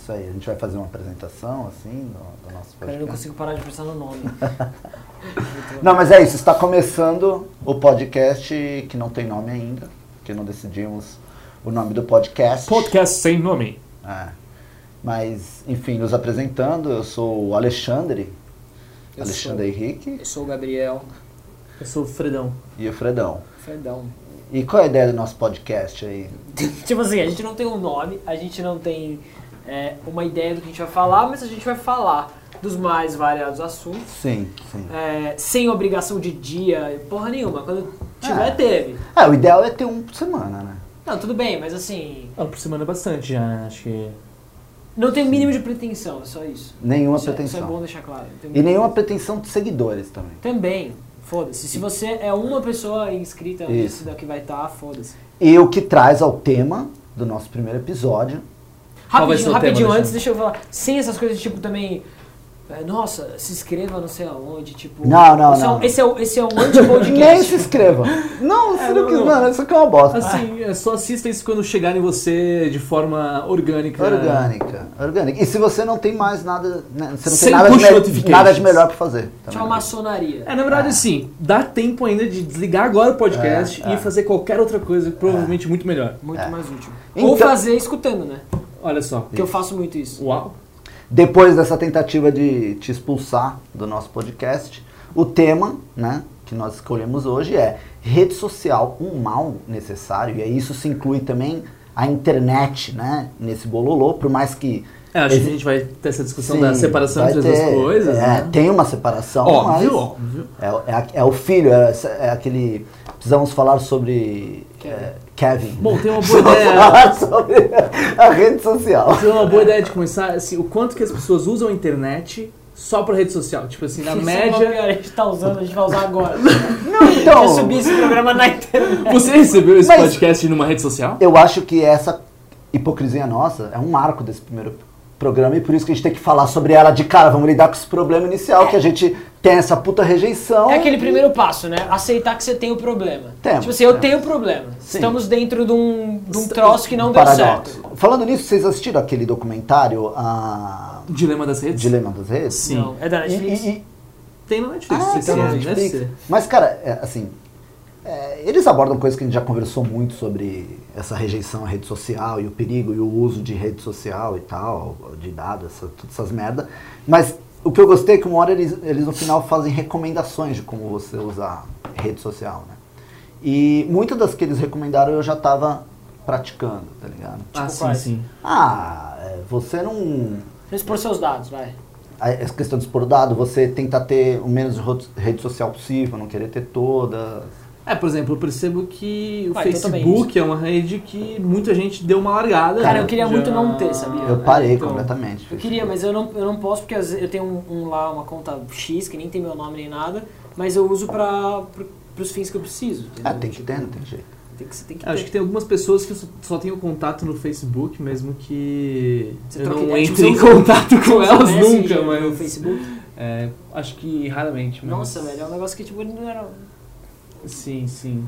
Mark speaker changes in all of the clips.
Speaker 1: isso aí. A gente vai fazer uma apresentação, assim, do, do nosso
Speaker 2: Cara, eu não
Speaker 1: podcast.
Speaker 2: consigo parar de pensar no nome.
Speaker 1: Não, mas é isso. Está começando o podcast que não tem nome ainda, que não decidimos o nome do podcast.
Speaker 3: Podcast sem nome.
Speaker 1: É. Mas, enfim, nos apresentando, eu sou o Alexandre,
Speaker 2: Eu
Speaker 1: Alexandre Henrique
Speaker 2: Eu sou o Gabriel.
Speaker 4: Eu sou o Fredão.
Speaker 1: e o Fredão.
Speaker 2: Fredão.
Speaker 1: E qual é a ideia do nosso podcast aí?
Speaker 2: tipo assim, a gente não tem um nome, a gente não tem é, uma ideia do que a gente vai falar, mas a gente vai falar dos mais variados assuntos.
Speaker 1: Sim, sim.
Speaker 2: é, sem obrigação de dia, porra nenhuma. Quando tiver,
Speaker 1: É.
Speaker 2: teve.
Speaker 1: Ah, o ideal é ter um por semana, né?
Speaker 2: Não, tudo bem, mas assim,
Speaker 4: Ah, por semana é bastante já, né? Acho que.
Speaker 2: não tem o mínimo de pretensão, é só isso.
Speaker 1: Nenhuma
Speaker 2: Isso é- Isso é bom
Speaker 1: pretensão.
Speaker 2: deixar claro. Não tem
Speaker 1: E
Speaker 2: mínimo-
Speaker 1: nenhuma pretensão de seguidores também.
Speaker 2: Também, foda-se. Se você é uma pessoa inscrita
Speaker 1: Isso.
Speaker 2: nesse daqui vai estar, foda-se.
Speaker 1: E o que traz ao tema do nosso primeiro episódio.
Speaker 4: Qual vai ser
Speaker 2: Rapidinho,
Speaker 4: o
Speaker 2: rapidinho,
Speaker 4: tema,
Speaker 2: antes deixa eu falar. Sem essas coisas, tipo, também... é, Nossa, se inscreva não sei aonde, tipo...
Speaker 1: Não, não,
Speaker 2: esse É
Speaker 1: não.
Speaker 2: um, esse, é o, esse é um
Speaker 1: Nem se
Speaker 2: anti-podcast.
Speaker 1: inscreva. Não, se não
Speaker 4: não,
Speaker 1: quiser,
Speaker 4: não.
Speaker 1: mano, isso aqui é uma bosta.
Speaker 4: Assim, é só assista isso quando chegarem você de forma orgânica.
Speaker 1: Ah, Orgânica, orgânica. E se você não tem mais nada, né, você não
Speaker 4: Sem
Speaker 1: tem nada de,
Speaker 4: push
Speaker 1: me-
Speaker 4: notifications.
Speaker 1: nada de melhor pra fazer. também.
Speaker 2: Tchau, tipo, maçonaria.
Speaker 4: É, na verdade, assim, dá tempo ainda de desligar agora o podcast
Speaker 1: É, é.
Speaker 4: e fazer qualquer outra coisa, provavelmente muito melhor.
Speaker 2: Muito
Speaker 1: É.
Speaker 2: mais útil.
Speaker 1: Então-
Speaker 2: Ou fazer escutando, né?
Speaker 4: Olha só.
Speaker 2: Porque eu faço muito isso.
Speaker 4: Uau.
Speaker 1: Depois dessa tentativa de te expulsar do nosso podcast, o tema, né, que nós escolhemos hoje é rede social, um mal necessário. E aí isso se inclui também a internet, né, nesse bololô, por mais que
Speaker 4: É, acho que
Speaker 1: Esse-
Speaker 4: a gente vai ter essa discussão
Speaker 1: Sim,
Speaker 4: da separação
Speaker 1: vai
Speaker 4: entre as
Speaker 1: ter-
Speaker 4: duas coisas.
Speaker 1: é,
Speaker 4: né?
Speaker 1: Tem uma separação,
Speaker 4: Óbvio,
Speaker 1: mas
Speaker 4: óbvio.
Speaker 1: É, o- é a- é o filho, é, essa- é aquele. Precisamos falar sobre é, Kevin.
Speaker 4: Bom, tem uma boa
Speaker 1: Precisamos
Speaker 4: ideia.
Speaker 1: falar sobre a rede social.
Speaker 4: Então, uma boa ideia de começar, assim, o quanto que as pessoas usam a internet só pra rede social. Tipo assim, na
Speaker 1: é
Speaker 2: Esse
Speaker 4: média.
Speaker 2: nome é que a gente tá usando, a gente vai usar agora.
Speaker 1: Não, então.
Speaker 2: Eu subi esse programa na internet.
Speaker 4: Você recebeu esse
Speaker 1: Mas-
Speaker 4: podcast numa rede social?
Speaker 1: Eu acho que essa hipocrisia nossa é um marco desse primeiro programa e por isso que a gente tem que falar sobre ela de cara. Vamos lidar com esse problema inicial que a gente tem essa puta rejeição.
Speaker 2: É aquele primeiro passo, né? Aceitar que você tem o problema.
Speaker 1: Então- Temos,
Speaker 2: tipo assim, eu
Speaker 1: temos.
Speaker 2: tenho problema.
Speaker 1: Sim.
Speaker 2: Estamos dentro de um, de um troço que não deu
Speaker 1: paradoxo.
Speaker 2: certo.
Speaker 1: Falando nisso, vocês assistiram aquele documentário, a
Speaker 4: Dilema das redes?
Speaker 1: Dilema das Redes?
Speaker 4: Sim.
Speaker 2: Não, é da
Speaker 1: E-
Speaker 2: Netflix.
Speaker 1: e- e-
Speaker 4: Tem no Netflix.
Speaker 1: Ah,
Speaker 4: você
Speaker 1: tem
Speaker 4: sabe,
Speaker 1: na
Speaker 4: então deve
Speaker 1: Netflix.
Speaker 2: Tipo,
Speaker 4: ser.
Speaker 1: Mas, cara, é, assim, é, eles abordam coisas que a gente já conversou muito sobre essa rejeição à rede social e o perigo e o uso de rede social e tal, de dados, essa, todas essas merda. Mas o que eu gostei é que uma hora eles, eles no final fazem recomendações de como você usar rede social, né? E muitas das que eles recomendaram eu já tava praticando, tá ligado?
Speaker 4: Ah, sim,
Speaker 2: quais?
Speaker 4: sim.
Speaker 1: Ah, é, você não
Speaker 2: Vamos expor seus dados, vai.
Speaker 1: a- essa questão de expor dado, você tentar ter o menos ro- rede social possível, não querer ter todas.
Speaker 4: É, por exemplo, eu percebo que o
Speaker 2: Ah, então também
Speaker 4: Facebook é uma rede que muita gente deu uma largada.
Speaker 2: Cara,
Speaker 4: né?
Speaker 2: eu queria
Speaker 4: Já-
Speaker 2: muito não ter, sabia?
Speaker 1: Eu parei
Speaker 4: É, então,
Speaker 1: completamente.
Speaker 2: Eu queria, mas eu não, eu não posso porque às vezes eu tenho um, um lá, uma conta X, que nem tem meu nome nem nada, mas eu uso pra, pro, pros fins que eu preciso.
Speaker 1: Ah,
Speaker 2: entendeu?
Speaker 1: tem que ter, não tem jeito.
Speaker 2: Tem que, tem que
Speaker 4: é, Eu Acho
Speaker 2: ter.
Speaker 4: que tem algumas pessoas que só- só têm o contato no Facebook, mesmo que
Speaker 2: Você
Speaker 4: eu
Speaker 2: troca
Speaker 4: não
Speaker 2: ideia, tipo,
Speaker 4: entre em
Speaker 2: você usa-
Speaker 4: contato com
Speaker 2: Você
Speaker 4: elas
Speaker 2: conhece
Speaker 4: nunca,
Speaker 2: no
Speaker 4: mas...
Speaker 2: Facebook?
Speaker 4: É, acho que raramente, mas...
Speaker 2: Nossa, velho, é um negócio que tipo, não era.
Speaker 4: Sim, sim.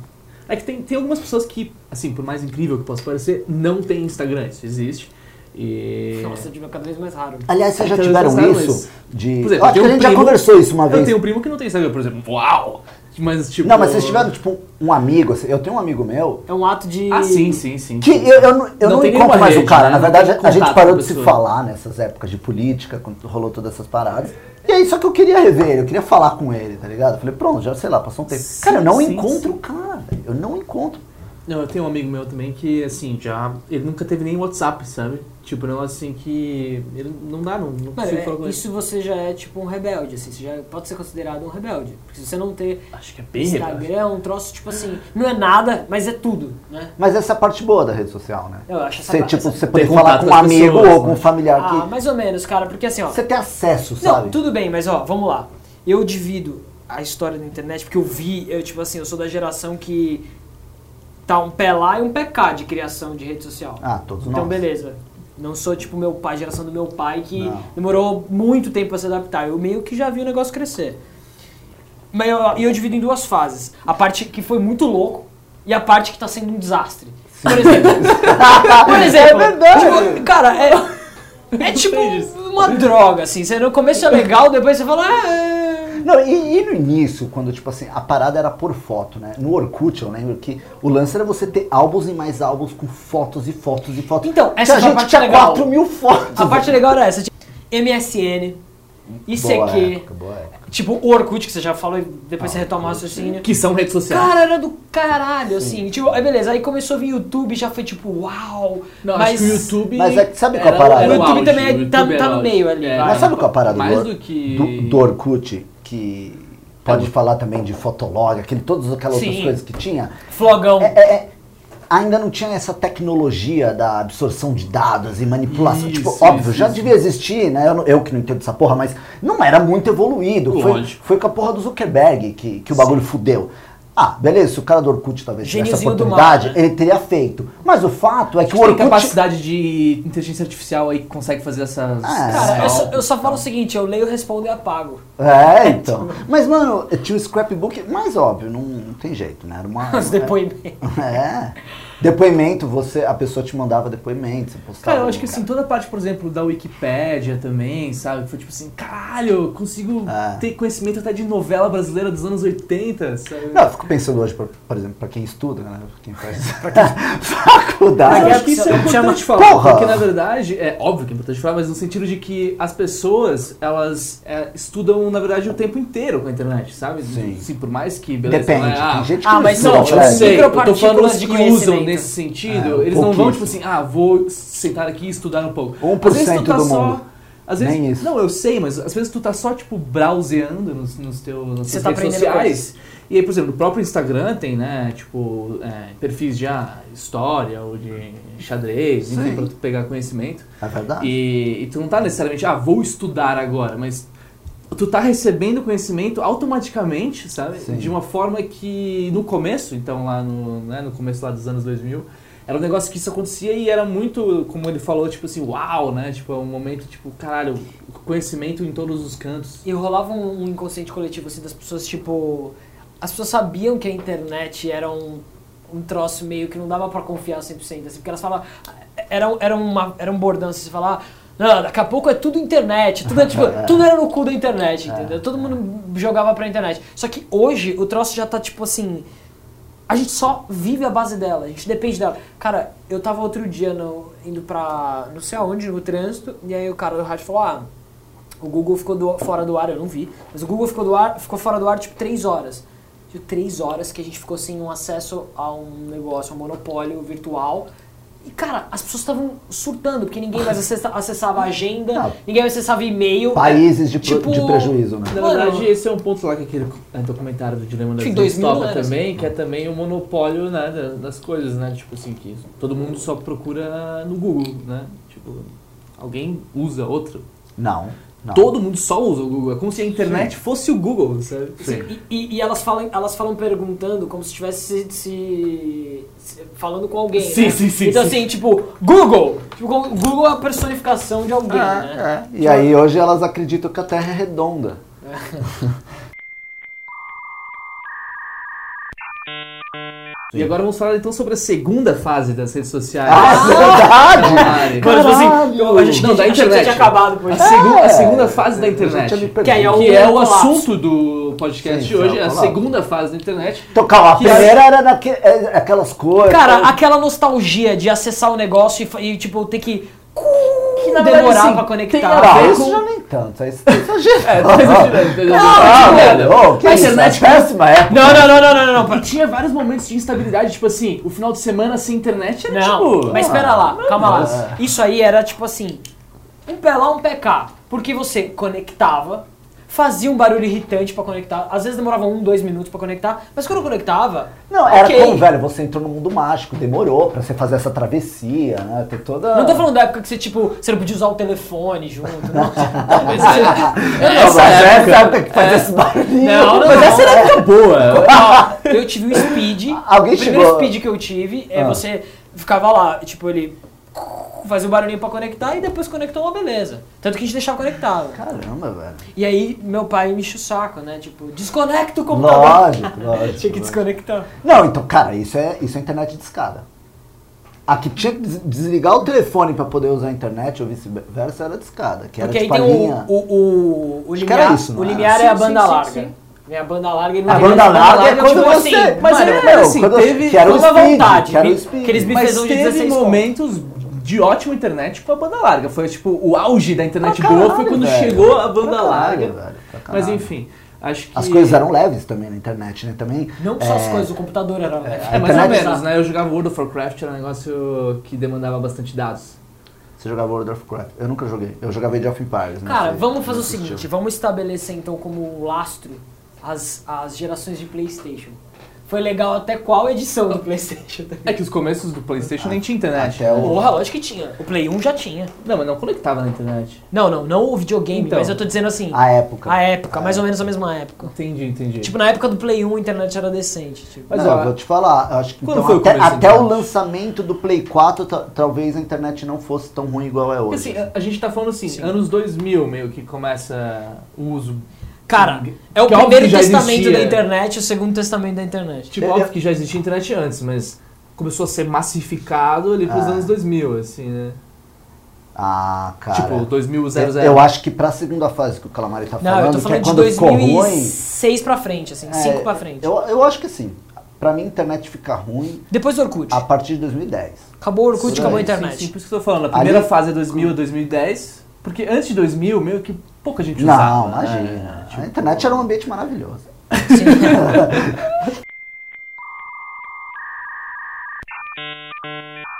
Speaker 4: É que tem, tem algumas pessoas que, assim, por mais incrível que possa parecer, não tem Instagram, isso existe. E...
Speaker 2: Nossa, tipo, é cada vez mais raro.
Speaker 1: Aliás, vocês já
Speaker 4: Então,
Speaker 1: tiveram
Speaker 4: vocês sabem,
Speaker 1: isso de.
Speaker 4: Por
Speaker 1: Eu
Speaker 4: exemplo,
Speaker 1: acho que a
Speaker 4: eu tenho
Speaker 1: gente
Speaker 4: um
Speaker 1: já
Speaker 4: primo-
Speaker 1: conversou isso uma
Speaker 4: Eu
Speaker 1: vez.
Speaker 4: tenho um primo que não tem Instagram, por exemplo. Uau! Mas, tipo...
Speaker 1: Não, mas vocês tiveram, tipo, um amigo, assim, eu tenho um amigo meu.
Speaker 2: É um ato de.
Speaker 4: Ah, sim, sim, sim.
Speaker 1: Que eu, eu, não- eu
Speaker 4: Não
Speaker 1: não, encontro
Speaker 4: tem nenhuma
Speaker 1: mais o
Speaker 4: rede,
Speaker 1: cara.
Speaker 4: né?
Speaker 1: Na
Speaker 4: Não
Speaker 1: verdade,
Speaker 4: tem
Speaker 1: a gente
Speaker 4: contato
Speaker 1: parou
Speaker 4: com a
Speaker 1: de se
Speaker 4: pessoa.
Speaker 1: falar nessas épocas de política, quando rolou todas essas paradas. E aí, só que eu queria rever ele, eu queria falar com ele, tá ligado? Eu falei, pronto, já sei lá, passou um tempo.
Speaker 4: Sim,
Speaker 1: cara, eu não
Speaker 4: sim,
Speaker 1: encontro
Speaker 4: sim.
Speaker 1: o cara, velho, eu não encontro.
Speaker 4: Não, eu tenho um amigo meu também que, assim, já... Ele nunca teve nem WhatsApp, sabe? Tipo, não, assim, que... Ele não dá, não, não
Speaker 2: Mano,
Speaker 4: consigo
Speaker 2: é-
Speaker 4: falar com ele.
Speaker 2: isso você já é tipo um rebelde, assim, você já pode ser considerado um rebelde. Porque se você não ter
Speaker 4: Acho que é bem rebelde.
Speaker 2: Instagram, é um troço, tipo assim, não é nada, mas é tudo, né?
Speaker 1: Mas essa é a parte boa da rede social, né?
Speaker 2: Eu acho essa
Speaker 1: Você,
Speaker 2: parte-
Speaker 1: tipo,
Speaker 2: essa-
Speaker 1: você poder
Speaker 4: Ter
Speaker 1: falar
Speaker 4: contato
Speaker 1: com
Speaker 4: com
Speaker 1: um
Speaker 4: as
Speaker 1: amigo
Speaker 4: pessoas,
Speaker 1: ou com um
Speaker 4: né?
Speaker 1: familiar
Speaker 2: Ah,
Speaker 1: que
Speaker 2: mais ou menos, cara, porque assim, ó.
Speaker 1: você tem acesso, sabe?
Speaker 2: Não, tudo bem, mas ó, vamos lá. Eu divido a história da internet porque eu vi, eu tipo assim, eu sou da geração que tá um pé lá e um pé cá de criação de rede social.
Speaker 1: Ah, todos
Speaker 2: Então,
Speaker 1: nós.
Speaker 2: beleza. Não sou tipo meu pai, geração do meu pai, que
Speaker 1: Não.
Speaker 2: demorou muito tempo pra se adaptar. Eu meio que já vi o negócio crescer. Mas eu, e eu divido em duas fases. A parte que foi muito louco e a parte que tá sendo um desastre. Por exemplo. por exemplo.
Speaker 1: É verdade.
Speaker 2: tipo, cara, é- É tipo
Speaker 4: Entendi isso.
Speaker 2: uma droga, assim. Você no começo é legal, depois você fala. "Ah, é."
Speaker 1: Não, e, e no início, quando tipo assim, a parada era por foto, né? No Orkut, eu lembro que o lance era você ter álbuns e mais álbuns com fotos e fotos e fotos.
Speaker 2: Então,
Speaker 1: Tinha
Speaker 2: essa foi a
Speaker 1: gente
Speaker 2: parte
Speaker 1: tinha
Speaker 2: legal.
Speaker 1: 4 mil fotos.
Speaker 2: A parte legal era essa. tipo, MSN, ICQ,
Speaker 1: Boa época, Ah, boa época.
Speaker 2: tipo o Orkut, que você já falou e depois você retoma o raciocínio.
Speaker 4: Que são redes sociais.
Speaker 2: Cara, era do caralho, assim. Tipo, aí beleza, aí começou a vir YouTube, já foi tipo, uau.
Speaker 4: Não,
Speaker 2: mas
Speaker 4: acho que o YouTube.
Speaker 1: Mas é que sabe qual
Speaker 4: era-
Speaker 1: a parada?
Speaker 4: era
Speaker 1: O
Speaker 2: YouTube
Speaker 4: auge,
Speaker 2: também é-
Speaker 4: o YouTube
Speaker 2: tá-
Speaker 4: era
Speaker 2: tá no
Speaker 4: auge.
Speaker 2: meio ali.
Speaker 4: É,
Speaker 1: Mas sabe qual é a parada do,
Speaker 4: Mais
Speaker 1: Or-
Speaker 4: do que.
Speaker 1: do, do Orkut? Que pode falar também de Fotolog, aquele, todas aquelas
Speaker 2: É Sim.
Speaker 1: outras coisas que tinha.
Speaker 2: Flogão.
Speaker 1: É, é, é, ainda não tinha essa tecnologia da absorção de dados e manipulação.
Speaker 4: Isso,
Speaker 1: tipo, óbvio,
Speaker 4: isso,
Speaker 1: já
Speaker 4: isso.
Speaker 1: devia existir, né? Eu, não- eu que não entendo essa porra, mas não era muito evoluído. Foi,
Speaker 4: Lógico.
Speaker 1: foi com a porra do Zuckerberg que, que o bagulho fudeu. Ah, beleza, se o cara do Orkut talvez tivesse essa
Speaker 2: Geniozinho do mal,
Speaker 1: oportunidade,
Speaker 2: né?
Speaker 1: ele teria feito. Mas o fato é que o
Speaker 5: Tem
Speaker 1: Orkut.
Speaker 5: capacidade de inteligência artificial aí que consegue fazer essas.
Speaker 1: Ah,
Speaker 2: Cara, eu
Speaker 5: essas-
Speaker 2: só, eu só falo o seguinte, eu leio, respondo e apago.
Speaker 1: É, então. Mas, mano, tinha o scrapbook, mas óbvio, não, não tem jeito, né? Era uma.
Speaker 2: Os depoimentos.
Speaker 1: É. Depoimento, você, a pessoa te mandava depoimento, você postava.
Speaker 4: Cara, eu acho que
Speaker 1: no-
Speaker 4: assim, toda a parte, por exemplo, da Wikipédia também, sabe? Foi tipo assim, caralho, eu consigo
Speaker 1: Ah.
Speaker 4: ter conhecimento até de novela brasileira dos anos 80, sabe?
Speaker 1: Não, eu fico pensando hoje, por, por exemplo, pra quem estuda, né? pra Quem faz faculdade.
Speaker 4: Mas eu
Speaker 2: Porque
Speaker 4: acho que isso é
Speaker 2: chama-
Speaker 4: importante falar,
Speaker 1: Porra!
Speaker 4: porque na verdade, é óbvio que é importante falar, mas no sentido de que as pessoas, elas é, estudam, na verdade, o tempo inteiro com a internet, sabe?
Speaker 1: Sim.
Speaker 4: Assim, por mais que, beleza,
Speaker 1: Depende,
Speaker 4: não é, ah,
Speaker 1: tem gente que
Speaker 2: ah, mas
Speaker 1: estuda, né?
Speaker 2: não,
Speaker 4: eu
Speaker 1: Fred.
Speaker 4: sei, eu tô falando
Speaker 2: partículas
Speaker 4: os
Speaker 2: de
Speaker 4: que usam
Speaker 2: conhecimento.
Speaker 4: nesse sentido.
Speaker 1: É, um
Speaker 4: eles não
Speaker 1: pouquíssimo.
Speaker 4: vão, tipo assim, ah, vou sentar aqui e estudar um pouco.
Speaker 1: 1%
Speaker 4: Às vezes tu tá
Speaker 1: do
Speaker 4: só-
Speaker 1: mundo.
Speaker 4: Às vezes,
Speaker 1: Nem isso.
Speaker 4: Não, eu sei, mas às vezes tu tá só, tipo, browseando nos, nos teus nas
Speaker 2: Você
Speaker 4: tuas
Speaker 2: tá
Speaker 4: redes
Speaker 2: aprendendo
Speaker 4: sociais. E aí, por exemplo, o próprio Instagram tem, né, tipo, é, perfis de ah, história ou de xadrez, enfim,
Speaker 1: Sim.
Speaker 4: pra tu pegar conhecimento.
Speaker 1: É verdade.
Speaker 4: E, e tu não tá necessariamente, ah, vou estudar agora, mas tu tá recebendo conhecimento automaticamente, sabe?
Speaker 1: Sim.
Speaker 4: De uma forma que no começo, então lá no, né, no começo lá dos anos 2000, era um negócio que isso acontecia e era muito, como ele falou, tipo assim, uau, né? Tipo, é um momento, tipo, caralho, conhecimento em todos os cantos.
Speaker 2: E rolava um, um inconsciente coletivo, assim, das pessoas, tipo... As pessoas sabiam que a internet era um, um troço meio que não dava pra confiar 100%, assim, porque elas falavam... Era, era, uma, era um bordão, assim, você falar... Não, daqui a pouco é tudo internet, tudo, é, tipo, tudo era no cu da internet, entendeu? Todo mundo jogava pra internet. Só que hoje o troço já tá, tipo assim... A gente só vive a base dela, a gente depende dela. Cara, eu tava outro dia no- indo pra não sei aonde, no trânsito, e aí o cara do rádio falou, ah, o Google ficou do- fora do ar, eu não vi, mas o Google ficou, do ar, ficou fora do ar tipo três horas. Tipo, três horas que a gente ficou sem um acesso a um negócio, a um monopólio virtual. E, cara, as pessoas estavam surtando, porque ninguém mais acessa- acessava a agenda,
Speaker 1: Não.
Speaker 2: ninguém mais acessava e-mail.
Speaker 1: Países de, pro-
Speaker 2: Tipo-
Speaker 1: de prejuízo, né?
Speaker 4: Na
Speaker 2: Mano.
Speaker 4: verdade, esse é um ponto lá que aquele é, documentário do Dilema das
Speaker 2: Enfim,
Speaker 4: Redes
Speaker 2: 2000
Speaker 4: toca
Speaker 1: assim.
Speaker 2: anos.
Speaker 4: também, que é também o monopólio né, da- das coisas, né? Tipo assim, que todo mundo só procura no Google, né? Tipo, alguém usa outro.
Speaker 1: Não.
Speaker 2: Tá.
Speaker 1: não.
Speaker 4: Todo mundo só usa o Google. É como se a internet fosse o Google, sabe?
Speaker 2: E, e- e elas falam, elas falam perguntando como se estivesse se, se- se- falando com alguém.
Speaker 4: Sim,
Speaker 2: né?
Speaker 4: sim, sim,
Speaker 2: Então,
Speaker 4: sim.
Speaker 2: assim, tipo, Google! Tipo, o Google é a personificação de alguém,
Speaker 4: Ah,
Speaker 2: né?
Speaker 1: É, é. E aí hoje elas acreditam que a Terra é redonda.
Speaker 4: E agora vamos falar então sobre a segunda fase das redes sociais.
Speaker 1: Ah, verdade!
Speaker 4: Caralho.
Speaker 2: Mano, tipo assim,
Speaker 1: Caralho!
Speaker 2: é eu achei que-
Speaker 4: Não, da
Speaker 2: achei que você
Speaker 4: internet. né?
Speaker 2: tinha acabado com
Speaker 4: A,
Speaker 2: isso.
Speaker 4: segu- a segunda
Speaker 1: É,
Speaker 4: fase da
Speaker 1: eu já
Speaker 4: internet.
Speaker 1: tinha me
Speaker 4: Que
Speaker 1: perdido.
Speaker 2: Que aí é o-
Speaker 4: é o
Speaker 2: colapso.
Speaker 4: assunto do podcast
Speaker 1: Sim,
Speaker 4: de hoje,
Speaker 1: é o
Speaker 4: é a
Speaker 1: colapso.
Speaker 4: segunda fase da internet.
Speaker 1: Então, calma, a
Speaker 4: Que
Speaker 1: primeira era naque, é, aquelas coisas.
Speaker 2: Cara, aquela nostalgia de acessar o negócio e fa- e, tipo, ter que
Speaker 4: Que na verdade,
Speaker 2: demorar
Speaker 4: assim,
Speaker 2: pra
Speaker 4: tem a
Speaker 2: conectar.
Speaker 1: Ah,
Speaker 4: ver
Speaker 1: isso
Speaker 4: com-
Speaker 1: já nem tanto. Isso é exagero.
Speaker 4: É, tá exagerando.
Speaker 1: Ah, velho, ô, que
Speaker 4: A
Speaker 1: isso,
Speaker 4: internet-
Speaker 1: é péssima época.
Speaker 2: Não, não, não, não, não, não.
Speaker 1: ah.
Speaker 4: E
Speaker 2: pera-
Speaker 4: tinha vários momentos de instabilidade, tipo assim, o final de semana sem internet era
Speaker 2: Não,
Speaker 4: tipo.
Speaker 2: mas espera lá, calma lá.
Speaker 1: Nossa.
Speaker 2: Isso aí era tipo assim, um pé lá, um pé cá. Porque você conectava, fazia um barulho irritante pra conectar. Às vezes demorava um, dois minutos pra conectar, mas quando eu conectava,
Speaker 1: Não, era
Speaker 2: ok.
Speaker 1: como, velho, você entrou no mundo mágico, demorou pra você fazer essa travessia, né? Tem toda.
Speaker 2: Não tô falando da época que você, tipo, você não podia usar o telefone junto, não.
Speaker 4: Mas é-
Speaker 1: Não,
Speaker 4: essa
Speaker 1: mas é
Speaker 4: época-
Speaker 1: essa época que faz esse barulho.
Speaker 2: Não, não,
Speaker 4: Mas
Speaker 2: não.
Speaker 4: essa era época boa.
Speaker 2: Ó, eu tive um speed.
Speaker 1: Alguém
Speaker 2: o primeiro
Speaker 1: chegou-
Speaker 2: speed que eu tive é
Speaker 1: Ah.
Speaker 2: você ficava lá, tipo, ele fazia um barulhinho pra conectar e depois conectou uma beleza. Tanto que a gente deixava conectado.
Speaker 1: Caramba, velho.
Speaker 2: E aí meu pai me enche o saco, né? Tipo, desconecta o computador.
Speaker 1: Lógico, lógico.
Speaker 2: tá Tinha que
Speaker 1: lógico.
Speaker 2: desconectar.
Speaker 1: Não, então, cara, isso é, isso é internet de escada. A que tinha que des- desligar o telefone pra poder usar a internet ou vice-versa era a discada, que era
Speaker 2: Porque aí
Speaker 1: tipo
Speaker 2: tem
Speaker 1: a linha...
Speaker 2: então o, o, o, o
Speaker 1: Acho que era
Speaker 2: limiar.
Speaker 1: isso, não
Speaker 2: o
Speaker 1: era?
Speaker 2: limiar é a
Speaker 6: Sim,
Speaker 2: banda
Speaker 6: sim, sim,
Speaker 2: larga.
Speaker 6: sim.
Speaker 2: Vem a banda larga e não
Speaker 1: A
Speaker 2: tem nada.
Speaker 1: banda larga é quando
Speaker 2: tipo
Speaker 1: você...
Speaker 2: assim,
Speaker 1: mas
Speaker 2: mano,
Speaker 1: é,
Speaker 2: mas assim,
Speaker 1: quando eu-
Speaker 4: teve-
Speaker 1: que era o
Speaker 2: tava à
Speaker 1: speed,
Speaker 2: vontade,
Speaker 1: que era o
Speaker 2: bi-
Speaker 1: speed.
Speaker 2: aqueles bi-
Speaker 7: Mas
Speaker 2: Fez um de
Speaker 7: teve
Speaker 2: 16 conto.
Speaker 7: momentos de ótima internet com a banda larga. Foi tipo, o auge da internet
Speaker 1: Pra
Speaker 7: boa
Speaker 1: Ah, caralho,
Speaker 7: foi quando
Speaker 1: velho.
Speaker 7: chegou a banda
Speaker 1: Pra caralho,
Speaker 7: larga.
Speaker 1: velho, pra caralho.
Speaker 4: Mas enfim, acho que.
Speaker 1: As coisas eram leves também na internet, né? Também...
Speaker 2: Não só as
Speaker 1: é,
Speaker 2: coisas, o computador era
Speaker 1: a
Speaker 4: É mais ou
Speaker 1: internet-
Speaker 4: menos, né? Eu jogava World of Warcraft, era um negócio que demandava bastante dados.
Speaker 1: Você jogava World of Warcraft? Eu nunca joguei. Eu jogava Age of Empires. né?
Speaker 2: Cara,
Speaker 1: Você-
Speaker 2: vamos fazer o
Speaker 1: você assistiu.
Speaker 2: seguinte, vamos estabelecer então como lastro as, as gerações de Playstation. Foi legal até qual edição do Playstation?
Speaker 4: É que os começos do PlayStation nem tinha internet.
Speaker 1: Até o...
Speaker 2: Porra, lógico que tinha. O Play 1 já tinha.
Speaker 4: Não, mas não conectava na internet.
Speaker 2: Não, não, não o videogame,
Speaker 4: Então.
Speaker 2: mas eu tô dizendo assim, a
Speaker 1: A época.
Speaker 2: época, mais ou menos a mesma época.
Speaker 4: Entendi, entendi.
Speaker 2: Tipo, na época do Play 1 a internet era decente. Tipo.
Speaker 4: Mas
Speaker 1: Não,
Speaker 4: ó,
Speaker 1: eu vou te falar, eu acho que
Speaker 4: quando
Speaker 1: então,
Speaker 4: foi o
Speaker 1: até,
Speaker 4: começo da
Speaker 1: até o
Speaker 4: internet?
Speaker 1: lançamento do Play 4, ta- talvez a internet não fosse tão ruim igual é
Speaker 4: Porque,
Speaker 1: hoje.
Speaker 4: assim, a, a gente tá falando assim, anos 2000 meio que começa o uso.
Speaker 2: Cara, é o
Speaker 4: Que óbvio
Speaker 2: primeiro
Speaker 4: que já
Speaker 2: testamento
Speaker 4: existia.
Speaker 2: da internet e o segundo testamento da internet.
Speaker 4: Tipo,
Speaker 1: Eu-
Speaker 4: óbvio que já existia internet antes, mas começou a ser massificado ali pros
Speaker 1: Ah.
Speaker 4: anos 2000, assim, né?
Speaker 1: Ah, cara. é,
Speaker 4: tipo, 2000,
Speaker 1: eu,
Speaker 4: 00.
Speaker 1: eu acho que pra segunda fase que o Calamari tá
Speaker 2: Não,
Speaker 1: falando,
Speaker 2: eu tô falando
Speaker 1: que
Speaker 2: de
Speaker 1: é quando ficou ruim.
Speaker 2: 2006 pra frente, assim, 5
Speaker 1: é,
Speaker 2: pra frente.
Speaker 1: Eu, eu acho que assim, pra mim a internet fica ruim
Speaker 2: Depois do Orkut.
Speaker 1: a partir de 2010.
Speaker 2: Acabou o Orkut,
Speaker 1: Sim,
Speaker 2: acabou a
Speaker 1: sim,
Speaker 2: internet.
Speaker 4: Sim, sim, por isso que eu tô falando. A primeira
Speaker 1: Ali-
Speaker 4: fase é 2000, 2010. Porque antes de 2000, meio que pouca gente usava.
Speaker 1: Não,
Speaker 4: né?
Speaker 1: imagina.
Speaker 4: Tipo,
Speaker 1: a internet era um ambiente maravilhoso.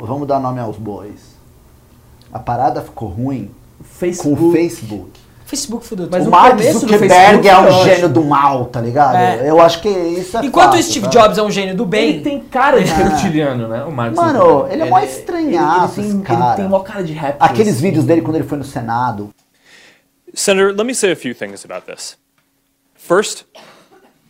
Speaker 1: Vamos dar nome aos bois. A parada ficou ruim com
Speaker 4: Facebook.
Speaker 1: o Facebook.
Speaker 2: Facebook fudeu
Speaker 4: Mas
Speaker 1: o
Speaker 2: tudo.
Speaker 4: o
Speaker 1: Mark
Speaker 4: começo do
Speaker 1: Zuckerberg
Speaker 4: Facebook
Speaker 1: é um
Speaker 4: foi ótimo.
Speaker 1: gênio do mal, tá ligado?
Speaker 2: É.
Speaker 1: Eu acho que isso é
Speaker 2: Enquanto
Speaker 1: fato,
Speaker 2: o Steve
Speaker 1: tá?
Speaker 2: Jobs é um gênio do
Speaker 4: Ele
Speaker 2: bem,
Speaker 4: tem cara de reptiliano, né? O Marcos.
Speaker 1: Ah. Mano, ele é mó estranhaço,
Speaker 4: ele,
Speaker 1: esse
Speaker 4: tem,
Speaker 1: cara.
Speaker 4: ele tem mó cara de rap.
Speaker 1: Aqueles vídeos dele quando ele foi no Senado.
Speaker 8: Senator, let me say a few things about this. First,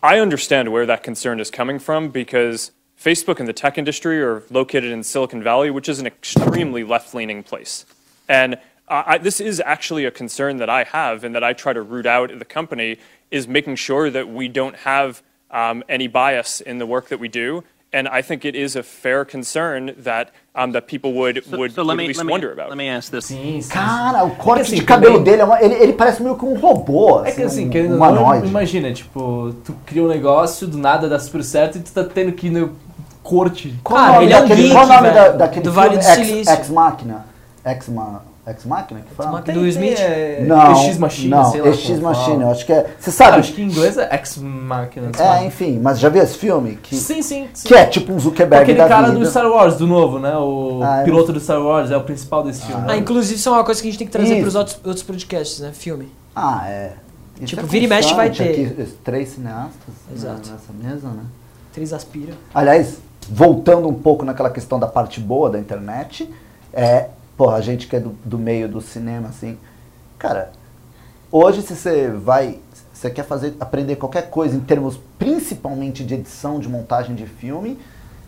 Speaker 8: I understand where that concern is coming from because Facebook and the tech industry are located in Silicon Valley, which is an extremely left leaning place. And I, I, this is actually a concern that I have and that I try to root out at the company is making sure that we don't have um, any bias in the work that we do. And I think it is a fair concern that, um, that people would, would,
Speaker 9: so
Speaker 8: would
Speaker 9: let me
Speaker 8: at least
Speaker 9: let me,
Speaker 8: wonder about.
Speaker 9: let me ask this.
Speaker 4: Sim, sim.
Speaker 1: Cara, o corte
Speaker 4: assim,
Speaker 1: de cabelo
Speaker 4: também-
Speaker 1: dele, é uma- ele, ele parece meio que um robô,
Speaker 4: É que assim,
Speaker 1: um,
Speaker 4: querendo
Speaker 1: um
Speaker 4: ou não,
Speaker 1: humanoide.
Speaker 4: imagina, tipo, tu cria um negócio, do nada dá super certo e tu tá tendo que ir no corte.
Speaker 1: Qual
Speaker 2: Cara,
Speaker 1: o nome
Speaker 2: ele é um
Speaker 1: daquele,
Speaker 2: geek,
Speaker 1: Qual o nome
Speaker 2: velho,
Speaker 1: da, daquele
Speaker 2: do
Speaker 1: filme?
Speaker 2: Vale do
Speaker 1: Ex,
Speaker 2: Silício.
Speaker 1: Ex Machina. Ex, Ma, Ex Machina que fala?
Speaker 2: Machina. Do Smith?
Speaker 4: é,
Speaker 1: Não,
Speaker 4: X Machine,
Speaker 1: não,
Speaker 4: sei lá.
Speaker 1: X
Speaker 4: como é fala.
Speaker 1: Machine, eu acho que é... Você
Speaker 4: Ah,
Speaker 1: sabe?
Speaker 4: acho que em inglês é X Machina. sei lá.
Speaker 1: é, enfim, mas já viu esse filme? Que,
Speaker 4: Sim, sim, sim.
Speaker 1: que é tipo um Zuckerberg
Speaker 4: Aquele
Speaker 1: da
Speaker 4: cara
Speaker 1: vida.
Speaker 4: do Star Wars, do novo, né? O
Speaker 1: Ah, eu
Speaker 4: piloto do Star Wars, é o principal desse filme.
Speaker 2: ah,
Speaker 4: né?
Speaker 1: tá
Speaker 2: inclusive isso é uma coisa que a gente tem que trazer
Speaker 1: Isso.
Speaker 2: pros outros, outros podcasts, né? Filme.
Speaker 1: Ah, é. Isso
Speaker 2: Tipo,
Speaker 1: é
Speaker 2: vira e mexe
Speaker 1: constante
Speaker 2: vai ter.
Speaker 1: aqui, os três cineastas né,
Speaker 2: Exato.
Speaker 1: nessa mesa, né?
Speaker 2: Três aspira.
Speaker 1: Aliás, voltando um pouco naquela questão da parte boa da internet, é, porra, a gente que é do, do meio do cinema, assim, cara, hoje se você vai, se você quer fazer, aprender qualquer coisa em termos principalmente de edição, de montagem de filme,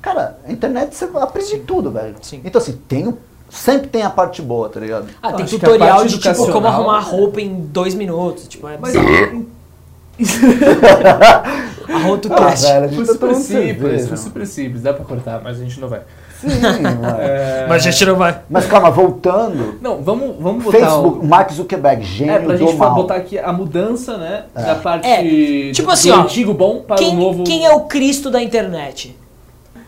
Speaker 1: cara, a internet você aprende tudo, velho.
Speaker 2: Sim.
Speaker 1: Então assim, tem, o- sempre tem a parte boa, tá ligado?
Speaker 2: Ah,
Speaker 4: Eu
Speaker 2: tem
Speaker 4: acho que a
Speaker 2: tutorial
Speaker 4: parte
Speaker 2: de tipo como
Speaker 4: educacional- é
Speaker 2: arrumar a roupa em dois minutos. Tipo, é
Speaker 4: Mas,
Speaker 2: a
Speaker 4: Ah,
Speaker 2: rotocast.
Speaker 1: velho, a
Speaker 4: foi
Speaker 1: gente tá
Speaker 4: super
Speaker 1: tomando cerveja,
Speaker 4: simples, foi
Speaker 1: mano.
Speaker 4: super simples. Dá pra cortar, mas a gente não vai.
Speaker 1: Sim, mano.
Speaker 2: Mas a gente não vai.
Speaker 1: Mas calma, voltando,
Speaker 4: Não, vamos, vamos botar
Speaker 1: Facebook, Mark Zuckerberg,
Speaker 4: o...
Speaker 1: gênio
Speaker 4: É, pra
Speaker 1: do
Speaker 4: gente fa-
Speaker 1: mal.
Speaker 4: botar aqui a mudança, né? Da parte
Speaker 2: É, tipo
Speaker 4: do,
Speaker 2: assim,
Speaker 4: do
Speaker 2: ó,
Speaker 4: antigo bom para
Speaker 2: Quem,
Speaker 4: o novo...
Speaker 2: quem é o Cristo da internet?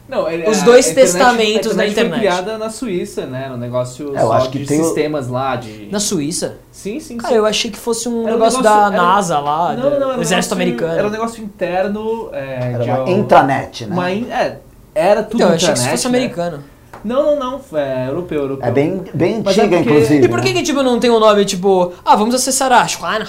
Speaker 4: Não, ele-
Speaker 2: Os
Speaker 4: a-
Speaker 2: dois
Speaker 4: a internet-
Speaker 2: testamentos
Speaker 4: a
Speaker 2: da internet.
Speaker 4: Foi criada na Suíça, né? Um negócio
Speaker 1: É, eu
Speaker 4: só
Speaker 1: acho que
Speaker 4: de
Speaker 1: tem o-
Speaker 4: sistemas lá, de...
Speaker 2: Na Suíça?
Speaker 4: Sim, sim,
Speaker 2: Cara,
Speaker 4: sim.
Speaker 2: eu achei que fosse um,
Speaker 4: Era um
Speaker 2: negócio, da
Speaker 4: negócio- era um-
Speaker 2: NASA lá, do
Speaker 4: Não, não, era um
Speaker 2: exército
Speaker 4: negócio-
Speaker 2: americano.
Speaker 4: Era um negócio interno... É,
Speaker 1: Era
Speaker 4: de
Speaker 1: uma
Speaker 4: al-
Speaker 1: intranet, né?
Speaker 4: uma in- é, era tudo
Speaker 2: Então, eu achei
Speaker 4: internet,
Speaker 2: que isso fosse
Speaker 4: né?
Speaker 2: americano.
Speaker 4: Não, não, não. É europeu, europeu.
Speaker 1: É bem, bem
Speaker 4: Mas é
Speaker 1: antiga,
Speaker 4: porque-
Speaker 1: inclusive. né?
Speaker 2: E por que que, tipo, não tem um nome, tipo, ah, vamos acessar a Schwanhan?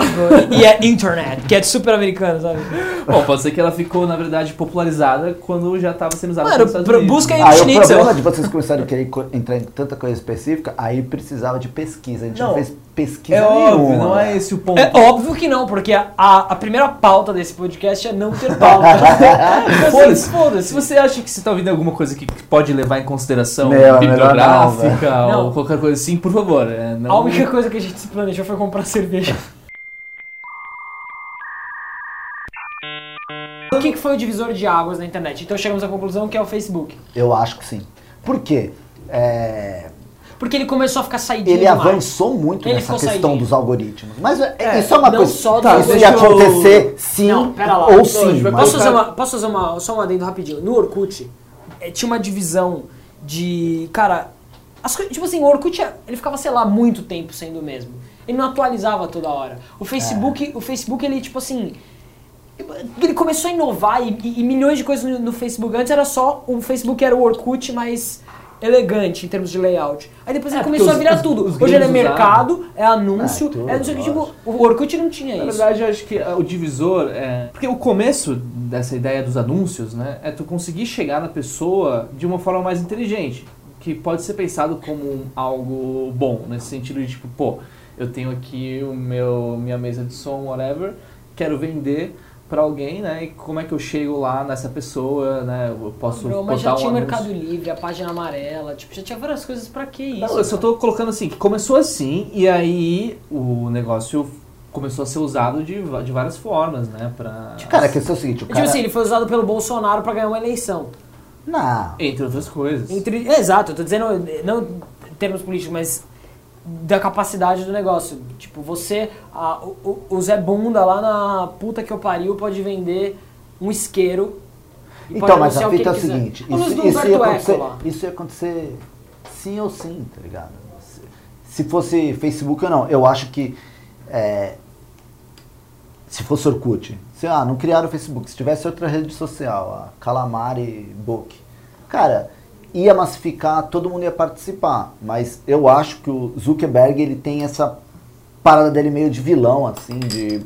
Speaker 2: Tipo, e é internet, que é super americano, sabe?
Speaker 4: Bom, pode ser que ela ficou, na verdade, popularizada quando já estava sendo usada
Speaker 2: Mano,
Speaker 4: pelos Estados
Speaker 2: pro-
Speaker 4: Unidos.
Speaker 2: busca aí-
Speaker 1: Aí o
Speaker 2: Schnitzel.
Speaker 1: problema de vocês começarem a querer co- entrar em tanta coisa específica, aí precisava de pesquisa. A gente não,
Speaker 4: Não,
Speaker 1: fez pesquisa
Speaker 4: É
Speaker 1: nenhuma.
Speaker 4: óbvio, não é esse o ponto.
Speaker 2: É óbvio que não, porque a, a primeira pauta desse podcast é não ter pauta.
Speaker 4: Foda-se, foda-se. Se você acha que você tá ouvindo alguma coisa que que pode levar em consideração
Speaker 1: Meu, melhor
Speaker 4: bibliográfica
Speaker 2: não,
Speaker 4: ou
Speaker 2: velho.
Speaker 4: qualquer coisa assim, por favor. é, não-
Speaker 2: a única coisa que a gente se planejou foi comprar cerveja. O que, que foi o divisor de águas na internet? Então chegamos à conclusão que é o Facebook.
Speaker 1: Eu acho que sim. Por quê? É,
Speaker 2: Porque ele começou a ficar saidinho
Speaker 1: ele
Speaker 2: demais.
Speaker 1: avançou muito
Speaker 2: Ele
Speaker 1: nessa
Speaker 2: ficou
Speaker 1: questão
Speaker 2: saidinho.
Speaker 1: dos algoritmos. Mas é- isso é uma
Speaker 2: não
Speaker 1: coisa.
Speaker 2: só dos
Speaker 1: isso ia
Speaker 2: algoritmos.
Speaker 1: acontecer sim
Speaker 2: Não, pera lá.
Speaker 1: ou
Speaker 2: Não,
Speaker 1: sim.
Speaker 4: gente vai-
Speaker 1: mas-
Speaker 2: Posso fazer, uma, posso fazer uma, só um adendo rapidinho? No Orkut, eh, tinha uma divisão de. Cara, as coi- tipo assim, o Orkut eh, ele ficava, sei lá, muito tempo sendo o mesmo. Ele não atualizava toda hora. O Facebook, o Facebook ele, tipo assim. Ele começou a inovar e, e- e milhões de coisas no, no Facebook. Antes era só. O Facebook era o Orkut mais elegante em termos de layout. Aí depois ele começou a
Speaker 4: os-
Speaker 2: virar
Speaker 4: os-
Speaker 2: tudo.
Speaker 4: os
Speaker 2: Hoje ele é
Speaker 4: grandes usavam.
Speaker 2: mercado, é anúncio,
Speaker 1: Ah, tudo,
Speaker 2: é não sei o que. Tipo,
Speaker 1: lógico.
Speaker 2: o Orkut não tinha
Speaker 4: Na
Speaker 2: isso.
Speaker 4: verdade, eu acho que ah, o divisor é. Porque o começo dessa ideia dos anúncios, né? É tu conseguir chegar na pessoa de uma forma mais inteligente. Que pode ser pensado como um- algo bom, nesse sentido de tipo, pô, eu tenho aqui o meu, minha mesa de som, whatever, quero vender pra alguém, né? E como é que eu chego lá nessa pessoa, né? Eu posso
Speaker 2: Bro,
Speaker 4: botar
Speaker 2: mas já
Speaker 4: um
Speaker 2: tinha o
Speaker 4: anúncio.
Speaker 2: Mercado Livre, a página amarela, tipo, já tinha várias coisas pra que isso?
Speaker 4: Não, eu só tô colocando assim, que começou assim, e aí o negócio começou a ser usado de, va- de várias formas, né? Pra...
Speaker 1: Cara, a questão é o seguinte: o
Speaker 2: Tipo
Speaker 1: cara.
Speaker 2: assim, ele foi usado pelo Bolsonaro pra ganhar uma eleição.
Speaker 1: Não.
Speaker 4: Entre outras coisas.
Speaker 2: Entre- é, exato, eu tô dizendo, eh, não em termos políticos, mas da capacidade do negócio. Tipo, você, a- o, o- o Zé Bunda lá na puta que eu pariu pode vender um isqueiro. e
Speaker 1: Então,
Speaker 2: pode
Speaker 1: mas
Speaker 2: anunciar
Speaker 1: a
Speaker 2: o que
Speaker 1: fita é o
Speaker 2: ele quiser.
Speaker 1: seguinte,
Speaker 2: A luz
Speaker 1: isso,
Speaker 2: do
Speaker 1: isso ia
Speaker 2: Humberto Eco
Speaker 1: acontecer,
Speaker 2: lá.
Speaker 1: isso ia acontecer sim ou sim, tá ligado? Se, se fosse Facebook ou não, eu acho que é, se fosse Orkut, sei lá, não criaram o Facebook, se tivesse outra rede social, a Calamari Book, cara, ia massificar, todo mundo ia participar, mas eu acho que o Zuckerberg, ele tem essa parada dele meio de vilão, assim, de...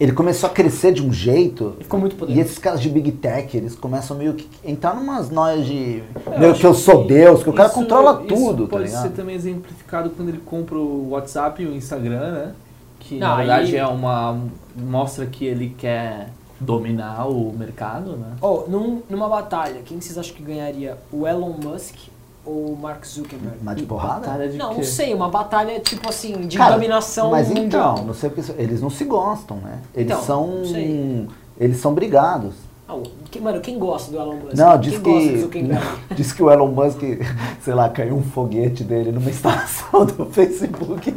Speaker 1: Ele começou a crescer de um jeito
Speaker 2: Ele ficou muito
Speaker 1: e
Speaker 2: poderoso.
Speaker 1: esses caras de Big Tech, eles começam meio que entrar numas noias de. meu, que eu sou Deus, que o cara
Speaker 4: Isso-
Speaker 1: controla
Speaker 4: isso
Speaker 1: tudo, tá
Speaker 4: pode ser
Speaker 1: ligado?
Speaker 4: também exemplificado quando ele compra o WhatsApp e o Instagram, né? Que
Speaker 2: Não,
Speaker 4: na verdade
Speaker 2: aí-
Speaker 4: é uma. mostra que ele quer dominar o mercado, né?
Speaker 2: Oh, num- numa batalha, quem vocês acham que ganharia? O Elon Musk ou o Mark Zuckerberg?
Speaker 1: Mas de
Speaker 4: Batalha
Speaker 1: porrada? né?
Speaker 4: de
Speaker 2: Não,
Speaker 4: quê?
Speaker 2: não sei, uma batalha tipo assim, de
Speaker 1: Cara,
Speaker 2: dominação
Speaker 1: Mas
Speaker 2: mundial.
Speaker 1: então, não sei o que. Eles não se gostam, né? Eles
Speaker 2: Então,
Speaker 1: são.
Speaker 2: não sei.
Speaker 1: Eles são brigados.
Speaker 2: Ah, o- que- mano, quem gosta do Elon Musk?
Speaker 1: Não, diz
Speaker 2: quem gosta do
Speaker 1: que.
Speaker 2: Zuckerberg?
Speaker 1: diz que o Elon Musk, sei lá, caiu um foguete dele numa instalação do Facebook.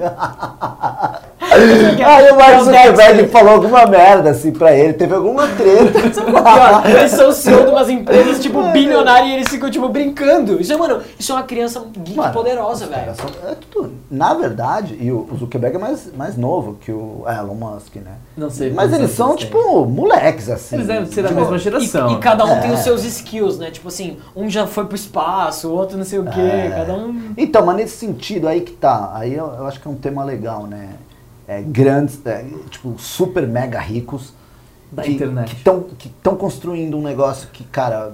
Speaker 1: Aí o
Speaker 2: É
Speaker 1: Mark
Speaker 2: o
Speaker 1: Zuckerberg
Speaker 2: Dexter.
Speaker 1: falou alguma merda assim pra ele, teve alguma treta.
Speaker 2: Pior, eles são CEO de umas empresas, tipo, bilionárias e eles ficam, tipo, brincando. Isso é, mano, isso é uma criança geek
Speaker 1: Mano,
Speaker 2: poderosa,
Speaker 1: os
Speaker 2: velho.
Speaker 1: caras são- é tudo. Na verdade, e o o Zuckerberg é mais, mais novo que o Elon Musk, né?
Speaker 4: Não sei.
Speaker 1: Mas
Speaker 4: quantos
Speaker 1: eles
Speaker 4: anos
Speaker 1: são,
Speaker 4: têm.
Speaker 1: tipo, moleques, assim.
Speaker 4: Eles devem ser da
Speaker 1: Tipo,
Speaker 4: mesma geração.
Speaker 2: E, e cada um
Speaker 1: É.
Speaker 2: tem os seus skills, né? Tipo assim, um já foi pro espaço, o outro não sei o quê,
Speaker 1: É.
Speaker 2: cada um...
Speaker 1: Então, mas nesse sentido aí que tá. Aí eu, eu acho que é um tema legal, né? É, grandes, é, tipo, super mega ricos.
Speaker 4: Da
Speaker 1: que,
Speaker 4: internet.
Speaker 1: estão que estão construindo um negócio que, cara,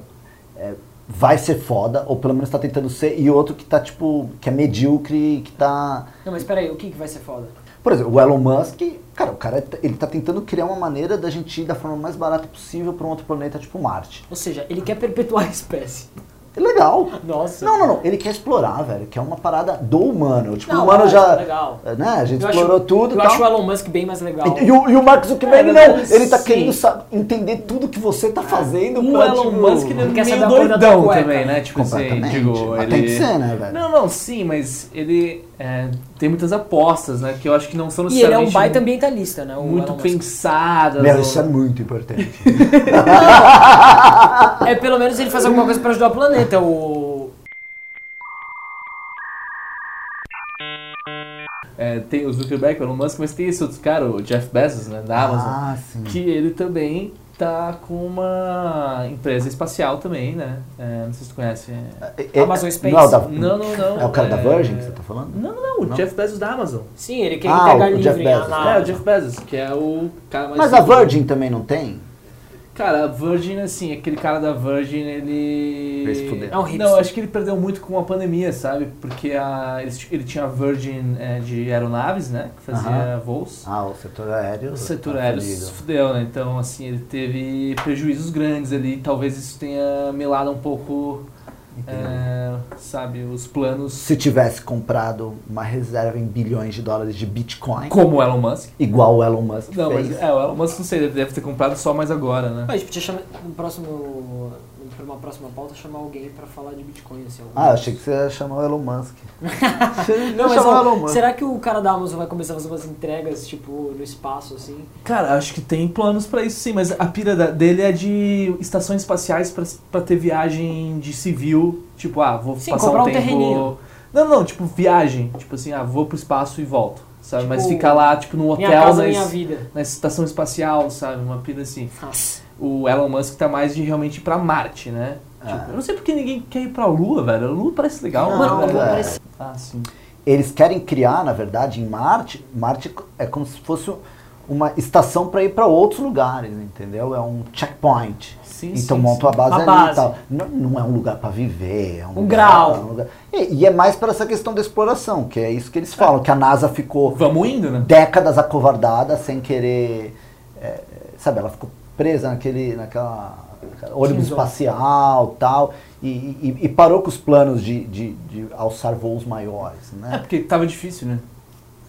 Speaker 1: é, vai ser foda, ou pelo menos tá tentando ser, e outro que tá, tipo, que é medíocre, que tá.
Speaker 2: Não, mas peraí, o que que vai ser foda?
Speaker 1: Por exemplo, o Elon Musk, cara, o cara t- ele tá tentando criar uma maneira da gente ir da forma mais barata possível para um outro planeta, tipo Marte.
Speaker 2: Ou seja, ele quer perpetuar a espécie.
Speaker 1: É legal.
Speaker 2: Nossa.
Speaker 1: Não, não, não. Ele quer explorar, velho. Que é uma parada do humano. Tipo,
Speaker 2: Não,
Speaker 1: o humano
Speaker 2: lógico,
Speaker 1: já.
Speaker 2: legal.
Speaker 1: Né? A gente
Speaker 2: Eu acho-
Speaker 1: explorou tudo
Speaker 2: Eu
Speaker 1: e tal.
Speaker 2: acho o Elon Musk bem mais legal.
Speaker 1: E, e o, e o Mark Zuckerberg
Speaker 4: É,
Speaker 1: não.
Speaker 4: mas
Speaker 1: Ele tá
Speaker 4: sim.
Speaker 1: querendo sa- entender tudo que você
Speaker 2: É.
Speaker 1: tá fazendo.
Speaker 4: O
Speaker 2: Um
Speaker 1: pra,
Speaker 4: Elon
Speaker 1: tipo,
Speaker 4: Musk ele é
Speaker 2: Ele quer
Speaker 4: meio
Speaker 2: saber a cor da
Speaker 4: doidão
Speaker 2: tua cueca.
Speaker 4: também, né? Tipo assim,
Speaker 1: Completamente.
Speaker 4: digo,
Speaker 1: Mas
Speaker 4: ele...
Speaker 1: tem que ser, né, velho?
Speaker 4: Não, não, sim, mas ele é, tem muitas apostas, né? Que eu acho que não são
Speaker 2: E ele é
Speaker 4: necessariamente
Speaker 2: um baita ambientalista, né? O
Speaker 4: muito
Speaker 2: Elon Musk.
Speaker 4: pensadas.
Speaker 1: Meu,
Speaker 4: ou-
Speaker 1: isso é muito importante.
Speaker 2: É, pelo menos ele faz alguma coisa pra ajudar o planeta, o...
Speaker 4: É, tem o Zuckerberg, o Elon Musk, mas tem esse outro cara, o Jeff Bezos, né, da Amazon,
Speaker 1: Ah, sim.
Speaker 4: que ele também tá com uma empresa espacial também, né? É, não sei se tu conhece. é-
Speaker 1: É-
Speaker 2: Amazon Space?
Speaker 1: Não, da-
Speaker 4: Não, não, não.
Speaker 1: É o cara da Virgin que você tá falando?
Speaker 4: Não, não, não, o Jeff Bezos da Amazon.
Speaker 2: Sim, ele quer
Speaker 1: Ah,
Speaker 2: entregar
Speaker 1: o
Speaker 2: livre
Speaker 1: Jeff Bezos.
Speaker 2: na-
Speaker 1: Ah,
Speaker 4: é, o Jeff Bezos, que é o cara mais...
Speaker 1: Mas a Virgin também não tem?
Speaker 4: Cara, a Virgin, assim, aquele cara da Virgin, ele.
Speaker 1: Vai se fuder.
Speaker 2: É um hipster.
Speaker 4: Não, acho que ele perdeu muito com a pandemia, sabe? Porque a, ele, ele tinha a Virgin é, de aeronaves, né? Que fazia
Speaker 1: Aham.
Speaker 4: voos.
Speaker 1: Ah, o setor aéreo.
Speaker 4: O setor
Speaker 1: tá
Speaker 4: aéreo
Speaker 1: fudido.
Speaker 4: se fudeu, né? Então, assim, ele teve prejuízos grandes ali. Talvez isso tenha melado um pouco, é, sabe, os planos.
Speaker 1: se tivesse comprado uma reserva em bilhões de dólares de Bitcoin,
Speaker 4: Como o Elon Musk.
Speaker 1: igual o Elon Musk
Speaker 4: Não, é-
Speaker 1: fez.
Speaker 4: mas é, o Elon Musk, não sei, ele deve ter comprado só mais agora, né?
Speaker 2: Mas podia chamar no próximo, no para uma próxima pauta, chamar alguém para falar de Bitcoin. Assim, algum-
Speaker 1: Ah, achei que você ia chamar o Elon Musk. Você ia
Speaker 2: Não, mas, é
Speaker 1: chamar o
Speaker 2: ó,
Speaker 1: Elon Musk.
Speaker 2: será que o cara da Amazon vai começar a fazer umas entregas, tipo, no espaço, assim?
Speaker 4: Cara, acho que tem planos pra isso sim, mas a pira da- dele é de estações espaciais pra- pra ter viagem de civil, tipo, ah, vou
Speaker 2: Sim,
Speaker 4: passar
Speaker 2: comprar um
Speaker 4: tempo...
Speaker 2: terreninho.
Speaker 4: Não, não, tipo, viagem, tipo assim, ah, vou pro espaço e volto, sabe? mas
Speaker 2: Tipo,
Speaker 4: ficar lá, tipo, num
Speaker 2: Minha
Speaker 4: hotel,
Speaker 2: casa,
Speaker 4: na,
Speaker 2: minha
Speaker 4: es-
Speaker 2: vida.
Speaker 4: na estação espacial, sabe? Uma pira assim.
Speaker 2: Nossa.
Speaker 4: O Elon Musk tá mais de realmente ir pra Marte, né? Tipo, eu não sei porque ninguém quer ir pra Lua, velho. A Lua parece legal,
Speaker 1: Não,
Speaker 4: né,
Speaker 2: Mano,
Speaker 1: mas
Speaker 4: velho?
Speaker 1: é.
Speaker 2: parece-
Speaker 4: Ah, sim.
Speaker 1: Eles querem criar, na verdade, em Marte, Marte é como se fosse uma estação para ir para outros lugares, entendeu? É um checkpoint.
Speaker 4: Sim,
Speaker 1: então
Speaker 4: sim,
Speaker 1: montam a base
Speaker 2: Uma
Speaker 1: ali
Speaker 2: base.
Speaker 1: e tal. Não, não é um lugar para viver, é um,
Speaker 2: Um
Speaker 1: lugar-
Speaker 2: grau.
Speaker 1: é um lugar- E, e é mais para essa questão da exploração, que é isso que eles falam, que a NASA ficou
Speaker 4: Vamos indo, né?
Speaker 1: décadas acovardada sem querer. é, sabe, ela ficou presa naquele, naquela naquela ônibus
Speaker 2: Sim,
Speaker 1: espacial tal, e, e- e parou com os planos de, de- de alçar voos maiores.
Speaker 4: É
Speaker 1: Né?
Speaker 4: porque tava difícil, né?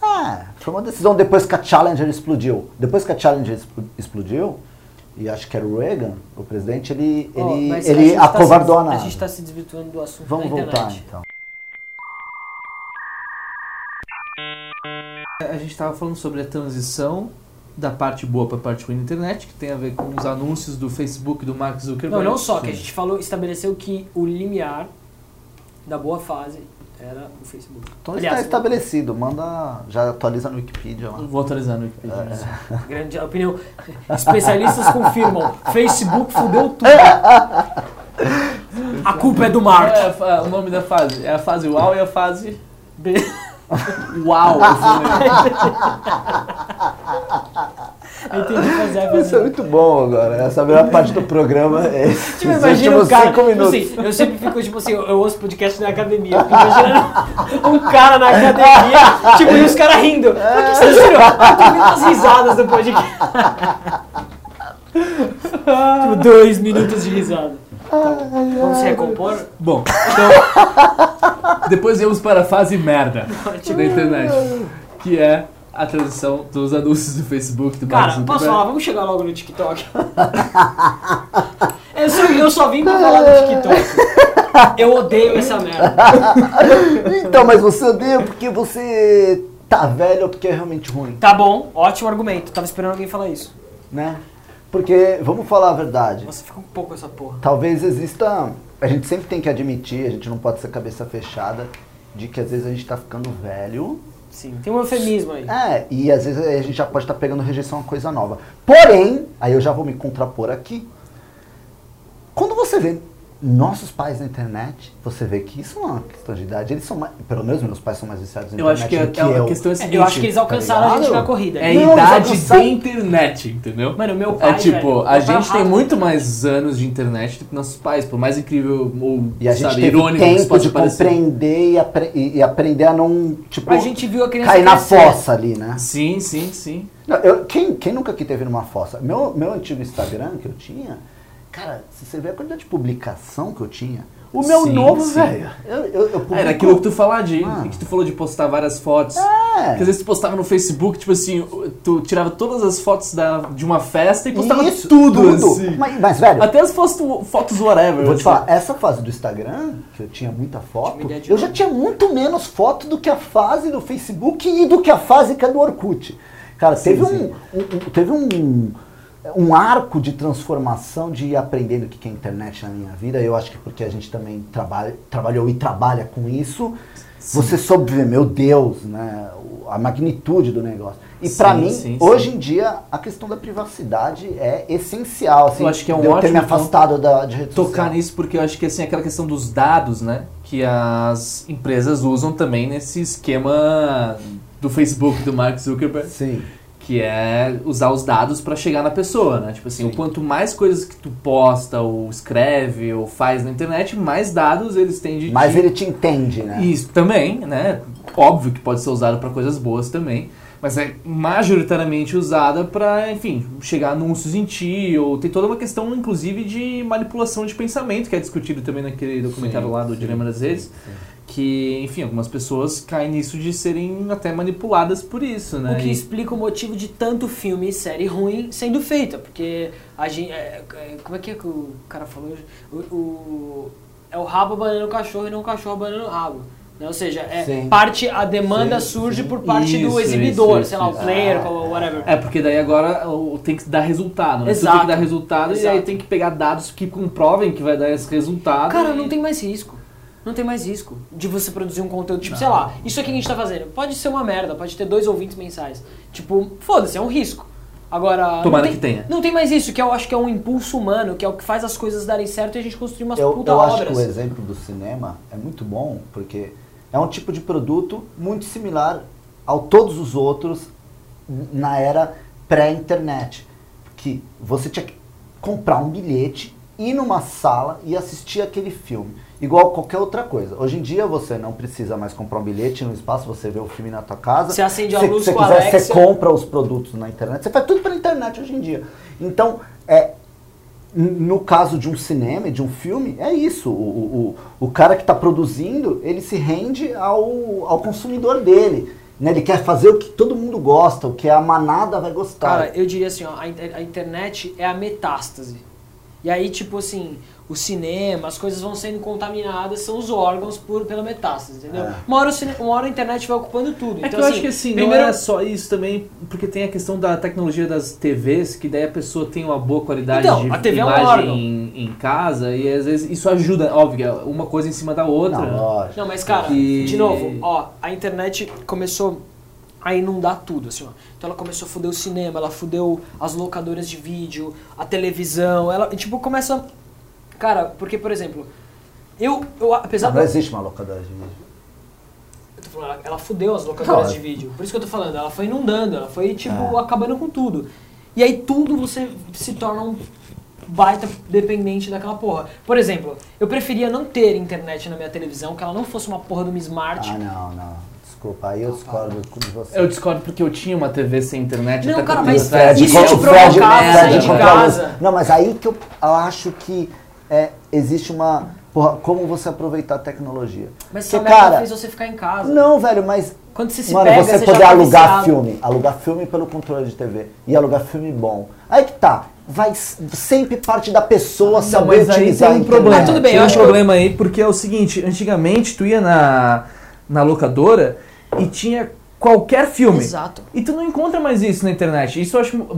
Speaker 1: É, foi uma decisão depois que a Challenger explodiu. Depois que a Challenger expl- explodiu, e acho que era o Reagan, o presidente, ele,
Speaker 2: Ó,
Speaker 1: ele,
Speaker 2: mas
Speaker 1: ele
Speaker 2: gente tá
Speaker 1: acovardou a
Speaker 2: se- A
Speaker 1: NASA.
Speaker 2: gente tá se desvirtuando do assunto
Speaker 1: Vamos
Speaker 2: da
Speaker 1: voltar
Speaker 2: internet.
Speaker 1: então.
Speaker 4: A gente estava falando sobre a transição da parte boa para a parte ruim da internet, que tem a ver com os anúncios do Facebook do Mark
Speaker 2: Não,
Speaker 4: Zuckerberg.
Speaker 2: não só, que a gente falou, estabeleceu que o limiar da boa fase era o Facebook.
Speaker 1: Então
Speaker 2: Aliás,
Speaker 1: está estabelecido, manda, já atualiza no Wikipedia lá.
Speaker 4: Vou atualizar no Wikipedia. né?
Speaker 2: grande opinião. Especialistas confirmam, Facebook fudeu tudo. A culpa é do Mark.
Speaker 4: É, fa- o nome da fase? É a fase UAU e a fase UAU. eu falei.
Speaker 2: Eu entendi, mas é, mas
Speaker 1: Isso é muito bom agora. Essa é a melhor parte do programa. É esses
Speaker 2: Tipo, imagina
Speaker 1: últimos
Speaker 2: o cara,
Speaker 1: cinco
Speaker 2: tipo
Speaker 1: minutos.
Speaker 2: assim, eu sempre fico, tipo assim, eu, eu ouço podcast na academia, eu fico imaginando um cara na academia, tipo, e os caras rindo. Por que vocês riram? Eu tô vendo as risadas do podcast. tipo, dois minutos de risada. Tá bom. Vamos se recompor?
Speaker 4: Bom, então. Depois íamos para a fase merda da internet, que é a transição dos anúncios do Facebook do Mark
Speaker 2: Cara,
Speaker 4: Zuckerberg.
Speaker 2: posso falar? Vamos chegar logo no TikTok. Eu só, eu só vim pra falar do TikTok. Eu odeio essa merda.
Speaker 1: Então, mas você odeia porque você tá velho ou porque é realmente ruim,
Speaker 2: Tá bom, ótimo argumento. Tava esperando alguém falar isso.
Speaker 1: né? Porque, vamos falar a verdade,
Speaker 2: Nossa, fica um pouco essa porra.
Speaker 1: talvez exista. A gente sempre tem que admitir, a gente não pode ser cabeça fechada, de que às vezes a gente tá ficando velho.
Speaker 2: Sim, tem um eufemismo aí.
Speaker 1: É, e às vezes a gente já pode estar pegando rejeição a uma coisa nova. Porém, aí eu já vou me contrapor aqui. Quando você vê nossos pais na internet, você vê que isso não é uma questão de idade. Eles são mais, pelo menos meus pais são mais viciados na
Speaker 4: Eu acho
Speaker 1: internet
Speaker 4: que a,
Speaker 1: do que
Speaker 4: a
Speaker 1: eu.
Speaker 4: questão é a
Speaker 2: É,
Speaker 4: seguinte.
Speaker 2: eu acho que eles alcançaram a gente
Speaker 1: tá ligado?
Speaker 2: na corrida. né?
Speaker 4: É
Speaker 1: Não,
Speaker 4: a
Speaker 1: eles
Speaker 4: idade
Speaker 1: alcançaram-
Speaker 4: da internet, entendeu?
Speaker 2: Mano, meu
Speaker 4: É
Speaker 2: pai.
Speaker 4: tipo,
Speaker 2: velho,
Speaker 4: a
Speaker 2: meu pai
Speaker 4: gente tem
Speaker 2: rasga.
Speaker 4: muito mais anos de internet do que nossos pais, por mais incrível ou
Speaker 1: E a gente
Speaker 4: sabe,
Speaker 1: teve
Speaker 4: irônico que isso
Speaker 1: tempo
Speaker 4: possa
Speaker 1: de
Speaker 4: parecer.
Speaker 1: compreender e, apre- e- e aprender a não, tipo,
Speaker 2: A gente viu a criança.
Speaker 1: cair na
Speaker 2: crescer.
Speaker 1: fossa ali, né?
Speaker 4: Sim, sim, sim.
Speaker 1: Não, eu- quem, quem nunca que teve numa fossa? Meu, meu antigo Instagram que eu tinha, cara, se você vê a quantidade de publicação que eu tinha, o meu
Speaker 4: Sim,
Speaker 1: novo,
Speaker 4: sim.
Speaker 1: velho, eu, eu, eu
Speaker 4: Ah, Era
Speaker 1: publico-
Speaker 4: aquilo que tu falar de,
Speaker 1: Mano.
Speaker 4: que tu falou de postar várias fotos.
Speaker 1: Ah. É.
Speaker 4: Que às vezes tu postava no Facebook, tipo assim, tu tirava todas as fotos da, de uma festa e postava
Speaker 1: Isso,
Speaker 4: tudo, assim.
Speaker 1: Mas, mas, velho,
Speaker 4: Até as fotos, fotos whatever.
Speaker 1: eu vou te
Speaker 4: assim.
Speaker 1: falar, essa fase do Instagram, que eu tinha muita foto,
Speaker 2: Tinha uma ideia de
Speaker 1: eu já
Speaker 2: novo.
Speaker 1: tinha muito menos foto do que a fase do Facebook e do que a fase que é do Orkut. Cara, teve,
Speaker 4: sim.
Speaker 1: Um, um- um- teve um, um arco de transformação de ir aprendendo o que que é internet na minha vida. Eu acho que porque a gente também trabalha, trabalhou e trabalha com isso, você soube ver, meu Deus, né? o- A magnitude do negócio. E pra
Speaker 4: Sim,
Speaker 1: mim,
Speaker 4: sim, sim.
Speaker 1: hoje em dia, a questão da privacidade é essencial. assim,
Speaker 4: Eu acho que é um
Speaker 1: de eu ter
Speaker 4: ótimo
Speaker 1: me
Speaker 4: ponto.
Speaker 1: afastado da, de rede social.
Speaker 4: tocar nisso porque eu acho que assim aquela questão dos dados, né, que as empresas usam também nesse esquema do Facebook do Mark Zuckerberg,
Speaker 1: Sim.
Speaker 4: que é usar os dados para chegar na pessoa, né? Tipo assim, o quanto mais coisas que tu posta ou escreve ou faz na internet, mais dados eles têm de
Speaker 1: Mas
Speaker 4: ti.
Speaker 1: ele te entende, né?
Speaker 4: Isso também, né? Óbvio que pode ser usado para coisas boas também, mas é majoritariamente usada para, enfim, chegar anúncios em ti, ou tem toda uma questão, inclusive, de manipulação de pensamento, que é discutido também naquele documentário lá do Dilema das Redes, que, enfim, algumas pessoas caem nisso de serem até manipuladas por isso, né?
Speaker 2: O que
Speaker 4: E-
Speaker 2: explica o motivo de tanto filme e série ruim sendo feita, porque a gente. é, é, como é que, é que o cara falou? O, o- é o rabo abanando o cachorro e não o cachorro abanando o rabo. né? Ou seja, é,
Speaker 1: Sim.
Speaker 2: parte, a demanda surge por parte
Speaker 4: Isso,
Speaker 2: do exibidor,
Speaker 4: isso,
Speaker 2: sei lá,
Speaker 4: isso.
Speaker 2: o player, ou whatever.
Speaker 4: É, porque daí agora o- tem que dar resultado, né?
Speaker 2: Exato.
Speaker 4: Tudo tem que dar resultado
Speaker 2: Exato.
Speaker 4: e aí tem que pegar dados que comprovem que vai dar esse resultado.
Speaker 2: Cara,
Speaker 4: e-
Speaker 2: não tem mais risco. Não tem mais risco de você produzir um conteúdo, tipo, sei lá, isso aqui que a gente tá fazendo. Pode ser uma merda, pode ter dois ouvintes mensais. Tipo, foda-se, é um risco. Agora. não
Speaker 4: Tomara
Speaker 2: tem,
Speaker 4: que tenha.
Speaker 2: Não tem mais isso, que eu acho que é um impulso humano, que é o que faz as coisas darem certo e a gente construir umas
Speaker 1: eu,
Speaker 2: puta
Speaker 1: eu acho que
Speaker 2: obras.
Speaker 1: o exemplo do cinema é muito bom porque é um tipo de produto muito similar a todos os outros na era pré-internet que você tinha que comprar um bilhete ir numa sala e assistir aquele filme igual qualquer outra coisa hoje em dia você não precisa mais comprar um bilhete no espaço você vê o filme na tua casa
Speaker 2: Você acende a
Speaker 1: Se-
Speaker 2: luz
Speaker 1: se
Speaker 2: com a
Speaker 1: quiser,
Speaker 2: Alexa.
Speaker 1: você compra os produtos na internet você faz tudo pela internet hoje em dia então é no caso de um cinema, e de um filme, é isso. O, o, o o cara que está produzindo, ele se rende ao, ao consumidor dele. Né? Ele quer fazer o que todo mundo gosta, o que a manada vai gostar.
Speaker 2: Cara, eu diria assim, ó, a, inter- a internet é a metástase. E aí, tipo assim, o cinema, as coisas vão sendo contaminadas, são os órgãos por, pela metástase, entendeu?
Speaker 1: É.
Speaker 2: Uma, hora o cine- uma hora a internet vai ocupando tudo.
Speaker 4: É
Speaker 2: então,
Speaker 4: que eu
Speaker 2: assim,
Speaker 4: acho que assim,
Speaker 2: primeiro,
Speaker 4: não é só isso também, porque tem a questão da tecnologia das TVs, que daí a pessoa tem uma boa qualidade
Speaker 2: Então,
Speaker 4: de
Speaker 2: a TV é um
Speaker 4: imagem
Speaker 2: órgão.
Speaker 4: em, em casa, e às vezes isso ajuda, óbvio, é uma coisa em cima da outra.
Speaker 1: Não, lógico.
Speaker 2: Não, mas cara,
Speaker 4: Que-
Speaker 2: de novo, ó, a internet começou a inundar tudo, assim, ó. Então ela começou a fuder o cinema, ela fudeu as locadoras de vídeo, a televisão, ela, e, tipo, começa... Cara, porque, por exemplo, eu, eu apesar
Speaker 1: Não,
Speaker 2: da...
Speaker 1: existe uma locadora de vídeo.
Speaker 2: Eu tô falando, ela- ela fudeu as locadoras
Speaker 1: Claro.
Speaker 2: de vídeo. Por isso que eu tô falando, ela foi inundando, ela foi, tipo,
Speaker 1: É.
Speaker 2: acabando com tudo. E aí tudo você se torna um baita dependente daquela porra. Por exemplo, eu preferia não ter internet na minha televisão, que ela não fosse uma porra de uma smart.
Speaker 1: Ah, não, não. Desculpa, aí eu discordo de você.
Speaker 4: Eu discordo porque eu tinha uma TV sem internet.
Speaker 2: Não,
Speaker 4: até
Speaker 2: cara,
Speaker 4: pouco
Speaker 2: mas
Speaker 4: tempo atrás,
Speaker 2: isso
Speaker 4: e
Speaker 2: te
Speaker 4: eu-
Speaker 1: o
Speaker 2: provocava
Speaker 1: Fred-
Speaker 2: a
Speaker 1: Fred
Speaker 4: né?
Speaker 2: sair de
Speaker 1: contra a luz.
Speaker 2: casa.
Speaker 1: um. Não, mas aí que eu eu acho que é, existe uma... Porra, como você aproveitar a tecnologia.
Speaker 2: Mas
Speaker 1: Porque,
Speaker 2: essa merda fez você ficar em casa.
Speaker 1: Não, velho, mas.
Speaker 2: Quando você se
Speaker 1: Mano,
Speaker 2: pega,
Speaker 1: você
Speaker 2: você
Speaker 1: poder
Speaker 2: já tá
Speaker 1: alugar
Speaker 2: viciado.
Speaker 1: filme. Alugar filme pelo controle de TV. E alugar filme bom. Aí que tá. Vai s- sempre parte da pessoa
Speaker 4: Não,
Speaker 1: saber
Speaker 4: mas aí
Speaker 1: utilizar
Speaker 4: tem um
Speaker 1: a
Speaker 4: problema.
Speaker 1: internet.
Speaker 2: Ah, tudo bem,
Speaker 4: tem
Speaker 2: eu
Speaker 4: um
Speaker 2: acho que eu-
Speaker 4: problema aí, porque é o seguinte, antigamente tu ia na, na locadora e tinha qualquer filme.
Speaker 2: Exato.
Speaker 4: E tu não encontra mais isso na internet. Isso eu acho
Speaker 1: A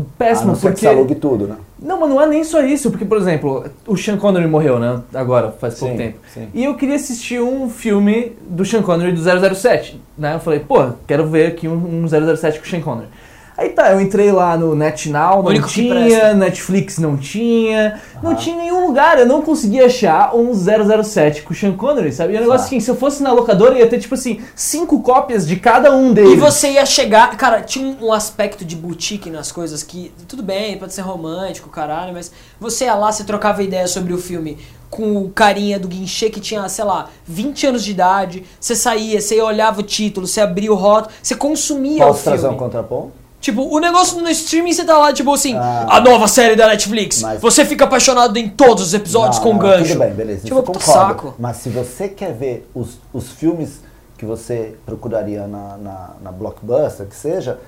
Speaker 1: Ah,
Speaker 4: péssimo,
Speaker 1: não ser que
Speaker 4: porque...
Speaker 1: você alugue tudo, né?
Speaker 4: Não, mas não é nem só isso, porque, por exemplo, o Sean Connery morreu, né? Agora, faz pouco
Speaker 1: Sim,
Speaker 4: tempo.
Speaker 1: sim.
Speaker 4: E eu queria assistir um filme do Sean Connery do 007, né? Eu falei, pô, quero ver aqui um, um 007 com o Sean Connery. Aí tá, eu entrei lá no NetNow, não
Speaker 2: Único que
Speaker 4: tinha,
Speaker 2: presta.
Speaker 4: Netflix não tinha, não tinha nenhum lugar, eu não conseguia achar um 007 com o Sean Connery, sabe? E é um negócio
Speaker 1: Tá.
Speaker 4: assim, se eu fosse na locadora ia ter, tipo assim, cinco cópias de cada um deles.
Speaker 2: E você ia chegar. Cara, tinha um- um aspecto de boutique nas coisas que. Tudo bem, pode ser romântico, caralho, mas você ia lá, você trocava ideia sobre o filme com o carinha do guinchê que tinha, sei lá, 20 anos de idade. Você saía, você olhava o título, você abria o rótulo, você consumia
Speaker 1: Posso
Speaker 2: o
Speaker 1: trazer um
Speaker 2: filme.
Speaker 1: contraponto?
Speaker 2: Tipo, o negócio no streaming você tá lá, tipo assim,
Speaker 1: Ah.
Speaker 2: a nova série da Netflix.
Speaker 1: Mas-
Speaker 2: Você fica apaixonado em todos os episódios
Speaker 1: Não,
Speaker 2: com
Speaker 1: não,
Speaker 2: gancho.
Speaker 1: Tudo bem, beleza.
Speaker 2: Tipo,
Speaker 1: Tipo,
Speaker 2: puta
Speaker 1: concordo.
Speaker 2: saco.
Speaker 1: Mas se você quer ver os, os filmes que você procuraria na, na, na Blockbuster, que seja,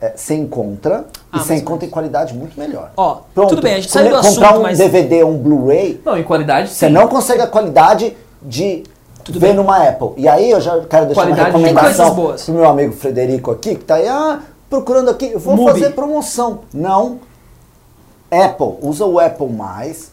Speaker 1: é, você encontra.
Speaker 2: Ah,
Speaker 1: e você
Speaker 2: mas-
Speaker 1: encontra em qualidade muito melhor.
Speaker 2: Ó, tudo bem, a gente
Speaker 1: Come-
Speaker 2: saiu do
Speaker 1: comprar
Speaker 2: assunto,
Speaker 1: um
Speaker 2: mas-
Speaker 1: DVD, um Blu-ray,
Speaker 4: Não, em qualidade
Speaker 1: Você
Speaker 4: sim.
Speaker 1: não consegue a qualidade de ver numa Apple. E aí eu já quero deixar
Speaker 4: Qualidade de
Speaker 1: uma
Speaker 2: coisas
Speaker 1: recomendação
Speaker 2: boas.
Speaker 1: pro meu amigo Frederico aqui, que tá aí ah, procurando aqui, eu vou
Speaker 4: Mubi.
Speaker 1: fazer promoção. Não. Apple, usa o Apple+,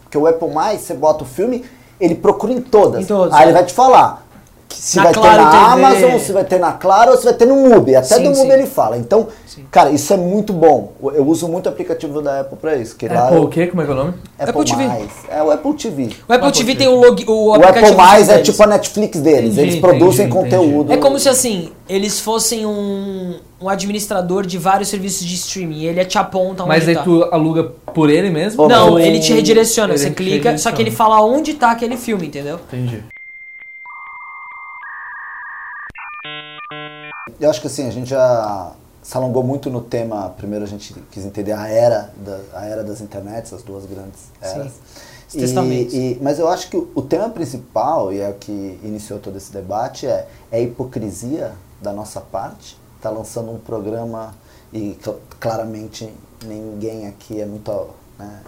Speaker 1: porque o Apple+, você bota o filme, ele procura em todas.
Speaker 2: Em todas,
Speaker 1: aí ele
Speaker 2: né?
Speaker 1: vai te falar se
Speaker 2: Na
Speaker 1: vai
Speaker 2: Claro
Speaker 1: ter na
Speaker 2: TV.
Speaker 1: Amazon, se vai ter na Claro ou se vai ter no Mubi. Até
Speaker 2: Sim,
Speaker 1: do Mubi
Speaker 2: sim.
Speaker 1: ele fala. Então, cara, isso é muito bom. Eu- Eu uso muito o aplicativo da Apple pra isso. Que lá
Speaker 4: Apple, o
Speaker 1: eu-
Speaker 4: quê? Como é que é o nome?
Speaker 1: Apple,
Speaker 2: Apple TV.
Speaker 1: É o Apple TV.
Speaker 2: O Apple TV tem o, log, o
Speaker 1: O
Speaker 2: aplicativo.
Speaker 1: Apple Mais é
Speaker 2: deles.
Speaker 1: tipo a Netflix deles.
Speaker 4: Entendi,
Speaker 1: Eles produzem
Speaker 4: entendi,
Speaker 1: conteúdo.
Speaker 2: É como se assim, eles fossem um, um administrador de vários serviços de streaming. Ele é te aponta onde
Speaker 4: Mas é aí
Speaker 2: tá.
Speaker 4: tu aluga por ele mesmo?
Speaker 2: Não,
Speaker 4: Ou-
Speaker 2: ele te redireciona,
Speaker 4: Ele
Speaker 2: você
Speaker 4: te
Speaker 2: clica, só que ele
Speaker 4: redireciona.
Speaker 2: fala onde tá aquele filme, entendeu?
Speaker 4: Entendi.
Speaker 1: Eu acho que assim, a gente já se alongou muito no tema. Primeiro a gente quis entender a era, da, a era das internets, as duas grandes eras.
Speaker 2: Os testamentos.
Speaker 1: E- e- mas eu acho que o o tema principal, e é o que iniciou todo esse debate, é, é a hipocrisia da nossa parte. Está lançando um programa e cl- claramente ninguém aqui é muito né,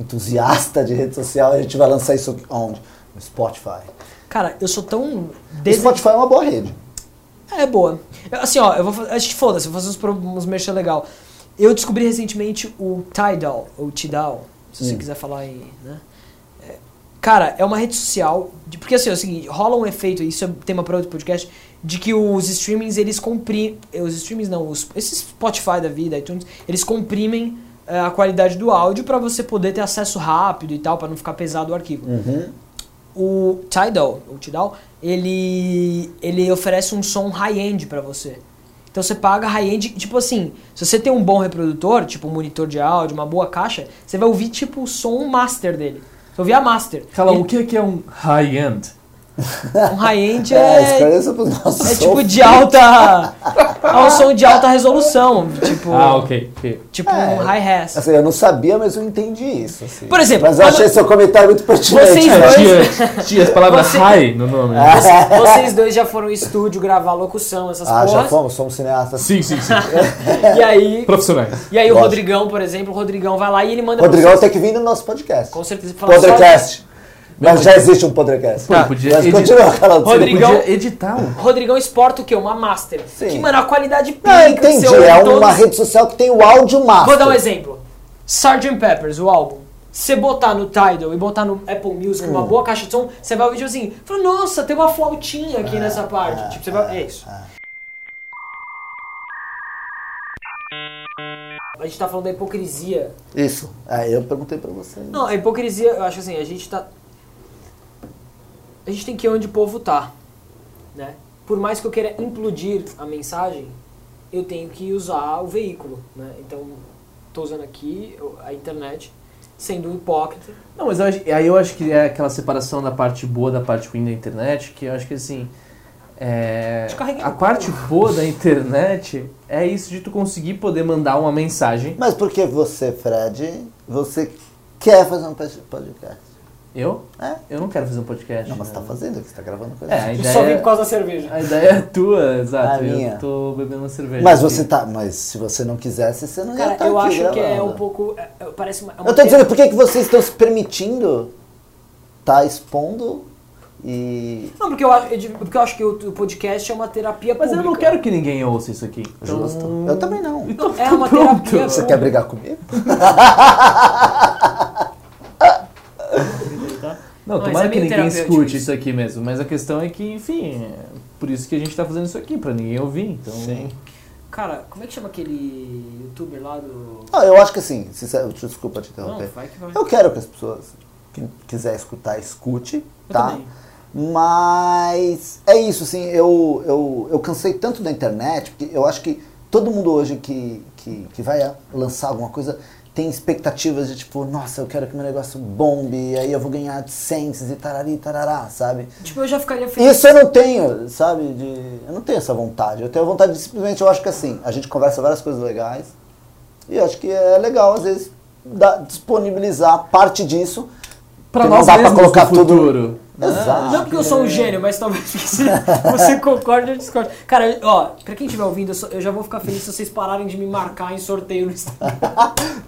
Speaker 1: entusiasta de rede social. A gente vai lançar isso onde? No Spotify.
Speaker 2: Cara, eu sou tão.
Speaker 1: O
Speaker 2: desen-
Speaker 1: Spotify é uma boa rede.
Speaker 2: É boa. Eu- assim, ó, eu vou fazer. Acho que foda-se, eu vou fazer uns, pro- uns merchan legal. Eu descobri recentemente o Tidal, ou Tidal, se você quiser falar aí, né? É, Cara, é uma rede social. de- porque assim, é o seguinte, rola um efeito, isso é tema para outro podcast, de que os streamings eles comprimem. Os streamings não, os, esses Spotify da vida, iTunes, eles comprimem é, a qualidade do áudio para você poder ter acesso rápido e tal, para não ficar pesado o arquivo o Tidal, o Tidal, ele ele oferece um som high-end pra você. Então você paga high-end, tipo assim, se você tem um bom reprodutor, tipo um monitor de áudio, uma boa caixa, você vai ouvir tipo o som master dele. Você ouvir a master.
Speaker 4: Fala,
Speaker 2: Ele-
Speaker 4: o que é, que é um high-end?
Speaker 2: um high-end
Speaker 1: É, um
Speaker 2: é,
Speaker 1: experiência para os nossos
Speaker 2: é tipo
Speaker 1: ouvintes.
Speaker 2: de alta é um som de alta resolução, tipo
Speaker 4: Ah, ok. ok.
Speaker 2: tipo
Speaker 1: É.
Speaker 2: um high-res.
Speaker 1: Assim, eu não sabia, mas eu entendi isso. assim.
Speaker 2: Por exemplo,
Speaker 1: mas eu
Speaker 2: quando-
Speaker 1: achei seu comentário muito pertinente.
Speaker 2: Vocês
Speaker 1: né?
Speaker 2: dois-
Speaker 4: Tinha, tinha as palavras high no nome. né?
Speaker 2: Vocês dois já foram em estúdio gravar locução, essas
Speaker 1: Ah, já
Speaker 2: porras.
Speaker 1: fomos, somos cineastas.
Speaker 4: Sim, sim, sim.
Speaker 2: E aí,
Speaker 4: Profissionais.
Speaker 2: e aí o
Speaker 1: Lógico.
Speaker 2: Rodrigão, por exemplo, o Rodrigão vai lá e ele manda pra
Speaker 1: Rodrigão
Speaker 2: vocês-
Speaker 1: tem que vir no nosso podcast.
Speaker 2: Com certeza falar só-
Speaker 1: Podcast. Mas já existe um podcast.
Speaker 4: Pô, podia
Speaker 1: Mas
Speaker 4: editar.
Speaker 1: continua falando.
Speaker 2: Rodrigo- Rodrigão-
Speaker 4: Podia editar um.
Speaker 2: Rodrigão exporta o quê? Uma master.
Speaker 1: Sim.
Speaker 2: Que, mano, a qualidade pica.
Speaker 1: Não,
Speaker 2: que
Speaker 1: entendi.
Speaker 2: você ouve
Speaker 1: É uma
Speaker 2: todos-
Speaker 1: rede social que tem o áudio master.
Speaker 2: Vou dar um exemplo. Sgt. Peppers, o álbum. Você botar no Tidal e botar no Apple Music, uma
Speaker 1: Hum.
Speaker 2: boa caixa de som, você vai ouvir tipo assim, fala, nossa, tem uma flautinha
Speaker 1: Ah,
Speaker 2: aqui nessa parte. tipo, você vai... É isso. A gente tá falando da hipocrisia.
Speaker 1: Isso. Aí eu perguntei pra você.
Speaker 2: Não, a hipocrisia, eu acho assim, a gente tá... A gente tem que ir onde o povo tá, né? Por mais que eu queira implodir a mensagem, eu tenho que usar o veículo, né? Então, tô usando aqui eu- a internet, sendo um hipócrita.
Speaker 4: Não, mas eu acho- aí eu acho que é aquela separação da parte boa da parte ruim da internet, que eu acho que assim. é,
Speaker 2: Descarreguei.
Speaker 4: a parte boa da internet é isso de tu conseguir poder mandar uma mensagem.
Speaker 1: Mas por que você, Fred, você quer fazer um pe- podcast?
Speaker 4: Eu?
Speaker 1: É?
Speaker 4: Eu não quero fazer um podcast.
Speaker 1: Não, mas
Speaker 4: né?
Speaker 1: tá fazendo, você tá gravando coisa.
Speaker 4: É, a
Speaker 2: Eu só vim
Speaker 4: ideia,
Speaker 2: por causa da cerveja.
Speaker 4: a ideia é tua, exato.
Speaker 1: A
Speaker 4: eu
Speaker 1: minha.
Speaker 4: tô bebendo uma cerveja.
Speaker 1: Mas
Speaker 4: aqui.
Speaker 1: você tá. Mas se você não quisesse, você não ia
Speaker 2: Cara,
Speaker 1: estar
Speaker 2: eu
Speaker 1: aqui
Speaker 2: acho que é
Speaker 1: gravando.
Speaker 2: um pouco... é- é- parece uma, é uma
Speaker 1: Eu tô dizendo, por que, que vocês estão se permitindo tá expondo e.
Speaker 2: Não, porque eu, acho- eu digo- porque eu acho que o o podcast é uma terapia
Speaker 4: Mas eu
Speaker 2: pública.
Speaker 4: não quero que ninguém ouça isso aqui. Então,
Speaker 1: Justo. Eu também não.
Speaker 4: então
Speaker 2: É uma
Speaker 4: pronto.
Speaker 2: terapia
Speaker 1: Você quer brigar comigo?
Speaker 4: Não,
Speaker 2: Não, isso
Speaker 4: tomara
Speaker 2: é
Speaker 4: que
Speaker 2: meio
Speaker 4: ninguém
Speaker 2: terapêutico
Speaker 4: escute
Speaker 2: isso.
Speaker 4: isso aqui mesmo, mas a questão é que, enfim, é por isso que a gente tá fazendo isso aqui, pra ninguém ouvir, então... Sim.
Speaker 2: Cara, como é que chama aquele youtuber lá do...
Speaker 1: Não, eu acho que assim, sincero, desculpa te
Speaker 2: Não,
Speaker 1: interromper.
Speaker 2: vai que vai.
Speaker 1: Eu quero que as pessoas que quiser escutar, escute,
Speaker 2: Eu
Speaker 1: tá?
Speaker 2: também.
Speaker 1: Mas é isso, assim, eu, eu, eu cansei tanto da internet, porque eu acho que todo mundo hoje que, que, que vai lançar alguma coisa tem expectativas de tipo, nossa, eu quero que meu negócio bombe, aí eu vou ganhar AdSense e tarari, tarará, sabe?
Speaker 2: Tipo, eu já ficaria feliz.
Speaker 1: Isso eu não tenho, sabe? de- eu não tenho essa vontade. Eu tenho a vontade de simplesmente, eu acho que assim, a gente conversa várias coisas legais. E eu acho que é legal, às vezes, dar- disponibilizar parte disso.
Speaker 4: Pra
Speaker 1: que
Speaker 4: nós
Speaker 1: não dá pra
Speaker 4: mesmos
Speaker 1: colocar
Speaker 4: no
Speaker 1: tudo.
Speaker 4: futuro.
Speaker 1: Exato.
Speaker 2: Não porque eu sou um gênio, mas talvez você concorde ou discorde. Cara, ó, pra quem estiver ouvindo, eu, só- eu já vou ficar feliz se vocês pararem de me marcar em sorteio no Instagram.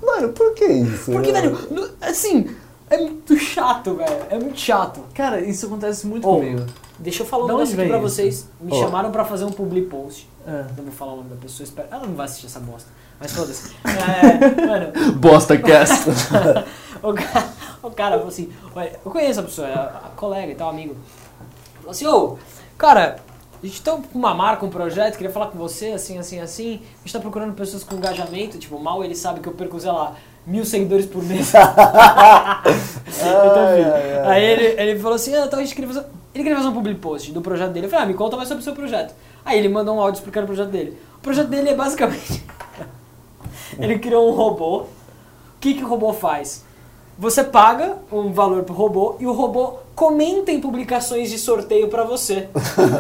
Speaker 1: Mano, por que isso?
Speaker 2: Porque,
Speaker 1: né?
Speaker 2: velho, no- assim, é muito chato, velho. É muito chato.
Speaker 4: Cara, isso acontece muito
Speaker 2: Ou-
Speaker 4: comigo.
Speaker 2: Deixa eu falar um
Speaker 4: Da
Speaker 2: negócio
Speaker 4: onde
Speaker 2: aqui pra
Speaker 4: vem
Speaker 2: vocês. Me
Speaker 4: Ó.
Speaker 2: chamaram pra fazer um public post.
Speaker 4: É.
Speaker 2: Não vou falar o nome da pessoa, espero. Ela não vai assistir essa bosta. Mas foda-se. É, mano,
Speaker 4: Bosta
Speaker 1: é
Speaker 4: cast.
Speaker 2: o cara, o cara falou assim, olha, eu conheço a pessoa, é a colega e tal, amigo. Falou assim, ô, cara, a gente tá com uma marca, um projeto, queria falar com você, assim, assim, assim. A gente tá procurando pessoas com engajamento, tipo, mal ele sabe que eu perco, sei lá, mil seguidores por mês. então, enfim. Aí ele, ele falou assim, ah, então a gente queria fazer... Ele queria fazer um public post do projeto dele. Eu falei, ah, me conta mais sobre o seu projeto. Aí ele mandou um áudio explicando o projeto dele. O projeto dele é basicamente... ele criou um robô o que, que o robô faz? Você paga um valor pro robô e o robô comenta em publicações de sorteio pra você,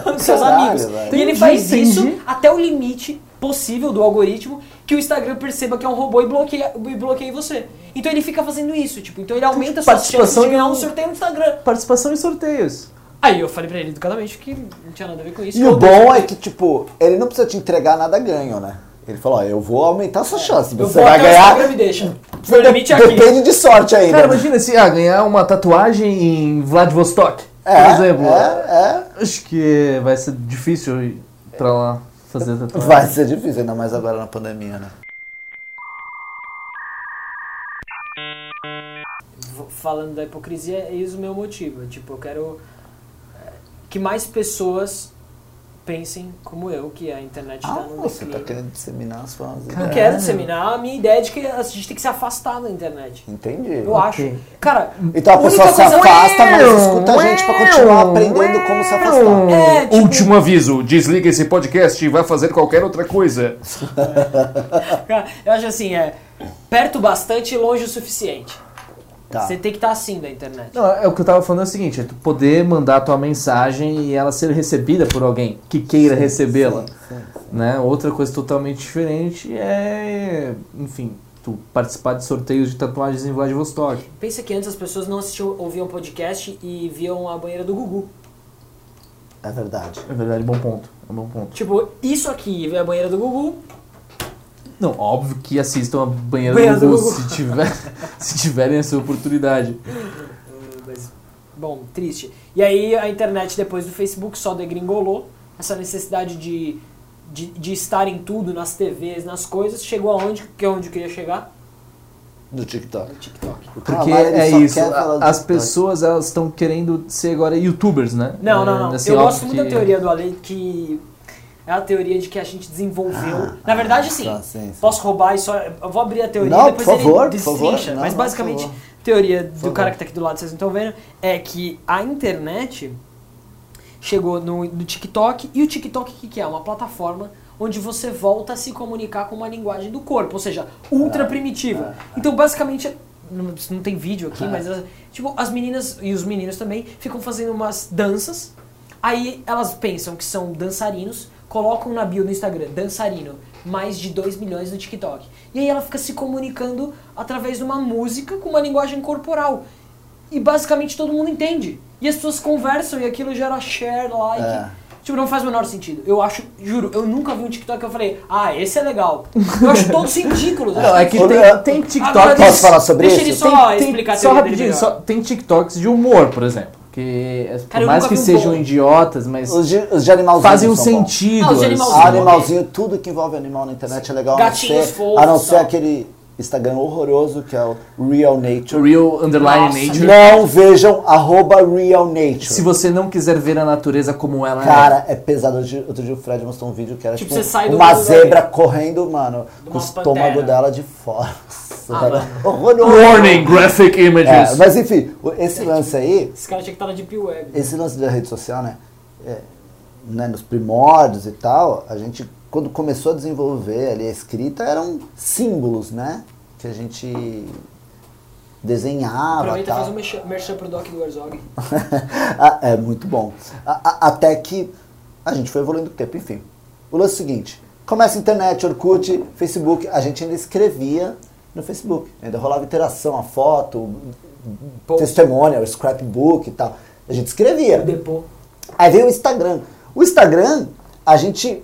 Speaker 2: com seus
Speaker 1: Caralho,
Speaker 2: amigos.
Speaker 1: velho.
Speaker 2: E ele
Speaker 4: Entendi,
Speaker 2: faz isso
Speaker 4: entendi.
Speaker 2: até o limite possível do algoritmo que o Instagram perceba que é um robô e bloqueia, e bloqueie você. Então ele fica fazendo isso, tipo, então ele aumenta suas chances
Speaker 3: participação
Speaker 2: de ganhar
Speaker 3: em um-
Speaker 2: um sorteio no Instagram.
Speaker 3: Participação em sorteios.
Speaker 2: Aí eu falei pra ele educadamente que não tinha nada a ver com isso.
Speaker 1: E
Speaker 2: que
Speaker 1: o
Speaker 2: eu-
Speaker 1: bom é que, tipo, ele não precisa te entregar nada ganho, né? Ele falou, ó, eu vou aumentar a sua chance,
Speaker 2: eu
Speaker 1: você
Speaker 2: vou
Speaker 1: vai
Speaker 2: até o
Speaker 1: ganhar...
Speaker 2: Instagram me deixa.
Speaker 1: Dep-
Speaker 2: Permite aqui.
Speaker 1: Depende de sorte ainda.
Speaker 3: Cara,
Speaker 1: né?
Speaker 3: imagina se ah, ganhar uma tatuagem em Vladivostok,
Speaker 1: é,
Speaker 3: por exemplo.
Speaker 1: É,
Speaker 3: Acho que vai ser difícil ir pra lá fazer
Speaker 1: é.
Speaker 3: tatuagem.
Speaker 1: Vai ser difícil, ainda mais agora na pandemia, né?
Speaker 2: V- falando da hipocrisia, é isso o meu motivo. É, Tipo, eu quero é, que mais pessoas pensem como eu, que a internet
Speaker 1: Ah,
Speaker 2: tá
Speaker 3: Então,
Speaker 2: no
Speaker 1: você
Speaker 3: assim,
Speaker 1: tá
Speaker 2: declínio.
Speaker 1: querendo disseminar as suas
Speaker 2: Eu
Speaker 1: ideias.
Speaker 2: quero disseminar a minha ideia de que a gente tem que se afastar da internet.
Speaker 1: Entendi.
Speaker 2: Eu
Speaker 3: Ok.
Speaker 2: acho. Cara,
Speaker 1: Então a
Speaker 2: única
Speaker 1: pessoa se
Speaker 2: coisa-
Speaker 1: afasta,
Speaker 3: é,
Speaker 1: mas escuta a gente pra continuar aprendendo como se afastar.
Speaker 2: É, tipo,
Speaker 9: Último aviso: desliga esse podcast e vá fazer qualquer outra coisa.
Speaker 2: cara, eu acho assim, é perto bastante e longe o suficiente.
Speaker 1: Tá.
Speaker 2: Você tem que estar assim da internet.
Speaker 3: Não, é o que eu tava falando é o seguinte, é tu poder mandar a tua mensagem e ela ser recebida por alguém que queira recebê-la, né? Outra coisa totalmente diferente é, enfim, tu participar de sorteios de tatuagens em Vladivostok.
Speaker 2: Pensa que antes as pessoas não assistiam, ouviam podcast e viam a banheira do Gugu.
Speaker 1: É verdade.
Speaker 3: É verdade, bom ponto. É um bom ponto.
Speaker 2: Tipo, isso aqui é a banheira do Gugu,
Speaker 3: Não, óbvio que assistam a banheira,
Speaker 2: Banheira
Speaker 3: do
Speaker 2: do
Speaker 3: Gugu
Speaker 2: Gugu.
Speaker 3: se, tiver, se tiverem essa oportunidade.
Speaker 2: Mas, bom, triste. E aí a internet, depois do Facebook, só degringolou. Essa necessidade de, de, de estar em tudo, nas TVs, nas coisas, chegou aonde? Que é onde eu queria chegar?
Speaker 1: Do TikTok.
Speaker 2: No TikTok.
Speaker 3: Porque
Speaker 1: Carvalho,
Speaker 3: é
Speaker 1: Ah, ele só
Speaker 3: isso,
Speaker 1: quer falar do
Speaker 3: as
Speaker 1: TikTok.
Speaker 3: pessoas elas estão querendo ser agora youtubers, né?
Speaker 2: Não,
Speaker 3: É,
Speaker 2: não, não.
Speaker 3: assim,
Speaker 2: eu
Speaker 3: óbvio
Speaker 2: gosto muito da
Speaker 3: que-
Speaker 2: teoria do Ale, que é a teoria de que a gente desenvolveu. Na verdade, sim.
Speaker 1: tá, sim, sim.
Speaker 2: Posso roubar isso? Eu vou abrir a teoria
Speaker 1: Não,
Speaker 2: e depois
Speaker 1: por favor,
Speaker 2: ele
Speaker 1: por favor.
Speaker 2: destrincha.
Speaker 1: Não,
Speaker 2: Mas
Speaker 1: não,
Speaker 2: basicamente,
Speaker 1: por favor.
Speaker 2: teoria do cara que tá aqui do lado, vocês não estão vendo, é que a internet chegou no, no TikTok. E o TikTok, o que, que é? Uma plataforma onde você volta a se comunicar com uma linguagem do corpo, ou seja, ultra primitiva. Então, basicamente, não, isso não tem vídeo aqui, mas é, tipo, as meninas e os meninos também ficam fazendo umas danças. Aí elas pensam que são dançarinos, colocam na bio do Instagram, dançarino, mais de 2 milhões no TikTok. E aí ela fica se comunicando através de uma música com uma linguagem corporal. E basicamente todo mundo entende. E as pessoas conversam e aquilo gera share, like.
Speaker 1: É.
Speaker 2: Tipo, não faz o menor sentido. Eu acho, juro, eu nunca vi um TikTok que eu falei, ah, esse é legal. Eu acho todos ridículos.
Speaker 3: Não, é que
Speaker 1: Olha,
Speaker 3: tem, tem TikTok.
Speaker 2: Agora
Speaker 1: Posso
Speaker 2: deixa-
Speaker 1: falar sobre
Speaker 2: deixa
Speaker 1: isso?
Speaker 2: ele só
Speaker 3: tem,
Speaker 2: explicar a
Speaker 3: só
Speaker 2: teoria dele
Speaker 3: rapidinho,
Speaker 2: melhor.
Speaker 3: só, tem TikToks de humor, por exemplo. Que é- por
Speaker 2: Cara, eu
Speaker 3: mais que
Speaker 2: nunca vi um
Speaker 3: sejam
Speaker 2: bom.
Speaker 3: idiotas, mas
Speaker 1: Os de, os de animalzinho
Speaker 3: fazem um
Speaker 1: são bons.
Speaker 3: sentido.
Speaker 2: Ah, os de
Speaker 3: assim.
Speaker 1: Ah,
Speaker 2: animalzinho.
Speaker 1: animalzinho, tudo que envolve animal na internet é legal, a não
Speaker 2: Gatinhos
Speaker 1: ser,
Speaker 2: fofos,
Speaker 1: a não ser
Speaker 2: tal.
Speaker 1: aquele Instagram horroroso que é o Real Nature.
Speaker 3: Real underline
Speaker 2: Nossa.
Speaker 3: nature.
Speaker 1: Não vejam arroba Real Nature.
Speaker 3: Se você não quiser ver a natureza como ela
Speaker 1: Cara, é pesado. Outro dia, outro dia o Fred mostrou um vídeo que era
Speaker 2: Tipo,
Speaker 1: tipo,
Speaker 2: você sai do
Speaker 1: uma
Speaker 2: mundo
Speaker 1: zebra correndo, mano,
Speaker 2: uma
Speaker 1: com o
Speaker 2: pantera.
Speaker 1: estômago dela de fora. Nossa,
Speaker 2: Ah,
Speaker 1: era
Speaker 2: mano.
Speaker 1: horroroso.
Speaker 9: Warning, graphic
Speaker 1: É,
Speaker 9: images.
Speaker 1: mas enfim, o- esse lance aí,
Speaker 2: Esse cara tinha que estar na Deep Web.
Speaker 1: esse lance da rede social, né, é, né, nos primórdios e tal, a gente, quando começou a desenvolver ali a escrita, eram símbolos, né, que a gente desenhava e
Speaker 2: Aproveita e
Speaker 1: tal.
Speaker 2: faz um merchan- merchan pro Doc do Herzog.
Speaker 1: Ah, é muito bom. A- a- até que a gente foi evoluindo com o tempo, enfim. O lance é o seguinte: começa a internet, Orkut, Facebook, a gente ainda escrevia no Facebook, ainda rolava interação, a foto,
Speaker 2: Post.
Speaker 1: testemunha, o scrapbook e tal. A gente escrevia.
Speaker 2: Depô.
Speaker 1: Aí veio o Instagram. O Instagram, a gente,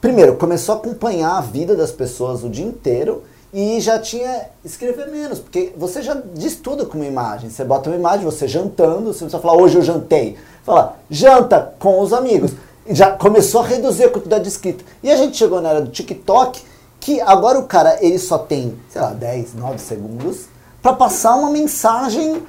Speaker 1: primeiro, começou a acompanhar a vida das pessoas o dia inteiro e já tinha escrever menos, porque você já diz tudo com uma imagem. Você bota uma imagem, você jantando, você não precisa falar, hoje eu jantei. Fala, janta com os amigos. E Já começou a reduzir a quantidade de escrita. E a gente chegou na era do TikTok, que agora o cara, ele só tem, sei lá, 10, 9 segundos para passar uma mensagem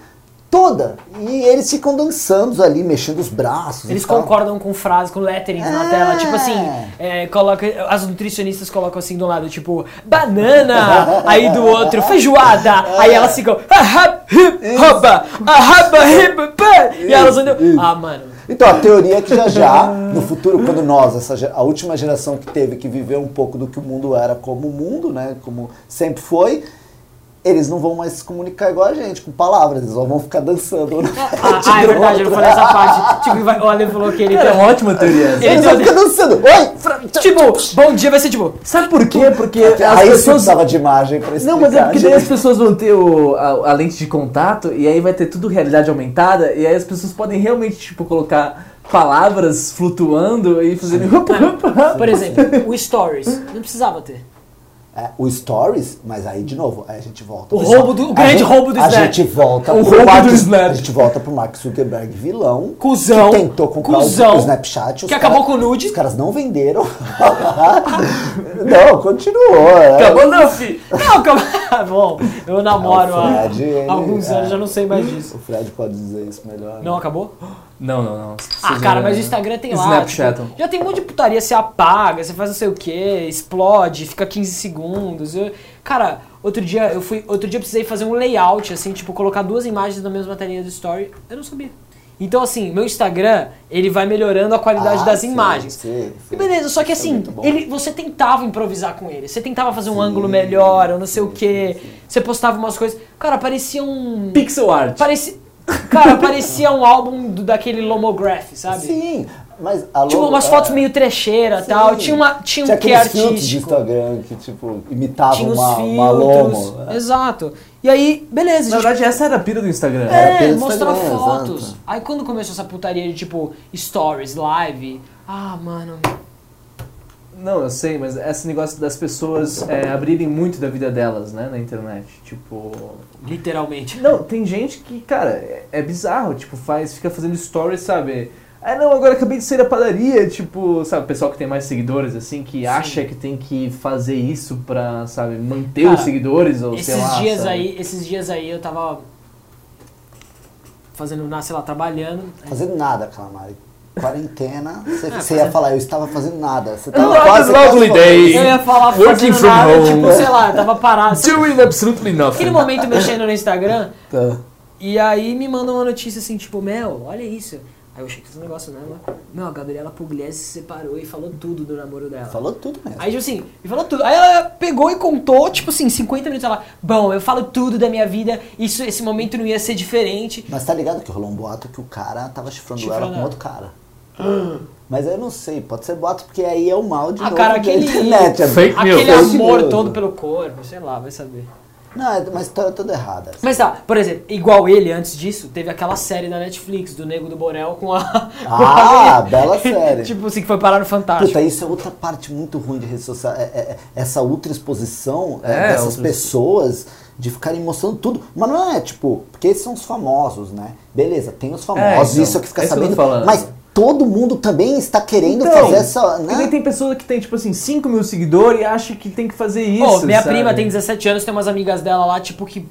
Speaker 1: toda. E eles ficam dançando ali, mexendo os braços.
Speaker 2: Eles
Speaker 1: e tal.
Speaker 2: concordam com frases, com letterings na
Speaker 1: É.
Speaker 2: tela. Tipo assim, é, coloca, as nutricionistas colocam assim do lado, tipo, banana. aí do outro,
Speaker 1: É.
Speaker 2: feijoada. Aí elas ficam, ahab, hip, hoba, ahab, hip, pá. E elas olham, ah, mano.
Speaker 1: Então, a teoria é que já já, no futuro, quando nós, essa, ge- a última geração que teve que viver um pouco do que o mundo era como o mundo, né? Como sempre foi, eles não vão mais se comunicar igual a gente, com palavras, eles só vão ficar dançando. né?
Speaker 2: Ah, ah, é verdade, eu não falei essa parte. Tipo, vai- o Ale falou que ele
Speaker 4: É
Speaker 2: tem
Speaker 4: uma ótima teoria essa.
Speaker 3: assim.
Speaker 2: Ele
Speaker 1: Eles
Speaker 2: tem
Speaker 1: vão
Speaker 2: um-
Speaker 1: ficar dançando. Oi! Fra-
Speaker 2: Tipo, bom dia vai ser tipo.
Speaker 4: Sabe por quê? Porque as
Speaker 1: Aí você
Speaker 4: pessoas...
Speaker 1: precisava de imagem pra explicar.
Speaker 4: Não, mas é porque daí
Speaker 1: gente.
Speaker 4: as pessoas vão ter o, a, a lente de contato e aí vai ter tudo realidade aumentada e aí as pessoas podem realmente, tipo, colocar palavras flutuando e fazendo...
Speaker 1: Tá.
Speaker 2: Por exemplo, o Stories. Não precisava ter.
Speaker 1: É, o Stories, mas aí de novo, aí a gente volta.
Speaker 2: O
Speaker 1: pro
Speaker 2: roubo
Speaker 1: Snap.
Speaker 2: do- o
Speaker 1: A
Speaker 2: grande
Speaker 1: gente-
Speaker 2: roubo do
Speaker 1: A
Speaker 2: Snap.
Speaker 1: gente volta
Speaker 4: O roubo do Snap.
Speaker 1: A gente volta pro Mark Zuckerberg vilão.
Speaker 2: Cusão,
Speaker 1: Que tentou comprar
Speaker 2: cusão,
Speaker 1: o Snapchat. os
Speaker 2: que acabou
Speaker 1: cara-
Speaker 2: com o nude.
Speaker 1: Os caras não venderam. não, continuou. é.
Speaker 4: Acabou não, fi!
Speaker 2: Não, calma. Bom, eu namoro
Speaker 1: Ah, o Fred, ele-
Speaker 2: há alguns
Speaker 1: é.
Speaker 2: anos, já não sei mais disso.
Speaker 1: O Fred pode dizer isso melhor. né?
Speaker 2: Não acabou?
Speaker 4: Não, não, não.
Speaker 2: Ah, cara, mas o Instagram tem lá.
Speaker 4: Snapchat.
Speaker 2: tipo, já tem um monte de putaria, você apaga, você faz não sei o que, explode, fica 15 segundos. Eu- cara, outro dia eu fui. Outro dia eu precisei fazer um layout, assim, tipo, colocar duas imagens na mesma telinha do story. Eu não sabia. Então, assim, meu Instagram, ele vai melhorando a qualidade
Speaker 1: Ah,
Speaker 2: das
Speaker 1: sim,
Speaker 2: imagens.
Speaker 1: sim,
Speaker 2: E
Speaker 1: sim.
Speaker 2: beleza, só que assim,
Speaker 1: muito bom.
Speaker 2: ele, você tentava improvisar com ele. Você tentava fazer um ângulo melhor, ou não sei o que. Você postava umas coisas. Cara, parecia um.
Speaker 4: Pixel Art.
Speaker 2: Parecia. Cara, parecia um álbum do- daquele Lomograph, sabe?
Speaker 1: Sim, mas a
Speaker 2: Tinha
Speaker 1: logo-
Speaker 2: umas
Speaker 1: é,
Speaker 2: fotos meio trecheira e
Speaker 1: sim.
Speaker 2: tal. Tinha, uma, tinha um que
Speaker 1: aqueles filtros de
Speaker 2: artístico.
Speaker 1: Instagram que, tipo, imitavam
Speaker 2: Tinha os
Speaker 1: uma, é. uma
Speaker 2: filtros.
Speaker 1: lomo.
Speaker 2: Exato. E aí, beleza,
Speaker 4: Na
Speaker 2: gente.
Speaker 4: verdade, essa era a pira do Instagram.
Speaker 1: era
Speaker 2: É,
Speaker 1: pelo
Speaker 2: mostrar
Speaker 1: Instagram,
Speaker 2: fotos.
Speaker 1: exato.
Speaker 2: Aí quando começou essa putaria de tipo stories, live. Ah, mano.
Speaker 4: Não, eu sei, mas esse negócio das pessoas é, abrirem muito da vida delas, né, na internet. Tipo.
Speaker 2: Literalmente.
Speaker 4: Não, tem gente que, cara, é, é bizarro, tipo, faz, fica fazendo stories, sabe? Ah, não, agora acabei de sair da padaria, tipo, sabe, pessoal que tem mais seguidores, assim, que acha que tem que fazer isso pra, sabe, manter
Speaker 2: Cara,
Speaker 4: os seguidores, ou sei
Speaker 2: Esses
Speaker 4: lá.
Speaker 2: dias
Speaker 1: né?
Speaker 4: sabe?
Speaker 2: aí, esses dias aí eu tava fazendo, na- sei lá, trabalhando.
Speaker 1: Fazendo nada, Calamari. Quarentena, você
Speaker 2: Ah,
Speaker 1: você ia falar, eu estava fazendo nada. Você
Speaker 4: Não,
Speaker 1: tava quase,
Speaker 4: that's lovely
Speaker 1: quase
Speaker 4: day.
Speaker 2: Eu ia falar
Speaker 4: Working
Speaker 2: fazendo
Speaker 4: from
Speaker 2: nada,
Speaker 4: home.
Speaker 2: tipo, sei lá, eu tava parado. sabe?
Speaker 4: Doing absolutely nothing.
Speaker 2: Naquele momento mexendo no Instagram,
Speaker 1: Tá.
Speaker 2: e aí me mandam uma notícia assim, tipo, Mel, olha isso. Aí eu achei que esse negócio nela. Meu, a Gabriela Pugliese se separou e falou tudo do namoro dela.
Speaker 1: Falou tudo mesmo.
Speaker 2: Aí, tipo assim, me falou tudo. Aí ela pegou e contou, tipo assim, 50 minutos. Ela, bom, eu falo tudo da minha vida, isso, esse momento não ia ser diferente.
Speaker 1: Mas tá ligado que rolou um boato que o cara tava chifrando
Speaker 2: Chifrando
Speaker 1: ela com
Speaker 2: ela.
Speaker 1: outro cara. Mas eu não sei, pode ser boato, porque aí é o mal de
Speaker 2: Ah,
Speaker 1: novo
Speaker 2: cara,
Speaker 1: da
Speaker 2: aquele-
Speaker 1: internet. é
Speaker 10: Fake
Speaker 1: muito
Speaker 2: Aquele
Speaker 1: fake
Speaker 2: amor
Speaker 1: news.
Speaker 2: todo pelo corpo, sei lá, vai saber.
Speaker 1: Não, é uma história toda errada. assim.
Speaker 2: Mas tá, por exemplo, igual ele, antes disso, teve aquela série da Netflix, do Nego do Borel com a. com a-
Speaker 1: Ah, bela série.
Speaker 2: tipo assim, que foi parar no Fantástico.
Speaker 1: Puta, isso é outra parte muito ruim de rede social. É- é- é essa ultra exposição é,
Speaker 4: É,
Speaker 1: dessas
Speaker 4: ultra-
Speaker 1: pessoas de ficarem mostrando tudo. Mas não é, tipo, porque esses são os famosos, né? Beleza, tem os famosos,
Speaker 4: então,
Speaker 1: isso é que fica
Speaker 4: é isso que eu tô
Speaker 1: sabendo.
Speaker 4: falando.
Speaker 1: Mas todo mundo também está querendo
Speaker 4: Então,
Speaker 1: fazer essa.
Speaker 4: E daí
Speaker 1: Né?
Speaker 4: tem pessoa que tem, tipo assim, 5 mil seguidores e acha que tem que fazer isso.
Speaker 2: Ô, minha
Speaker 4: sabe?
Speaker 2: prima tem 17 anos, tem umas amigas dela lá, tipo, que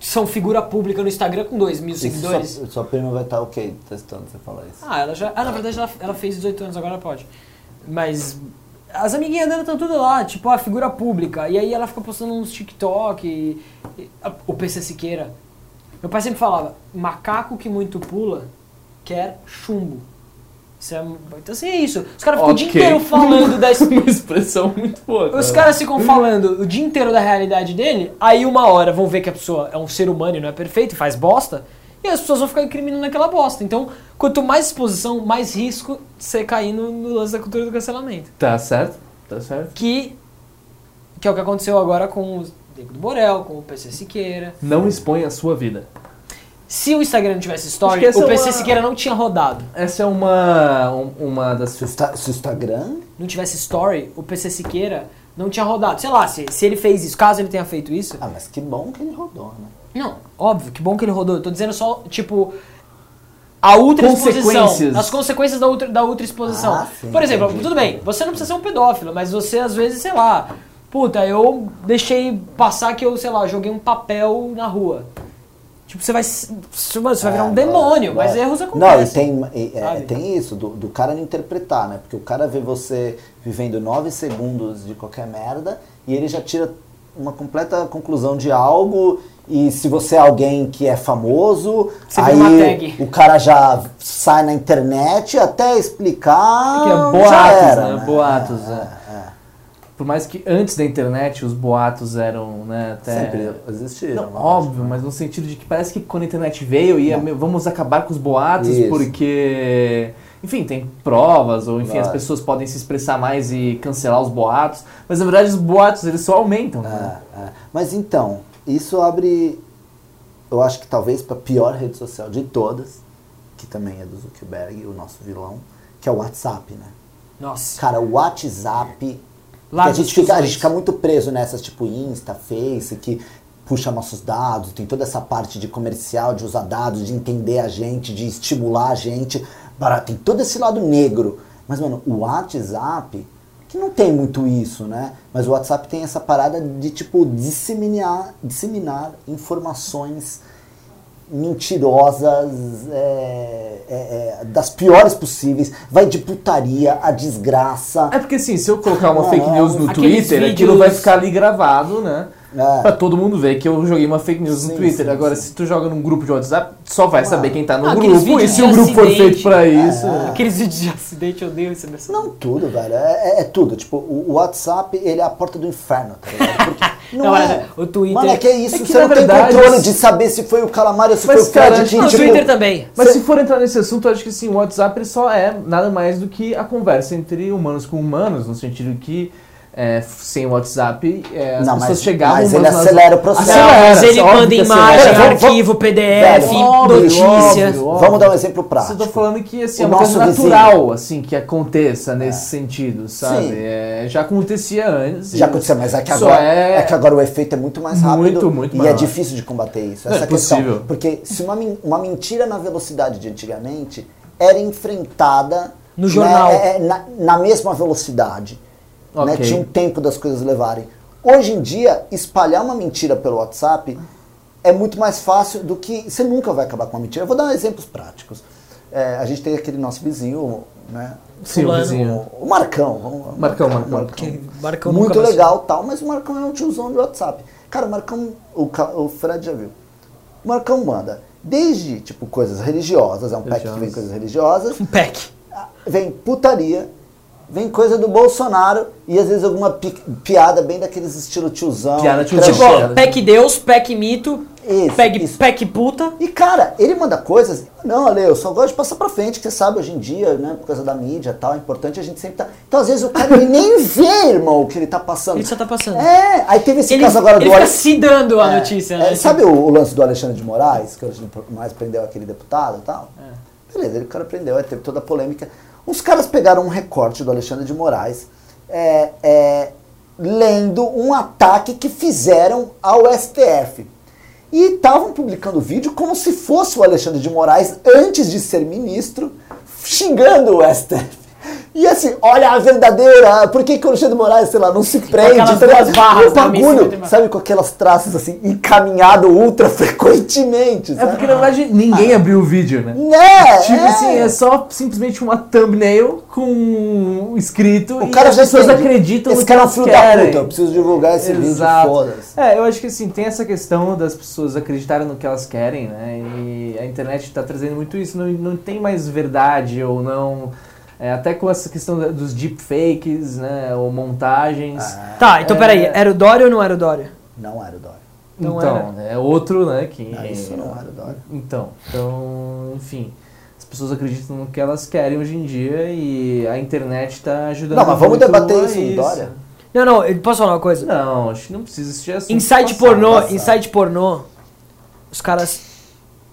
Speaker 2: são figura pública no Instagram com 2 mil
Speaker 1: Isso,
Speaker 2: seguidores.
Speaker 1: Sua, sua prima vai estar ok testando você falar isso.
Speaker 2: Ah, ela já. Ah, na verdade ela, ela fez 18 anos, agora pode. Mas. As amiguinhas dela estão tudo lá, tipo, a figura pública. E aí ela fica postando uns TikTok. e- e- a- o PC Siqueira. Meu pai sempre falava: macaco que muito pula quer chumbo. Isso é- então assim é isso. Os caras ficam o dia
Speaker 4: Ok.
Speaker 2: inteiro falando das.
Speaker 4: uma expressão muito boa.
Speaker 2: Os
Speaker 4: cara.
Speaker 2: caras ficam falando o dia inteiro da realidade dele, aí uma hora vão ver que a pessoa é um ser humano e não é perfeito, faz bosta, e as pessoas vão ficar incriminando aquela bosta. Então, quanto mais exposição, mais risco de você cair no, no lance da cultura do cancelamento.
Speaker 4: Tá certo, tá certo.
Speaker 2: Que, que é o que aconteceu agora com o Diego do Borel, com o PC Siqueira.
Speaker 4: Não expõe a sua vida.
Speaker 2: Se o Instagram não tivesse
Speaker 4: Acho que
Speaker 2: story,
Speaker 4: essa
Speaker 2: o
Speaker 4: é
Speaker 2: PC
Speaker 4: uma-
Speaker 2: Siqueira não tinha rodado.
Speaker 4: Essa é uma, um- uma das...
Speaker 1: Se o Insta- se o Instagram
Speaker 2: Não tivesse story, o PC Siqueira não tinha rodado. Sei lá, se, se ele fez isso, caso ele tenha feito isso,
Speaker 1: Ah, mas que bom que ele rodou, né?
Speaker 2: Não, óbvio, que bom que ele rodou. Eu tô dizendo só, tipo, a ultra
Speaker 4: Consequências.
Speaker 2: exposição. As consequências da ultra, da ultra exposição.
Speaker 1: Ah, sim,
Speaker 2: Por exemplo,
Speaker 1: entendi.
Speaker 2: tudo bem, você não precisa ser um pedófilo, mas você às vezes, sei lá, puta, eu deixei passar que eu, sei lá, joguei um papel na rua. Tipo, você vai. se- Mano, você vai virar um
Speaker 1: Ah,
Speaker 2: demônio,
Speaker 1: vai.
Speaker 2: mas erros
Speaker 1: Não, e
Speaker 2: acontecem.
Speaker 1: tem, e- é,
Speaker 2: sabe?
Speaker 1: tem isso, do, do cara não interpretar, né? Porque o cara vê você vivendo nove segundos de qualquer merda e ele já tira uma completa conclusão de algo. E se você é alguém que é famoso,
Speaker 2: Você vê
Speaker 1: aí
Speaker 2: uma tag.
Speaker 1: o cara já sai na internet até explicar.
Speaker 4: Que é
Speaker 1: Ah, já
Speaker 4: boatos,
Speaker 1: era, né?
Speaker 4: né? Boatos, é. Por mais que antes da internet os boatos eram, né, até...
Speaker 2: É.
Speaker 1: Sempre existiram.
Speaker 4: Não,
Speaker 1: né?
Speaker 4: óbvio, mas no sentido de que parece que quando a internet veio, ia, meu, vamos acabar com os boatos
Speaker 1: Isso.
Speaker 4: porque. Enfim, tem provas, ou enfim, as
Speaker 1: Claro.
Speaker 4: pessoas podem se expressar mais e cancelar os boatos. Mas na verdade, os boatos eles só aumentam. né?
Speaker 1: É, é. Mas então, isso abre, eu acho que talvez para a pior rede social de todas, que também é do Zuckerberg, o nosso vilão, que é o WhatsApp, né?
Speaker 2: Nossa.
Speaker 1: Cara, o WhatsApp.
Speaker 2: Lá
Speaker 1: que a,
Speaker 2: dos
Speaker 1: gente fica, a
Speaker 2: tiozões.
Speaker 1: gente fica muito preso nessas, tipo, Insta, Face, que puxa nossos dados, tem toda essa parte de comercial, de usar dados, de entender a gente, de estimular a gente. Bara- Tem todo esse lado negro. Mas, mano, o WhatsApp, que não tem muito isso, né? Mas o WhatsApp tem essa parada de, tipo, disseminar, disseminar informações mentirosas, é, é, é, das piores possíveis, vai de putaria a desgraça.
Speaker 4: É porque assim, se eu colocar uma
Speaker 1: Não,
Speaker 4: fake news no
Speaker 2: aqueles
Speaker 4: Twitter,
Speaker 2: vídeos-
Speaker 4: aquilo vai ficar ali gravado, né?
Speaker 1: É.
Speaker 4: Pra todo mundo ver que eu joguei uma fake news no
Speaker 1: Sim,
Speaker 4: Twitter.
Speaker 1: sim,
Speaker 4: Agora,
Speaker 1: sim.
Speaker 4: se tu joga num grupo de WhatsApp, só vai saber quem tá no
Speaker 2: Ah, aqueles
Speaker 4: grupo. E
Speaker 2: vídeos
Speaker 4: se
Speaker 2: de
Speaker 4: o grupo for
Speaker 2: acidente.
Speaker 4: feito pra isso.
Speaker 2: Aqueles vídeos de acidente, eu odeio receber essa.
Speaker 1: Não tudo, velho. É, é- é tudo. Tipo, o o WhatsApp, ele é a porta do inferno, tá ligado? Porque
Speaker 2: Não, olha, o Twitter-
Speaker 1: Mano, é que é isso.
Speaker 4: É que,
Speaker 1: você
Speaker 4: na
Speaker 1: não tem
Speaker 4: verdade,
Speaker 1: controle
Speaker 4: isso-
Speaker 1: de saber se foi o Calamari ou se
Speaker 4: Mas,
Speaker 1: foi o Fred.
Speaker 4: cara,
Speaker 1: que,
Speaker 2: Não, o
Speaker 1: tipo,
Speaker 2: Twitter tá- também.
Speaker 4: Mas
Speaker 1: Cê-
Speaker 4: se for entrar nesse assunto, eu acho que sim, o WhatsApp ele só é nada mais do que a conversa entre humanos com humanos, no sentido que é, f- sem o WhatsApp é, as
Speaker 1: Não,
Speaker 4: pessoas
Speaker 1: mas-
Speaker 4: chegavam.
Speaker 1: mas
Speaker 4: umas
Speaker 1: ele
Speaker 4: nas-
Speaker 1: acelera o processo.
Speaker 4: Acelera,
Speaker 2: Mas ele
Speaker 4: óbvio
Speaker 2: manda
Speaker 4: que acelera.
Speaker 2: imagem,
Speaker 1: Pera, vamos-
Speaker 2: arquivo, PDF,
Speaker 1: Velho, óbvio,
Speaker 2: notícia.
Speaker 4: óbvio.
Speaker 1: Vamos dar um exemplo
Speaker 4: Você
Speaker 1: prático.
Speaker 4: tá falando que assim,
Speaker 1: O
Speaker 4: é uma coisa
Speaker 1: nosso vizinho.
Speaker 4: natural assim, que aconteça nesse sentido, sabe?
Speaker 1: Sim.
Speaker 4: É, já acontecia antes.
Speaker 1: Já
Speaker 4: e-
Speaker 1: aconteceu, mas é que,
Speaker 4: Só
Speaker 1: agora,
Speaker 4: é-
Speaker 1: é... que agora o efeito é muito mais rápido.
Speaker 4: Muito, muito
Speaker 1: E
Speaker 4: maior.
Speaker 1: é difícil de combater isso.
Speaker 4: Não,
Speaker 1: Essa
Speaker 4: é
Speaker 1: questão.
Speaker 4: possível.
Speaker 1: Porque se uma, men- uma mentira na velocidade de antigamente era enfrentada
Speaker 2: No
Speaker 1: né,
Speaker 2: jornal.
Speaker 1: é- é, na, na mesma velocidade. né,
Speaker 4: Ok.
Speaker 1: tinha um tempo das coisas levarem. Hoje em dia, espalhar uma mentira pelo WhatsApp é muito mais fácil do que. Você nunca vai acabar com uma mentira. Eu vou dar exemplos práticos. É, a gente tem aquele nosso vizinho, né?
Speaker 4: Sim, assim, o
Speaker 2: Fulano.
Speaker 4: vizinho.
Speaker 1: O Marcão. vamos- Marcão,
Speaker 4: Marcão, Marcão.
Speaker 1: Marcão.
Speaker 2: Marcão nunca
Speaker 1: Muito
Speaker 2: vai
Speaker 1: legal tal, mas o Marcão é um tiozão do WhatsApp. Cara, o Marcão, o, Ca- o Fred já viu. O Marcão manda desde, tipo, coisas religiosas, é um pack que vem
Speaker 4: Religiosas.
Speaker 1: coisas religiosas,
Speaker 2: Um pack.
Speaker 1: vem putaria, vem coisa do Bolsonaro e às vezes alguma pi- piada bem daqueles estilo tiozão.
Speaker 4: Piada tiozão.
Speaker 1: trecheira.
Speaker 2: Tipo, ó, pack Deus, pack mito,
Speaker 1: Isso,
Speaker 2: pack,
Speaker 1: isso.
Speaker 2: pack puta.
Speaker 1: E cara, ele manda coisas. "Ah, Não, Ale, eu só gosto de passar pra frente, que você sabe hoje em dia, né? Por causa da mídia e tal, é importante a gente sempre tá. Então, às vezes, o cara ele nem vê, irmão, o que ele tá passando.
Speaker 2: Ele só tá passando.
Speaker 1: É, aí teve esse
Speaker 2: Ele,
Speaker 1: caso agora
Speaker 2: ele
Speaker 1: do
Speaker 2: fica
Speaker 1: Ale-
Speaker 2: se dando a
Speaker 1: É,
Speaker 2: notícia,
Speaker 1: é,
Speaker 2: né?
Speaker 1: sabe o, o lance do Alexandre de Moraes, que hoje mais prendeu aquele deputado e tal?
Speaker 2: É.
Speaker 1: Beleza, ele o cara prendeu, aí teve toda a polêmica. Os caras pegaram um recorte do Alexandre de Moraes é, é, lendo um ataque que fizeram ao STF. E estavam publicando o vídeo como se fosse o Alexandre de Moraes, antes de ser ministro, xingando o STF. E assim, olha a verdadeira, por que, que o Alexandre de Moraes, sei lá, não se prende?
Speaker 2: aquelas
Speaker 1: tá ligado?
Speaker 2: duas barras
Speaker 1: o
Speaker 2: na missa,
Speaker 1: bagulho,
Speaker 2: né?
Speaker 1: sabe, com aquelas traças assim, encaminhado ultra frequentemente,
Speaker 4: É
Speaker 1: sabe?
Speaker 4: porque na verdade ninguém abriu o vídeo, né?
Speaker 1: Né?
Speaker 4: Tipo
Speaker 1: Ah. é.
Speaker 4: assim, é só simplesmente uma thumbnail com um escrito
Speaker 1: O
Speaker 4: e
Speaker 1: cara
Speaker 4: as
Speaker 1: já
Speaker 4: pessoas
Speaker 1: entende.
Speaker 4: acreditam
Speaker 1: Esse
Speaker 4: no
Speaker 1: cara é um
Speaker 4: que
Speaker 1: filho
Speaker 4: elas
Speaker 1: da
Speaker 4: querem.
Speaker 1: puta, eu preciso divulgar esse
Speaker 4: Exato.
Speaker 1: vídeo, foda-se.
Speaker 4: É, eu acho que assim, tem essa questão das pessoas acreditarem no que elas querem, né? E a internet tá trazendo muito isso, não, não tem mais verdade ou não. é, até com essa questão da- dos deepfakes, né? Ou montagens.
Speaker 1: Ah,
Speaker 2: Tá, então
Speaker 4: É.
Speaker 2: peraí, era o Dória ou não era o Dória?
Speaker 1: Não era o Dória.
Speaker 2: não
Speaker 4: então, é outro, né? Que,
Speaker 1: Ah, isso não era o Dória.
Speaker 4: Então, então, enfim. As pessoas acreditam no que elas querem hoje em dia e a internet tá ajudando
Speaker 1: Não, mas vamos
Speaker 4: muito
Speaker 1: debater
Speaker 4: a
Speaker 1: isso em Dória.
Speaker 2: Não, não, eu posso falar uma coisa?
Speaker 4: Não, acho que não precisa. Isso já é assunto
Speaker 2: Inside
Speaker 4: passado.
Speaker 2: pornô,
Speaker 1: passado.
Speaker 2: inside pornô, os caras.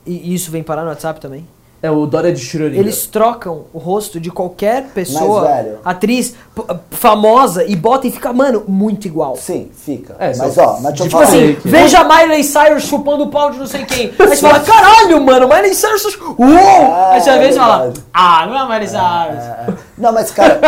Speaker 2: E isso vem parar no WhatsApp também.
Speaker 4: É o Dória de Schrödinger.
Speaker 2: Eles trocam o rosto de qualquer pessoa,
Speaker 1: Mas, velho-
Speaker 2: atriz p- famosa, e botam e fica, mano, muito igual.
Speaker 1: Sim, fica.
Speaker 4: É,
Speaker 1: mas
Speaker 4: só-
Speaker 1: ó, mas deixa eu
Speaker 4: tipo
Speaker 1: falar.
Speaker 2: Assim,
Speaker 4: Fake, né?
Speaker 2: veja a Miley Cyrus chupando o pau de não sei quem. Aí você fala, caralho, mano, Miley Cyrus. Uou! Aí você
Speaker 1: É,
Speaker 2: vê e
Speaker 1: é
Speaker 2: fala,
Speaker 1: verdade.
Speaker 2: ah, não é a Miley
Speaker 4: Ah,
Speaker 2: Cyrus.
Speaker 1: Não, mas cara,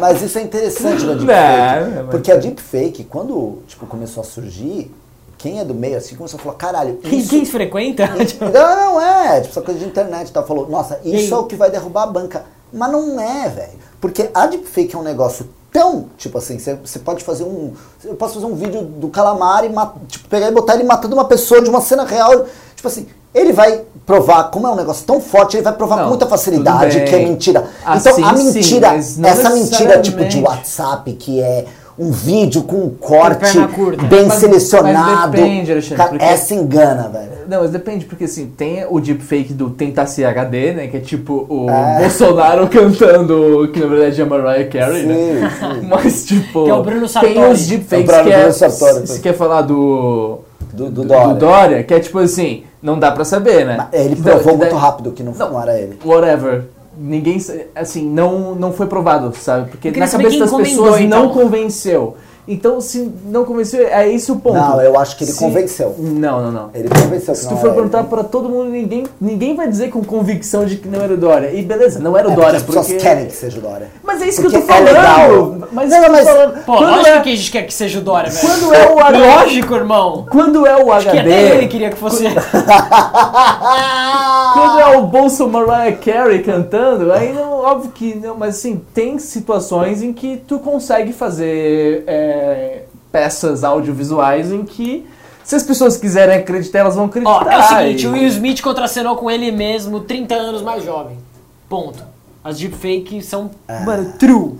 Speaker 1: mas isso é interessante da deepfake.
Speaker 4: Não, é, mas-
Speaker 1: porque a deepfake, quando tipo, começou a surgir, quem é do meio assim começou a falar, caralho,
Speaker 2: Quem,
Speaker 1: isso...
Speaker 2: quem frequenta?
Speaker 1: Não, não é. Tipo, essa coisa de internet e tal. Falou, nossa, isso
Speaker 2: Ei.
Speaker 1: é o que vai derrubar a banca. Mas não é, velho. Porque a deepfake é um negócio tão, tipo assim, você pode fazer um. Eu posso fazer um vídeo do Calamari, ma- tipo, pegar e botar ele matando uma pessoa de uma cena real. Tipo assim, ele vai provar, como é um negócio tão forte, ele vai provar
Speaker 4: Não,
Speaker 1: com muita
Speaker 4: tudo
Speaker 1: facilidade
Speaker 4: bem.
Speaker 1: que é mentira.
Speaker 4: Assim,
Speaker 1: então a
Speaker 4: sim,
Speaker 1: mentira,
Speaker 4: mas não
Speaker 1: essa mentira tipo de
Speaker 4: necessariamente.
Speaker 1: WhatsApp, que é um vídeo com um corte
Speaker 2: perna curta.
Speaker 1: bem
Speaker 4: Mas-
Speaker 1: selecionado.
Speaker 4: mas depende, Alexandre,
Speaker 1: Cara,
Speaker 4: porque-
Speaker 1: Essa engana, velho.
Speaker 4: Não, mas depende, porque assim, tem o deepfake do Tenta Se HD, né? Que é tipo o
Speaker 1: É.
Speaker 4: Bolsonaro cantando, que na verdade é Mariah Carey, né?
Speaker 1: Sim, sim.
Speaker 4: Mas tipo.
Speaker 2: Que é o Bruno
Speaker 4: Tem
Speaker 2: Sartori.
Speaker 4: os
Speaker 1: É o
Speaker 4: deepfakes
Speaker 1: Bruno-
Speaker 4: que é.
Speaker 1: Bruno Sartori.
Speaker 4: Você quer falar do.
Speaker 1: Do, do Dória.
Speaker 4: que é tipo assim, não dá pra saber, né?
Speaker 1: Mas Ele
Speaker 4: Que
Speaker 1: provou
Speaker 4: que
Speaker 1: muito rápido que não,
Speaker 4: Não.
Speaker 1: não era ele.
Speaker 4: Whatever. Ninguém. sa- Assim, não, não foi provado, sabe? Porque
Speaker 2: Eu queria
Speaker 4: na
Speaker 2: saber quem
Speaker 4: cabeça das
Speaker 2: encomendou,
Speaker 4: pessoas não
Speaker 2: então.
Speaker 4: convenceu. Então, se não convenceu, é esse o ponto.
Speaker 1: Não, eu acho que ele
Speaker 4: Se-
Speaker 1: convenceu.
Speaker 4: Não, não, não.
Speaker 1: Ele convenceu que
Speaker 4: Se
Speaker 1: não
Speaker 4: tu
Speaker 1: era
Speaker 4: for
Speaker 1: ele.
Speaker 4: perguntar pra todo mundo, ninguém, ninguém vai dizer com convicção de que não era o Dória. E beleza, não era o
Speaker 1: É, porque
Speaker 4: Dória,
Speaker 1: as pessoas
Speaker 4: porque...
Speaker 1: querem que seja o Dória.
Speaker 4: Mas é isso que
Speaker 1: Porque
Speaker 4: eu tô falando!
Speaker 1: É legal.
Speaker 4: Mas
Speaker 1: não,
Speaker 4: não,
Speaker 1: não, mas
Speaker 4: falando.
Speaker 2: Pô,
Speaker 4: quando,
Speaker 2: lógico
Speaker 4: é,
Speaker 2: que a gente quer que seja o Dória, velho.
Speaker 4: quando é o HD...
Speaker 2: Lógico, irmão.
Speaker 4: Quando é o
Speaker 2: Acho que até ele
Speaker 4: HD...
Speaker 2: queria que fosse.
Speaker 4: Quando é o Bolson Mariah Carey cantando, aí não, óbvio que não, mas assim, tem situações em que tu consegue fazer é, peças audiovisuais em que, se as pessoas quiserem acreditar, elas vão
Speaker 2: Ó,
Speaker 4: acreditar.
Speaker 2: é o seguinte, o
Speaker 4: e-
Speaker 2: Will Smith contracenou com ele mesmo 30 anos mais jovem. Ponto. As deepfakes são,
Speaker 4: Ah,
Speaker 2: mano, true.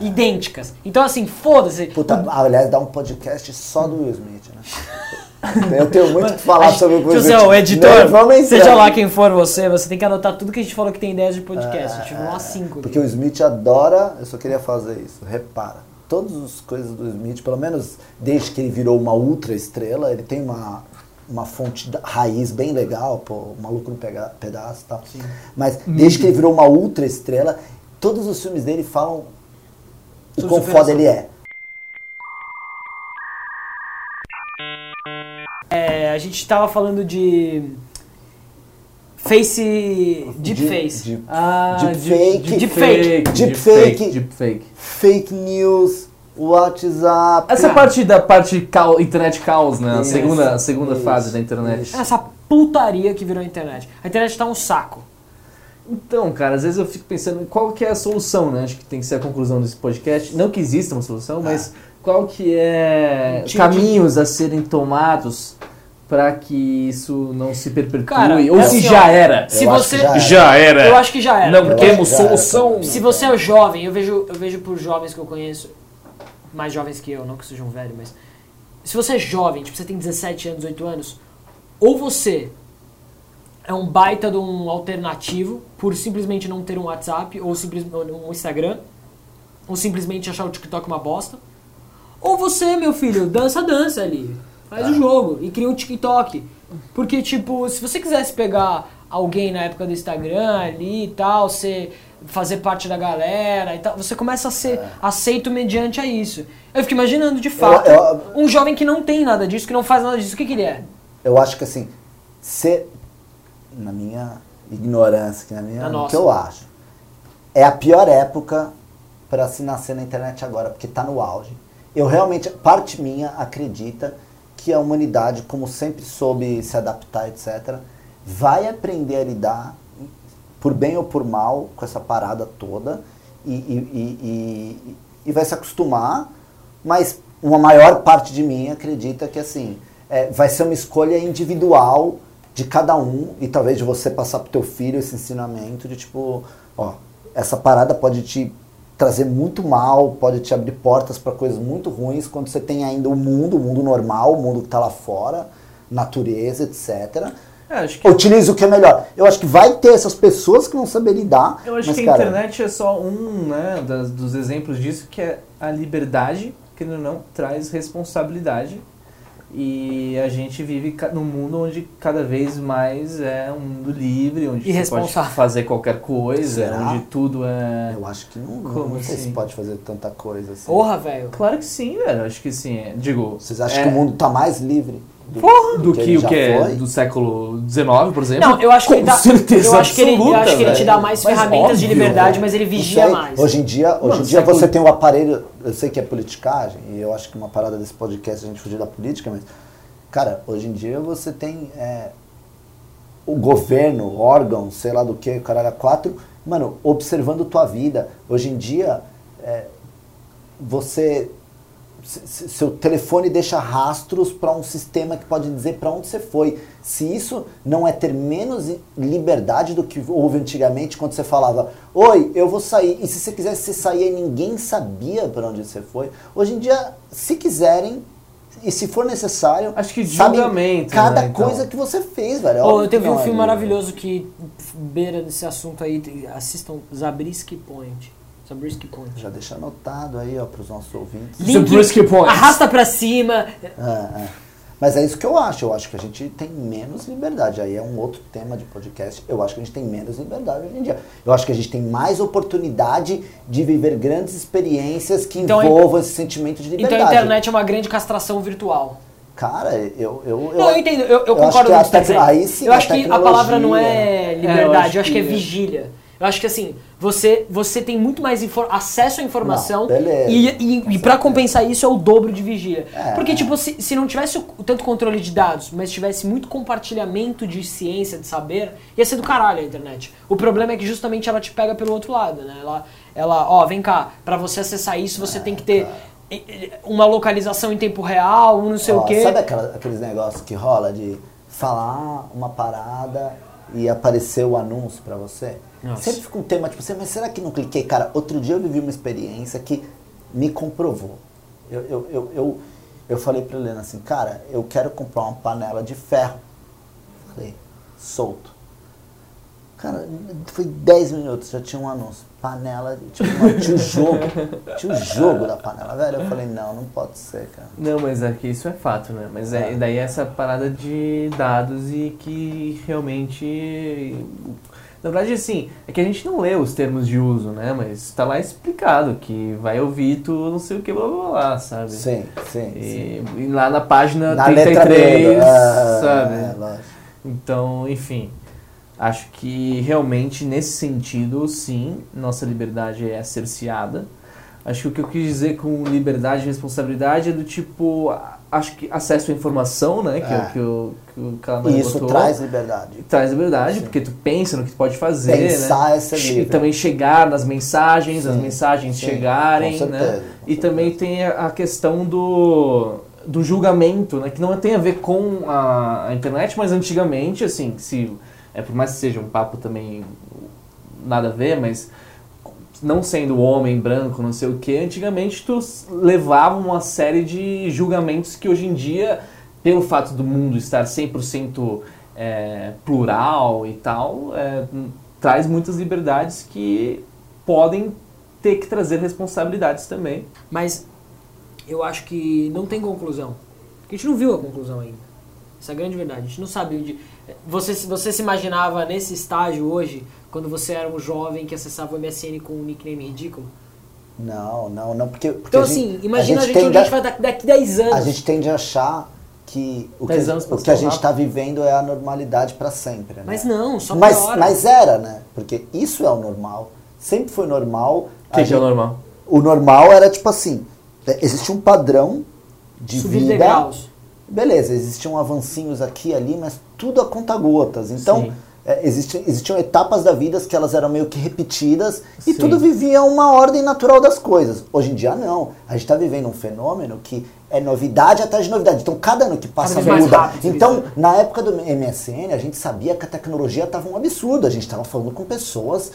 Speaker 2: Idênticas. Então, assim, foda-se.
Speaker 1: Puta, ah, aliás, dá um podcast só do Will Smith, né? Eu tenho muito o que falar
Speaker 2: A gente-
Speaker 1: sobre o Will Smith.
Speaker 2: José, o editor,
Speaker 1: Nem vou mencionar.
Speaker 2: seja lá quem for você, você tem que anotar tudo que a gente falou que tem ideias de podcast. Tipo, um Tive umas 5.
Speaker 1: Ah, Porque o Smith adora, eu só queria fazer isso, repara. Todas as coisas do Smith, pelo menos desde que ele virou uma ultra estrela, ele tem uma, uma fonte da- raiz bem legal, pô, o maluco no Pega- pedaço e tal. Mas desde que ele virou uma ultra estrela, todos os filmes dele falam o
Speaker 2: Sobre
Speaker 1: quão
Speaker 2: superação.
Speaker 1: foda ele é.
Speaker 2: É, a gente tava falando de. Face. Deepface.
Speaker 1: De, de,
Speaker 4: Ah,
Speaker 1: Deepfake.
Speaker 2: Deepfake.
Speaker 1: Deepfake.
Speaker 4: Deepfake.
Speaker 1: fake news, WhatsApp.
Speaker 4: Essa parte da parte cau- internet caos, né? A
Speaker 1: Isso,
Speaker 4: segunda, a segunda
Speaker 1: isso,
Speaker 4: fase da internet.
Speaker 2: Essa putaria que virou a internet. A internet tá um saco.
Speaker 4: Então, cara, às vezes eu fico pensando qual que é a solução, né? Acho que tem que ser a conclusão desse podcast. Não que exista uma solução,
Speaker 1: Tá.
Speaker 4: mas qual que é
Speaker 2: Tio-
Speaker 4: caminhos a serem tomados para que isso não se perpetue
Speaker 2: Cara,
Speaker 4: ou
Speaker 2: é
Speaker 4: se
Speaker 2: assim, ó,
Speaker 4: já era.
Speaker 2: Se
Speaker 1: acho
Speaker 2: você.
Speaker 1: que já era.
Speaker 8: Já era.
Speaker 2: Eu acho que já era.
Speaker 11: Não temos
Speaker 1: já era.
Speaker 11: solução.
Speaker 2: Se você é jovem, eu vejo, eu vejo por jovens que eu conheço, mais jovens que eu, não que sejam velhos, mas. Se você é jovem, tipo, você tem 17 anos, 18 anos, ou você é um baita de um alternativo por simplesmente não ter um WhatsApp ou simplesmente um Instagram, ou simplesmente achar o TikTok uma bosta, ou você, meu filho, dança, dança ali. Faz o jogo e cria um TikTok. Porque, tipo, se você quisesse pegar alguém na época do Instagram ali e tal, você fazer parte da galera e tal, você começa a ser aceito mediante a isso. Eu fico imaginando, de fato,
Speaker 1: eu-
Speaker 2: um jovem que não tem nada disso, que não faz nada disso, o que, que ele é?
Speaker 1: Eu acho que assim, ser, na minha ignorância, que na minha,
Speaker 2: Na
Speaker 1: o
Speaker 2: nossa.
Speaker 1: que eu acho, é a pior época pra se nascer na internet agora, porque tá no auge. Eu realmente, parte minha acredita que a humanidade, como sempre soube se adaptar, etc., vai aprender a lidar, por bem ou por mal, com essa parada toda e, e- e- e- e vai se acostumar, mas uma maior parte de mim acredita que assim, é, vai ser uma escolha individual de cada um e talvez de você passar pro teu filho esse ensinamento de tipo, ó, essa parada pode te trazer muito mal, pode te abrir portas para coisas muito ruins quando você tem ainda o mundo, o mundo normal, o mundo que tá lá fora, natureza, etc.
Speaker 4: É, acho que,
Speaker 1: Utilize o que é melhor. Eu acho que vai ter essas pessoas que vão saber lidar.
Speaker 4: eu acho
Speaker 1: mas,
Speaker 4: que a
Speaker 1: cara,
Speaker 4: internet é só um né, das- dos exemplos disso, que é a liberdade, que não, não traz responsabilidade. E a gente vive ca- num mundo onde cada vez mais é um mundo livre, onde você pode
Speaker 2: Irresponsável.
Speaker 4: fazer qualquer coisa,
Speaker 1: Será?
Speaker 4: onde tudo é.
Speaker 1: Eu acho que não,
Speaker 4: Como
Speaker 1: não sei
Speaker 4: assim?
Speaker 1: se pode fazer tanta coisa assim.
Speaker 2: Porra, velho.
Speaker 4: Claro que sim, velho. Acho que sim. é. Digo.
Speaker 1: Vocês acham
Speaker 4: é,
Speaker 1: que o mundo tá mais livre do,
Speaker 4: do que,
Speaker 1: ele
Speaker 4: o
Speaker 1: já
Speaker 4: que é
Speaker 1: foi?
Speaker 4: do século XIX, por exemplo?
Speaker 2: Não, eu acho que
Speaker 4: Com
Speaker 2: ele dá.
Speaker 4: certeza
Speaker 2: eu acho que ele, eu
Speaker 4: absoluta,
Speaker 2: acho que ele te
Speaker 4: velho.
Speaker 2: dá mais
Speaker 4: Mas
Speaker 2: ferramentas de
Speaker 4: óbvio,
Speaker 2: liberdade,
Speaker 4: velho.
Speaker 2: mas ele
Speaker 1: Não
Speaker 2: vigia
Speaker 1: sei.
Speaker 2: mais.
Speaker 1: Hoje em dia, hoje
Speaker 4: Mano, é
Speaker 1: em dia
Speaker 4: século-
Speaker 1: você tem um aparelho, eu sei que é politicagem, e eu acho que uma parada desse podcast é a gente fugir da política, mas, cara, hoje em dia você tem é, o governo, órgão, sei lá do que, caralho, a quatro, mano, observando tua vida. Hoje em dia, é, você se- se- seu telefone deixa rastros para um sistema que pode dizer para onde você foi. Se isso não é ter menos i- liberdade do que houve antigamente, quando você falava, oi, eu vou sair, e se você quisesse você saía e ninguém sabia para onde você foi. Hoje em dia, se quiserem, e se for necessário,
Speaker 4: Acho que
Speaker 1: sabem
Speaker 4: julgamento,
Speaker 1: cada
Speaker 4: né, então.
Speaker 1: coisa que você fez, velho. É
Speaker 2: Ô,
Speaker 1: óbvio
Speaker 2: eu
Speaker 1: que
Speaker 2: teve
Speaker 1: não
Speaker 2: um
Speaker 1: é
Speaker 2: filme
Speaker 1: livre.
Speaker 2: maravilhoso que beira nesse assunto aí. tem- Assistam Zabriskie Point. Zabriskie Point.
Speaker 1: Já deixa anotado aí, ó, para os nossos ouvintes.
Speaker 2: Link,
Speaker 12: Point.
Speaker 2: arrasta pra cima.
Speaker 1: É, é. Mas é isso que eu acho. Eu acho que a gente tem menos liberdade. Aí é um outro tema de podcast. Eu acho que a gente tem menos liberdade hoje em dia. Eu acho que a gente tem mais oportunidade de viver grandes experiências que
Speaker 2: Então,
Speaker 1: envolvam esse sentimento de liberdade.
Speaker 2: Então a internet é uma grande castração virtual.
Speaker 1: Cara, eu. eu,
Speaker 2: não, eu entendo, eu, eu
Speaker 1: eu acho
Speaker 2: concordo
Speaker 1: que a
Speaker 2: muito
Speaker 1: tec-
Speaker 2: também.
Speaker 1: aí sim,
Speaker 2: eu
Speaker 1: a
Speaker 2: acho que a palavra não
Speaker 1: tecnologia.
Speaker 2: é liberdade,
Speaker 12: É,
Speaker 2: eu,
Speaker 12: eu
Speaker 2: acho
Speaker 12: acho
Speaker 2: que é
Speaker 12: que-
Speaker 2: vigília. Eu acho que assim, você, você tem muito mais infor- acesso à informação
Speaker 1: Não, beleza.
Speaker 2: e, e, e para compensar isso é o dobro de vigília.
Speaker 1: É.
Speaker 2: Porque, tipo, se, se não tivesse o, o tanto controle de dados, mas tivesse muito compartilhamento de ciência, de saber, ia ser do caralho a internet. O problema é que justamente ela te pega pelo outro lado, né? Ela, ela ó, vem cá, pra você acessar isso
Speaker 1: É,
Speaker 2: você tem que ter eh, eh, uma localização em tempo real, um não sei
Speaker 1: Ó,
Speaker 2: o quê.
Speaker 1: Sabe aquela- aqueles negócios que rola de falar uma parada e aparecer o anúncio pra você? Sempre fica um tema tipo assim, mas será que não cliquei? Cara, outro dia eu vivi uma experiência que me comprovou. Eu, eu, eu, eu, eu falei pra Helena assim, cara, eu quero comprar uma panela de ferro. Falei, solto. Cara, foi 10 minutos, já tinha um anúncio. Panela, tinha, uma, tinha o jogo. Tinha o jogo da panela, velho. Eu falei, não, não pode ser, cara.
Speaker 4: Não, mas é que isso é fato, né? Mas
Speaker 1: Ah.
Speaker 4: é, daí essa parada de dados e que realmente. Na verdade, assim, é que a gente não lê os termos de uso, né? Mas tá lá explicado que vai ouvir tu não sei o que, blá blá blá, sabe?
Speaker 1: Sim, sim, sim.
Speaker 4: E, e lá na página
Speaker 1: Na letra
Speaker 4: 33,
Speaker 1: dele. é,
Speaker 4: sabe?
Speaker 1: é, lógico.
Speaker 4: Então, enfim, acho que realmente nesse sentido, sim, nossa liberdade é cerceada. Acho que o que eu quis dizer com liberdade e responsabilidade é do tipo, a- acho que acesso à informação, né? Que é,
Speaker 1: É.
Speaker 4: o que o, que o Calamari
Speaker 1: E isso
Speaker 4: botou.
Speaker 1: traz liberdade.
Speaker 4: Traz liberdade, porque tu pensa no que tu pode fazer,
Speaker 1: Pensar
Speaker 4: né?
Speaker 1: é ser
Speaker 4: Che-
Speaker 1: livre.
Speaker 4: E também chegar nas mensagens, as
Speaker 1: Sim,
Speaker 4: mensagens
Speaker 1: sim,
Speaker 4: chegarem,
Speaker 1: com certeza,
Speaker 4: né?
Speaker 1: com
Speaker 4: E também tem a a questão do, do julgamento, né? Que não tem a ver com a, a internet, mas antigamente, assim, se é por mais que seja um papo também nada a ver, mas não sendo homem branco, não sei o que, antigamente tu s- levava uma série de julgamentos que hoje em dia, pelo fato do mundo estar 100% é, plural e tal, é, m- traz muitas liberdades que podem ter que trazer responsabilidades também.
Speaker 2: Mas eu acho que não tem conclusão. Porque a gente não viu a conclusão ainda. Essa é a grande verdade. A gente não sabe onde. Você, se- você se imaginava nesse estágio hoje, quando você era um jovem que acessava o MSN com um nickname ridículo?
Speaker 1: Não, não, não, porque. porque
Speaker 2: Então,
Speaker 1: a
Speaker 2: assim,
Speaker 1: gente-
Speaker 2: imagina a gente,
Speaker 1: tende
Speaker 2: onde a gente vai daqui, daqui 10 anos.
Speaker 1: A gente tende a achar que o que,
Speaker 4: Dez anos um
Speaker 1: o
Speaker 4: passou
Speaker 1: que a gente
Speaker 4: rápido.
Speaker 1: está vivendo é a normalidade para sempre. né?
Speaker 2: Mas não, só
Speaker 1: mas,
Speaker 2: piora.
Speaker 1: mas era, né? Porque isso é o normal. Sempre foi normal.
Speaker 4: O
Speaker 1: a
Speaker 4: que, que é o
Speaker 1: gente-
Speaker 4: normal?
Speaker 1: O normal era tipo assim: existia um padrão de
Speaker 2: Subir
Speaker 1: vida.
Speaker 2: degraus.
Speaker 1: Beleza, existiam avancinhos aqui e ali, mas tudo a conta gotas. Então,
Speaker 4: Sim.
Speaker 1: é, existi- existiam etapas da vida que elas eram meio que repetidas e
Speaker 4: Sim.
Speaker 1: tudo vivia uma ordem natural das coisas. Hoje em dia, não. A gente está vivendo um fenômeno que é novidade atrás de novidade. Então, cada ano que passa
Speaker 2: vez mais
Speaker 1: muda.
Speaker 2: rápido,
Speaker 1: então, na época do MSN, a gente sabia que a tecnologia estava um absurdo. A gente estava falando com pessoas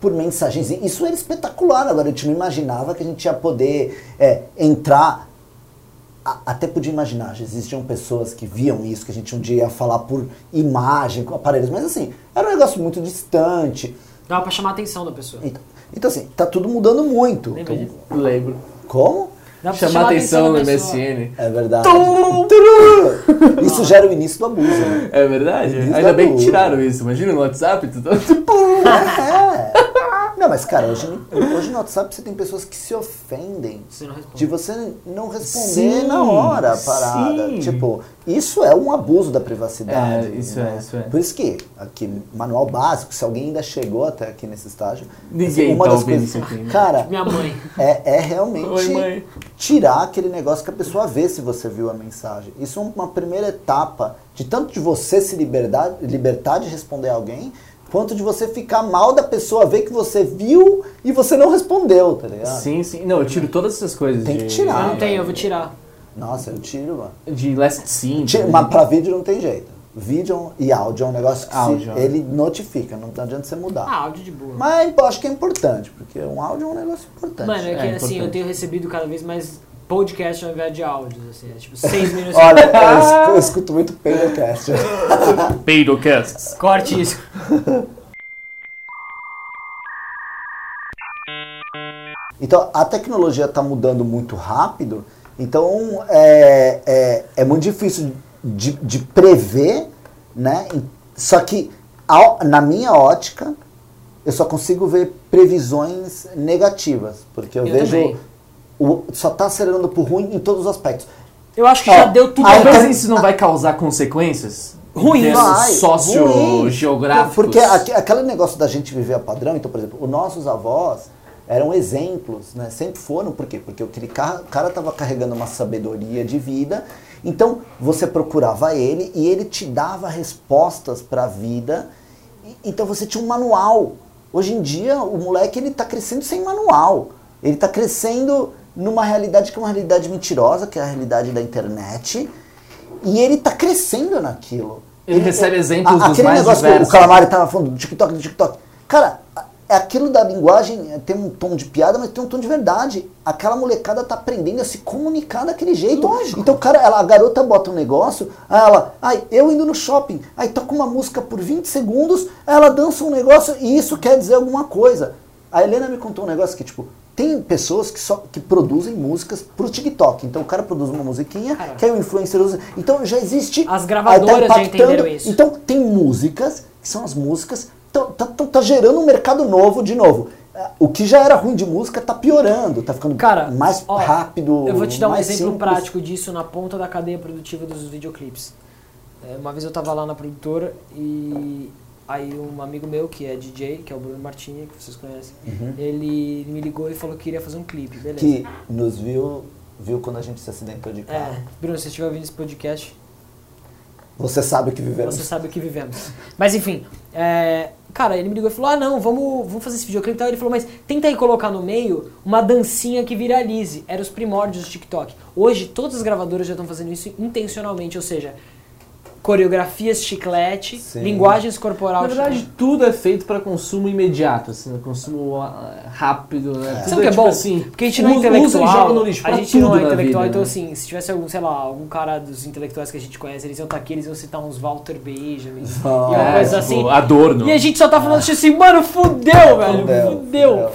Speaker 1: por mensagens. E Isso era espetacular. Agora, a gente não imaginava que a gente ia poder é, entrar a- até podia imaginar, já existiam pessoas que viam isso, que a gente um dia ia falar por imagem, com aparelhos, mas assim, era um negócio muito distante.
Speaker 2: Dava pra chamar a atenção da pessoa.
Speaker 1: Então, então, assim, tá tudo mudando muito.
Speaker 2: Lembra
Speaker 1: Então,
Speaker 2: disso?
Speaker 4: Lembro.
Speaker 1: como?
Speaker 2: Dá pra
Speaker 4: Chamar atenção no
Speaker 2: da pessoa.
Speaker 4: MSN.
Speaker 1: É verdade. Isso gera o início do abuso, né?
Speaker 4: É verdade?
Speaker 1: Eles
Speaker 4: Ainda bem que
Speaker 1: adoram.
Speaker 4: tiraram isso. Imagina no WhatsApp, tu tá...
Speaker 1: É. Não, mas cara, hoje, hoje no WhatsApp você tem pessoas que se ofendem
Speaker 2: Você não responde.
Speaker 1: de você não responder
Speaker 4: Sim,
Speaker 1: na hora a parada.
Speaker 4: sim.
Speaker 1: Tipo, isso é um abuso da privacidade. né?
Speaker 4: É, isso é, isso é.
Speaker 1: Por isso que, aqui, manual básico, se alguém ainda chegou até aqui nesse estágio, assim,
Speaker 4: Ninguém
Speaker 1: uma
Speaker 4: tá
Speaker 1: das
Speaker 4: ouvindo
Speaker 1: coisas.
Speaker 4: isso aqui, né?
Speaker 1: Cara,
Speaker 2: Minha mãe.
Speaker 1: é, é realmente
Speaker 4: Oi, mãe.
Speaker 1: tirar aquele negócio que a pessoa vê se você viu a mensagem. Isso é uma primeira etapa de tanto de você se liberdade, libertar de responder alguém, Quanto de você ficar mal da pessoa ver que você viu e você não respondeu, tá ligado?
Speaker 3: Sim, sim. Não, eu tiro todas essas coisas.
Speaker 1: Tem
Speaker 3: de,
Speaker 1: que tirar.
Speaker 2: Eu não tenho, eu vou tirar.
Speaker 1: é Nossa, eu tiro, mano.
Speaker 3: De last scene.
Speaker 1: Ti-
Speaker 3: também.
Speaker 1: Mas pra vídeo não tem jeito. Vídeo e áudio é um negócio que se-
Speaker 3: Áudio.
Speaker 1: ele notifica, não adianta você mudar.
Speaker 2: Ah, áudio de boa.
Speaker 1: Mas eu acho que é importante, porque um áudio é um negócio importante.
Speaker 2: Mano, é que
Speaker 3: É,
Speaker 2: assim,
Speaker 3: importante.
Speaker 2: eu tenho recebido cada vez mais podcast ao invés de áudios, assim. É tipo seis minutos.
Speaker 1: Olha, eu escuto, eu escuto muito Paintercast.
Speaker 4: Peidocasts.
Speaker 2: Corte isso.
Speaker 1: Então, a tecnologia está mudando muito rápido, então é, é, é muito difícil de, de prever, né? E- Só que, ao- na minha ótica, eu só consigo ver previsões negativas, porque eu,
Speaker 2: Eu
Speaker 1: vejo...
Speaker 2: também.
Speaker 1: O, só está acelerando por ruim em todos os aspectos.
Speaker 2: Eu acho que
Speaker 1: Ó,
Speaker 2: já deu tudo.
Speaker 1: aí- tá-
Speaker 3: Talvez isso não vai causar consequências?
Speaker 2: Ruim,
Speaker 1: Vai, ruim.
Speaker 3: sócio-geográficos.
Speaker 1: Porque aque- aquele negócio da gente viver a padrão, então, por exemplo, os nossos avós eram exemplos, né? Sempre foram, por quê? Porque aquele ca- cara estava carregando uma sabedoria de vida, então você procurava ele e ele te dava respostas para a vida, e- então você tinha um manual. Hoje em dia, o moleque ele está crescendo sem manual. Ele está crescendo numa realidade que é uma realidade mentirosa, que é a realidade da internet, e ele está crescendo naquilo. é,
Speaker 3: Ele recebe exemplos dos
Speaker 1: aquele
Speaker 3: mais
Speaker 1: negócio
Speaker 3: diversos.
Speaker 1: que o Calamari tava falando do TikTok, do TikTok. Cara, a- é aquilo da linguagem é, tem um tom de piada, mas tem um tom de verdade. Aquela molecada tá aprendendo a se comunicar daquele jeito. Então, cara, ela, a garota bota um negócio, aí ela, ai, eu indo no shopping, aí toca uma música por 20 segundos, aí ela dança um negócio e isso quer dizer alguma coisa. A Helena me contou um negócio que, tipo, tem pessoas que só que produzem músicas pro TikTok. Então o cara produz uma musiquinha, que aí o influencer usa. Então já existe
Speaker 2: As gravadoras já
Speaker 1: impactando.
Speaker 2: entenderam isso.
Speaker 1: Então tem músicas, que são as músicas, tá, tá- tá- tá gerando um mercado novo de novo. Ah, O que já era ruim de música tá piorando, tá ficando
Speaker 2: Cara,
Speaker 1: mais
Speaker 2: ó,
Speaker 1: rápido.
Speaker 2: Eu vou te dar um
Speaker 1: mais
Speaker 2: exemplo
Speaker 1: simples.
Speaker 2: prático disso na ponta da cadeia produtiva dos videoclipes. É, Uma vez eu tava lá na produtora e aí um amigo meu, que é DJ, que é o Bruno Martini, que vocês conhecem, ele me ligou e falou que queria fazer um clipe, beleza.
Speaker 1: Uhum. Que nos viu, viu quando a gente se acidentou de carro.
Speaker 2: É, Bruno, se você estiver ouvindo esse podcast,
Speaker 1: Você sabe o que vivemos.
Speaker 2: Você sabe o que vivemos. Mas enfim, é, cara, ele me ligou e falou: ah, não, vamos, vamos fazer esse videoclipe e tal. Ele falou: mas tenta aí colocar no meio uma dancinha que viralize. Era os primórdios do TikTok. Hoje, todas as gravadoras já estão fazendo isso intencionalmente, ou seja, coreografias chiclete,
Speaker 1: Sim.
Speaker 2: linguagens corporal. tipo,
Speaker 4: Na verdade,
Speaker 2: chiclete.
Speaker 4: tudo é feito pra consumo imediato, assim, né? consumo ah, rápido, né? Tudo
Speaker 2: Sabe o que é
Speaker 4: tipo
Speaker 2: bom?
Speaker 4: assim,
Speaker 2: Porque a gente não é
Speaker 4: usa-
Speaker 2: intelectual.
Speaker 4: Usa e joga no lixo,
Speaker 2: a
Speaker 4: pra
Speaker 2: gente
Speaker 4: tudo
Speaker 2: não é
Speaker 4: na
Speaker 2: intelectual,
Speaker 4: vida,
Speaker 2: então
Speaker 4: né?
Speaker 2: assim, se tivesse algum, sei lá, algum cara dos intelectuais que a gente conhece, eles iam estar aqui, eles iam citar uns Walter Benjamin. e uma
Speaker 1: Ah,
Speaker 2: coisa
Speaker 4: tipo,
Speaker 2: assim.
Speaker 4: Adorno.
Speaker 2: E a gente só tá falando assim, mano, fudeu, velho.
Speaker 1: Fudeu,
Speaker 2: Fudeu,
Speaker 1: fudeu,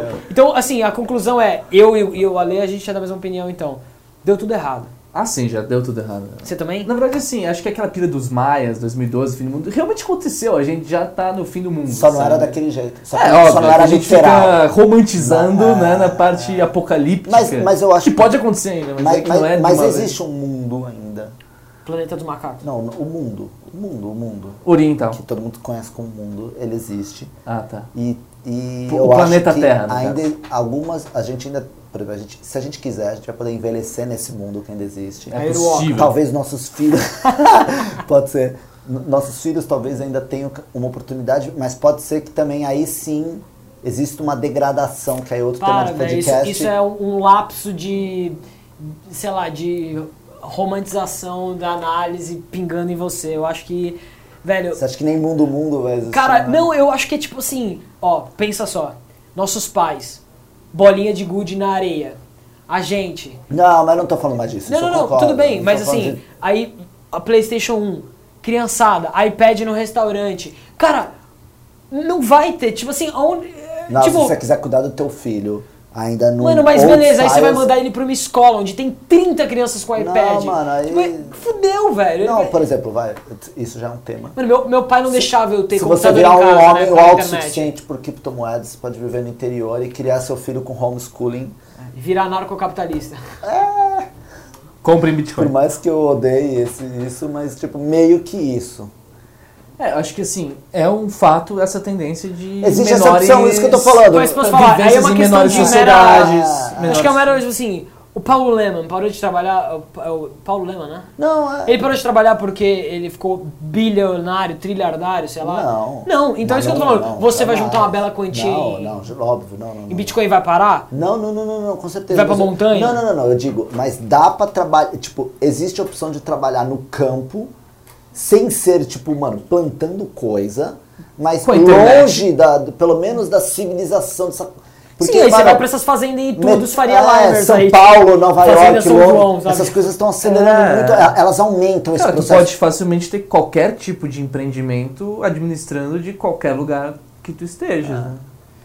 Speaker 2: fudeu. Então, assim, a conclusão é, eu e o- e o Ale, a gente é da mesma opinião, então. Deu tudo errado.
Speaker 3: Ah, sim, já deu tudo errado.
Speaker 2: Você também?
Speaker 3: Na verdade, assim, acho que aquela pira dos maias, 2012, fim do mundo, realmente aconteceu. A gente já tá no fim do mundo.
Speaker 1: Só não
Speaker 3: sabe?
Speaker 1: era daquele jeito. Só,
Speaker 3: É,
Speaker 1: só
Speaker 3: óbvio,
Speaker 1: não era
Speaker 3: a gente
Speaker 1: literal.
Speaker 3: fica romantizando, né, na parte apocalíptica.
Speaker 1: Mas- mas eu acho
Speaker 3: que...
Speaker 1: que-
Speaker 3: pode acontecer ainda, mas, é
Speaker 1: Mas,
Speaker 3: que
Speaker 1: mas-
Speaker 3: não é de
Speaker 1: mas
Speaker 3: uma vez.
Speaker 1: existe um mundo ainda.
Speaker 2: Planeta dos Macacos.
Speaker 1: Não, o mundo. O mundo, o mundo.
Speaker 3: Oriental.
Speaker 1: Que todo mundo conhece como mundo, ele existe.
Speaker 3: Ah, tá.
Speaker 1: E, e
Speaker 3: O
Speaker 1: eu
Speaker 3: planeta
Speaker 1: acho que
Speaker 3: Terra, no
Speaker 1: ainda algumas a gente ainda por exemplo, a gente- se a gente quiser a gente vai poder envelhecer nesse mundo que ainda existe
Speaker 2: É possível.
Speaker 1: talvez nossos filhos pode ser N- nossos filhos talvez ainda tenham uma oportunidade mas pode ser que também aí sim exista uma degradação que aí é outro
Speaker 2: Para,
Speaker 1: tema de
Speaker 2: velho, isso,
Speaker 1: podcast
Speaker 2: isso é um um lapso de, sei lá, de romantização da análise pingando em você. Eu acho que, velho...
Speaker 1: você acha que nem mundo mundo vai existir
Speaker 2: Cara,
Speaker 1: né?
Speaker 2: não, eu acho que é tipo assim, ó, pensa só. Nossos pais, bolinha de gude na areia. A gente,
Speaker 1: não mas eu não tô falando mais disso
Speaker 2: Não,
Speaker 1: isso eu
Speaker 2: não, não,
Speaker 1: concordo.
Speaker 2: tudo bem,
Speaker 1: Não tô
Speaker 2: mas
Speaker 1: falando
Speaker 2: assim,
Speaker 1: de-
Speaker 2: aí a PlayStation 1, criançada, iPad no restaurante. Cara, não vai ter, tipo assim, aonde. é,
Speaker 1: não,
Speaker 2: tipo,
Speaker 1: se você quiser cuidar do teu filho ainda não
Speaker 2: mano, mas
Speaker 1: ou
Speaker 2: beleza, aí você vai
Speaker 1: faz-
Speaker 2: mandar ele pra uma escola onde tem 30 crianças com iPad.
Speaker 1: mano, aí-
Speaker 2: Tipo, é- fudeu, velho.
Speaker 1: não
Speaker 2: Ele-
Speaker 1: por exemplo vai isso já é um tema
Speaker 2: Mano, meu, meu pai não deixava eu ter
Speaker 1: Se você
Speaker 2: computador em
Speaker 1: virar um
Speaker 2: casa, né,
Speaker 1: homem
Speaker 2: pela
Speaker 1: alto o
Speaker 2: internet.
Speaker 1: suficiente por criptomoedas, você pode viver no interior e criar seu filho com homeschooling.
Speaker 2: Virar narcocapitalista.
Speaker 3: Compre em
Speaker 1: Por
Speaker 4: Tá.
Speaker 3: Bitcoin.
Speaker 1: mais que eu odeie esse, isso, mas tipo, meio que isso.
Speaker 3: É, eu acho que assim, é um fato essa tendência de
Speaker 1: Existe essa
Speaker 3: menores...
Speaker 1: opção, isso que eu tô falando.
Speaker 2: Mas posso falar, aí é
Speaker 3: vivências
Speaker 2: uma
Speaker 3: em
Speaker 2: questão
Speaker 3: menores
Speaker 2: de mera...
Speaker 3: sociedades.
Speaker 2: Acho
Speaker 3: menores-
Speaker 2: que é uma era, tipo assim, O Paulo Leman parou de trabalhar. o- é o Paulo Leman, né?
Speaker 1: Não, é...
Speaker 2: Ele parou de trabalhar porque ele ficou bilionário, trilhardário, sei lá.
Speaker 1: Não.
Speaker 2: Não, então é isso que eu tô
Speaker 1: Não,
Speaker 2: falando.
Speaker 1: não,
Speaker 2: Você vai
Speaker 1: jamais.
Speaker 2: juntar uma bela quantia
Speaker 1: Não,
Speaker 2: em-
Speaker 1: não, ju- óbvio, não, não.
Speaker 2: e
Speaker 1: não.
Speaker 2: Bitcoin vai parar?
Speaker 1: Não, não, não, não, não, com certeza.
Speaker 2: Vai pra
Speaker 1: Mas eu-
Speaker 2: montanha?
Speaker 1: Não, não, não, não, eu digo, mas dá pra trabalhar, tipo, existe a opção de trabalhar no campo sem ser, tipo, mano, plantando coisa, mas
Speaker 4: Com a internet.
Speaker 1: longe, da, do- pelo menos da civilização dessa...
Speaker 2: Sim, aí você
Speaker 1: mano,
Speaker 2: vai pra essas fazendas e tudo,
Speaker 1: met-
Speaker 2: os faria
Speaker 1: é,
Speaker 2: liners
Speaker 1: São
Speaker 2: aí.
Speaker 1: Paulo, Nova
Speaker 2: Fazenda
Speaker 1: York,
Speaker 2: São João,
Speaker 1: Londres,
Speaker 2: sabe?
Speaker 1: essas coisas estão acelerando
Speaker 4: É.
Speaker 1: muito, e- elas aumentam esse
Speaker 4: Cara, tu
Speaker 1: processo.
Speaker 4: pode facilmente ter qualquer tipo de empreendimento administrando de qualquer lugar que tu esteja. né?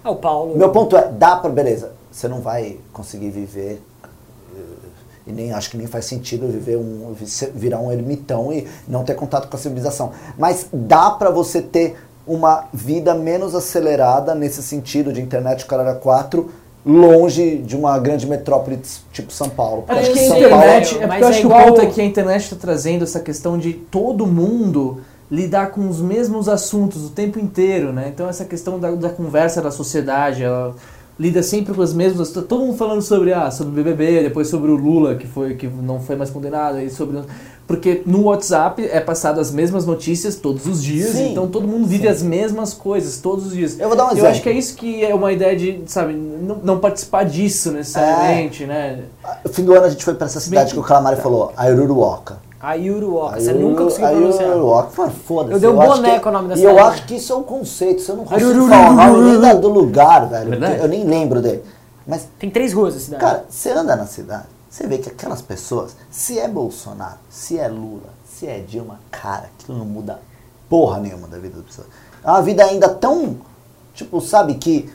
Speaker 2: Ah, o Paulo.
Speaker 1: Meu ponto é, dá pra, beleza, você não vai conseguir viver eh, e nem acho que nem faz sentido viver um vi- ser- virar um ermitão e não ter contato com a civilização. Mas dá pra você ter uma vida menos acelerada nesse sentido de internet caralho 4 longe de uma grande metrópole t- tipo São Paulo. Porque
Speaker 4: Acho que a
Speaker 2: Sim,
Speaker 4: internet,
Speaker 2: velho,
Speaker 4: é
Speaker 2: mas
Speaker 4: porque eu
Speaker 2: é
Speaker 4: acho que
Speaker 2: igual-
Speaker 4: o ponto é que a internet está trazendo essa questão de todo mundo lidar com os mesmos assuntos o tempo inteiro, né? Então essa questão da, da conversa da sociedade, ela lida sempre com as mesmas, tá todo mundo falando sobre ah, sobre o BBB, depois sobre o Lula que foi que não foi mais condenado, e sobre porque no WhatsApp é passado as mesmas notícias todos os dias,
Speaker 1: Sim.
Speaker 4: então todo mundo vive as mesmas coisas todos os dias.
Speaker 1: Eu vou dar um
Speaker 4: Eu
Speaker 1: exemplo.
Speaker 4: acho que é isso que é uma ideia de, sabe, não, não participar
Speaker 1: É.
Speaker 4: disso necessariamente, né?
Speaker 1: No fim do ano a gente foi pra essa cidade que o Calamari
Speaker 4: Tá.
Speaker 1: falou, a Ururuoca.
Speaker 2: A Yuruoka, você nunca conseguiu
Speaker 1: aí
Speaker 2: pronunciar.
Speaker 1: Eu, eu, mano, foda-se.
Speaker 2: Eu dei um
Speaker 1: acho
Speaker 2: boneco
Speaker 1: que-
Speaker 2: o nome da
Speaker 1: E eu
Speaker 2: cidade.
Speaker 1: acho que isso é um conceito. Você não consegue
Speaker 4: Arururu.
Speaker 1: falar o nome nem da- do lugar, velho.
Speaker 4: Verdade.
Speaker 1: Eu nem lembro dele. Mas,
Speaker 2: Tem três ruas na cidade.
Speaker 1: cara, você anda na cidade, você vê que aquelas pessoas, se é Bolsonaro, se é Lula, se é Dilma, cara, aquilo não muda porra nenhuma da vida das pessoas. É uma vida ainda tão, tipo, sabe, que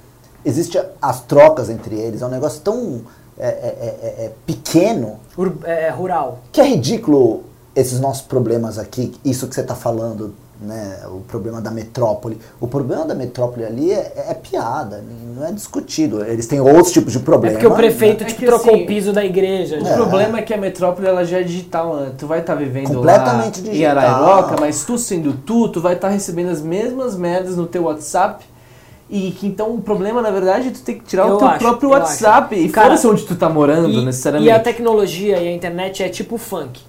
Speaker 1: existe as trocas entre eles, é um negócio tão é, é, é, é, é, pequeno
Speaker 2: Ur- é, é, rural.
Speaker 1: que é ridículo esses nossos problemas aqui, isso que você está falando, né? O problema da metrópole. O problema da metrópole ali é, é piada, não é discutido. Eles têm outros tipos de
Speaker 2: É
Speaker 1: problema. né?
Speaker 2: porque o prefeito
Speaker 4: É
Speaker 2: tipo,
Speaker 4: que,
Speaker 2: trocou
Speaker 4: assim,
Speaker 2: o piso da igreja.
Speaker 4: O
Speaker 2: tipo,
Speaker 4: problema é que a metrópole ela já é digital, né? Tu vai estar vivendo
Speaker 1: Completamente
Speaker 4: lá
Speaker 1: digital.
Speaker 4: em Arairoca, mas tu sendo tu, tu vai estar recebendo as mesmas merdas no teu WhatsApp. E que então o problema, na verdade, é tu tem que tirar
Speaker 2: Eu
Speaker 4: o teu
Speaker 2: acho,
Speaker 4: próprio
Speaker 2: eu
Speaker 4: WhatsApp.
Speaker 2: acho.
Speaker 4: E
Speaker 2: Cara,
Speaker 4: fora se onde tu tá morando,
Speaker 2: e,
Speaker 4: necessariamente.
Speaker 2: e a tecnologia e a internet é tipo funk.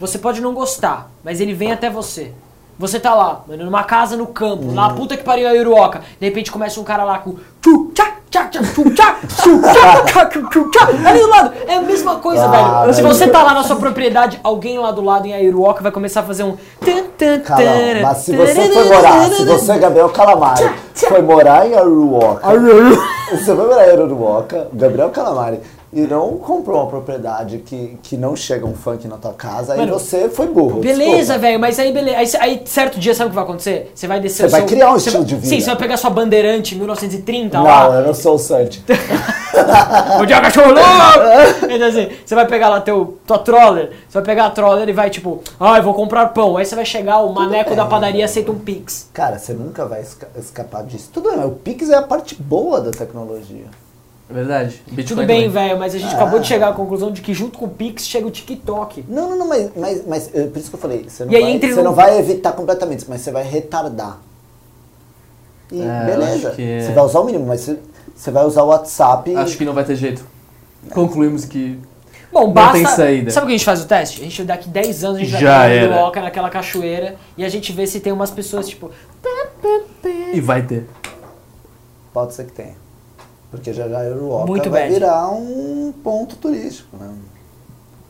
Speaker 2: Você pode não gostar, mas ele vem até você. Você tá lá, mano, numa casa no campo,
Speaker 1: Uhum.
Speaker 2: lá puta que pariu a Iruoca. De repente começa um cara lá com. tchu, tchá, tchá, tchá, tchu, tchá, tchu, tchá, tchá, tchu, tchu, tchá, Ali do lado. É a mesma coisa,
Speaker 1: Ah,
Speaker 2: velho. Se
Speaker 1: velho.
Speaker 2: você tá lá na sua propriedade, alguém lá do lado em Airuoca vai começar a fazer um. tan, tan,
Speaker 1: Calão,
Speaker 2: tan,
Speaker 1: mas se
Speaker 2: tan,
Speaker 1: você
Speaker 2: tan,
Speaker 1: foi
Speaker 2: tan,
Speaker 1: morar,
Speaker 2: tan,
Speaker 1: se
Speaker 2: tan,
Speaker 1: você, é Gabriel Calamari, foi morar em Aruoca, você foi morar em Aruoca, Gabriel Calamari, e não comprou uma propriedade que, que não chega um funk na tua casa, aí
Speaker 2: Mano,
Speaker 1: você foi burro.
Speaker 2: Beleza,
Speaker 1: desculpa.
Speaker 2: velho, mas aí beleza. Aí, aí certo dia sabe o que vai acontecer? Você vai descer
Speaker 1: Você
Speaker 2: o
Speaker 1: vai
Speaker 2: seu-
Speaker 1: criar um
Speaker 2: você
Speaker 1: estilo
Speaker 2: vai-
Speaker 1: de vida.
Speaker 2: Sim, você vai pegar sua bandeirante 1930
Speaker 1: Não,
Speaker 2: lá.
Speaker 1: eu não sou o Santi.
Speaker 2: O dia cachorro louco! Então, assim, você vai pegar lá teu tua troller, você vai pegar a troller e vai tipo, ah, eu vou comprar pão. Aí você vai chegar, o maneco da padaria aceita um pix.
Speaker 1: Cara, você nunca vai esca- escapar disso. Tudo bem, o Pix é a parte boa da tecnologia.
Speaker 4: Verdade. Bitcoin
Speaker 2: Tudo bem,
Speaker 4: também.
Speaker 2: velho, mas a gente acabou de chegar à conclusão de que junto com o pix chega o TikTok.
Speaker 1: Não, não, não, mas, mas, mas eh, por isso que eu falei, você não,
Speaker 2: E aí um
Speaker 1: vai,
Speaker 2: entre
Speaker 1: você
Speaker 2: no-
Speaker 1: não vai evitar completamente, mas você vai retardar. E
Speaker 4: É, eu
Speaker 1: beleza,
Speaker 4: acho que é.
Speaker 1: você vai usar o mínimo, mas você, você vai usar o WhatsApp. e-
Speaker 4: Acho que não vai ter jeito. Concluímos que.
Speaker 2: Bom,
Speaker 4: Não
Speaker 2: basta.
Speaker 4: tem saída.
Speaker 2: Sabe o que a gente faz o teste? A gente daqui 10 anos a gente
Speaker 4: Já
Speaker 2: vai
Speaker 4: era.
Speaker 2: pegar o naquela cachoeira e a gente vê se tem umas pessoas tipo.
Speaker 4: E vai ter.
Speaker 1: Pode ser que tenha. Porque já já Europa
Speaker 2: Muito
Speaker 1: vai
Speaker 2: bad.
Speaker 1: virar um ponto turístico, né?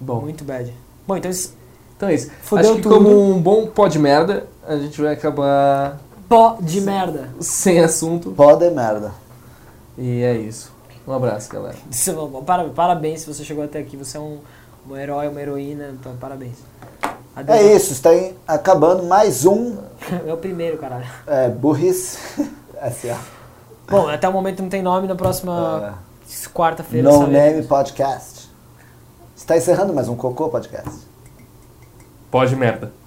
Speaker 4: Bom.
Speaker 2: Muito bad. Bom, então isso.
Speaker 4: Então é isso.
Speaker 2: Fudeu
Speaker 4: Acho que
Speaker 2: tudo.
Speaker 4: como um bom pó de merda, a gente vai acabar
Speaker 2: Pó de merda.
Speaker 4: sem assunto.
Speaker 1: Pode é merda.
Speaker 4: E é isso. Um abraço, galera.
Speaker 2: Isso, bom, para- Parabéns se você chegou até aqui. Você é um, um herói, uma heroína. Então, parabéns. Adeus.
Speaker 1: É isso, está aí acabando mais um
Speaker 2: É o primeiro, caralho.
Speaker 1: é, Burris S.A.
Speaker 2: Bom, até o momento não tem nome. Na
Speaker 4: É.
Speaker 2: próxima quarta-feira.
Speaker 1: No
Speaker 2: sabe?
Speaker 1: Name Podcast. Está encerrando mais um Cocô Podcast.
Speaker 13: Pode merda.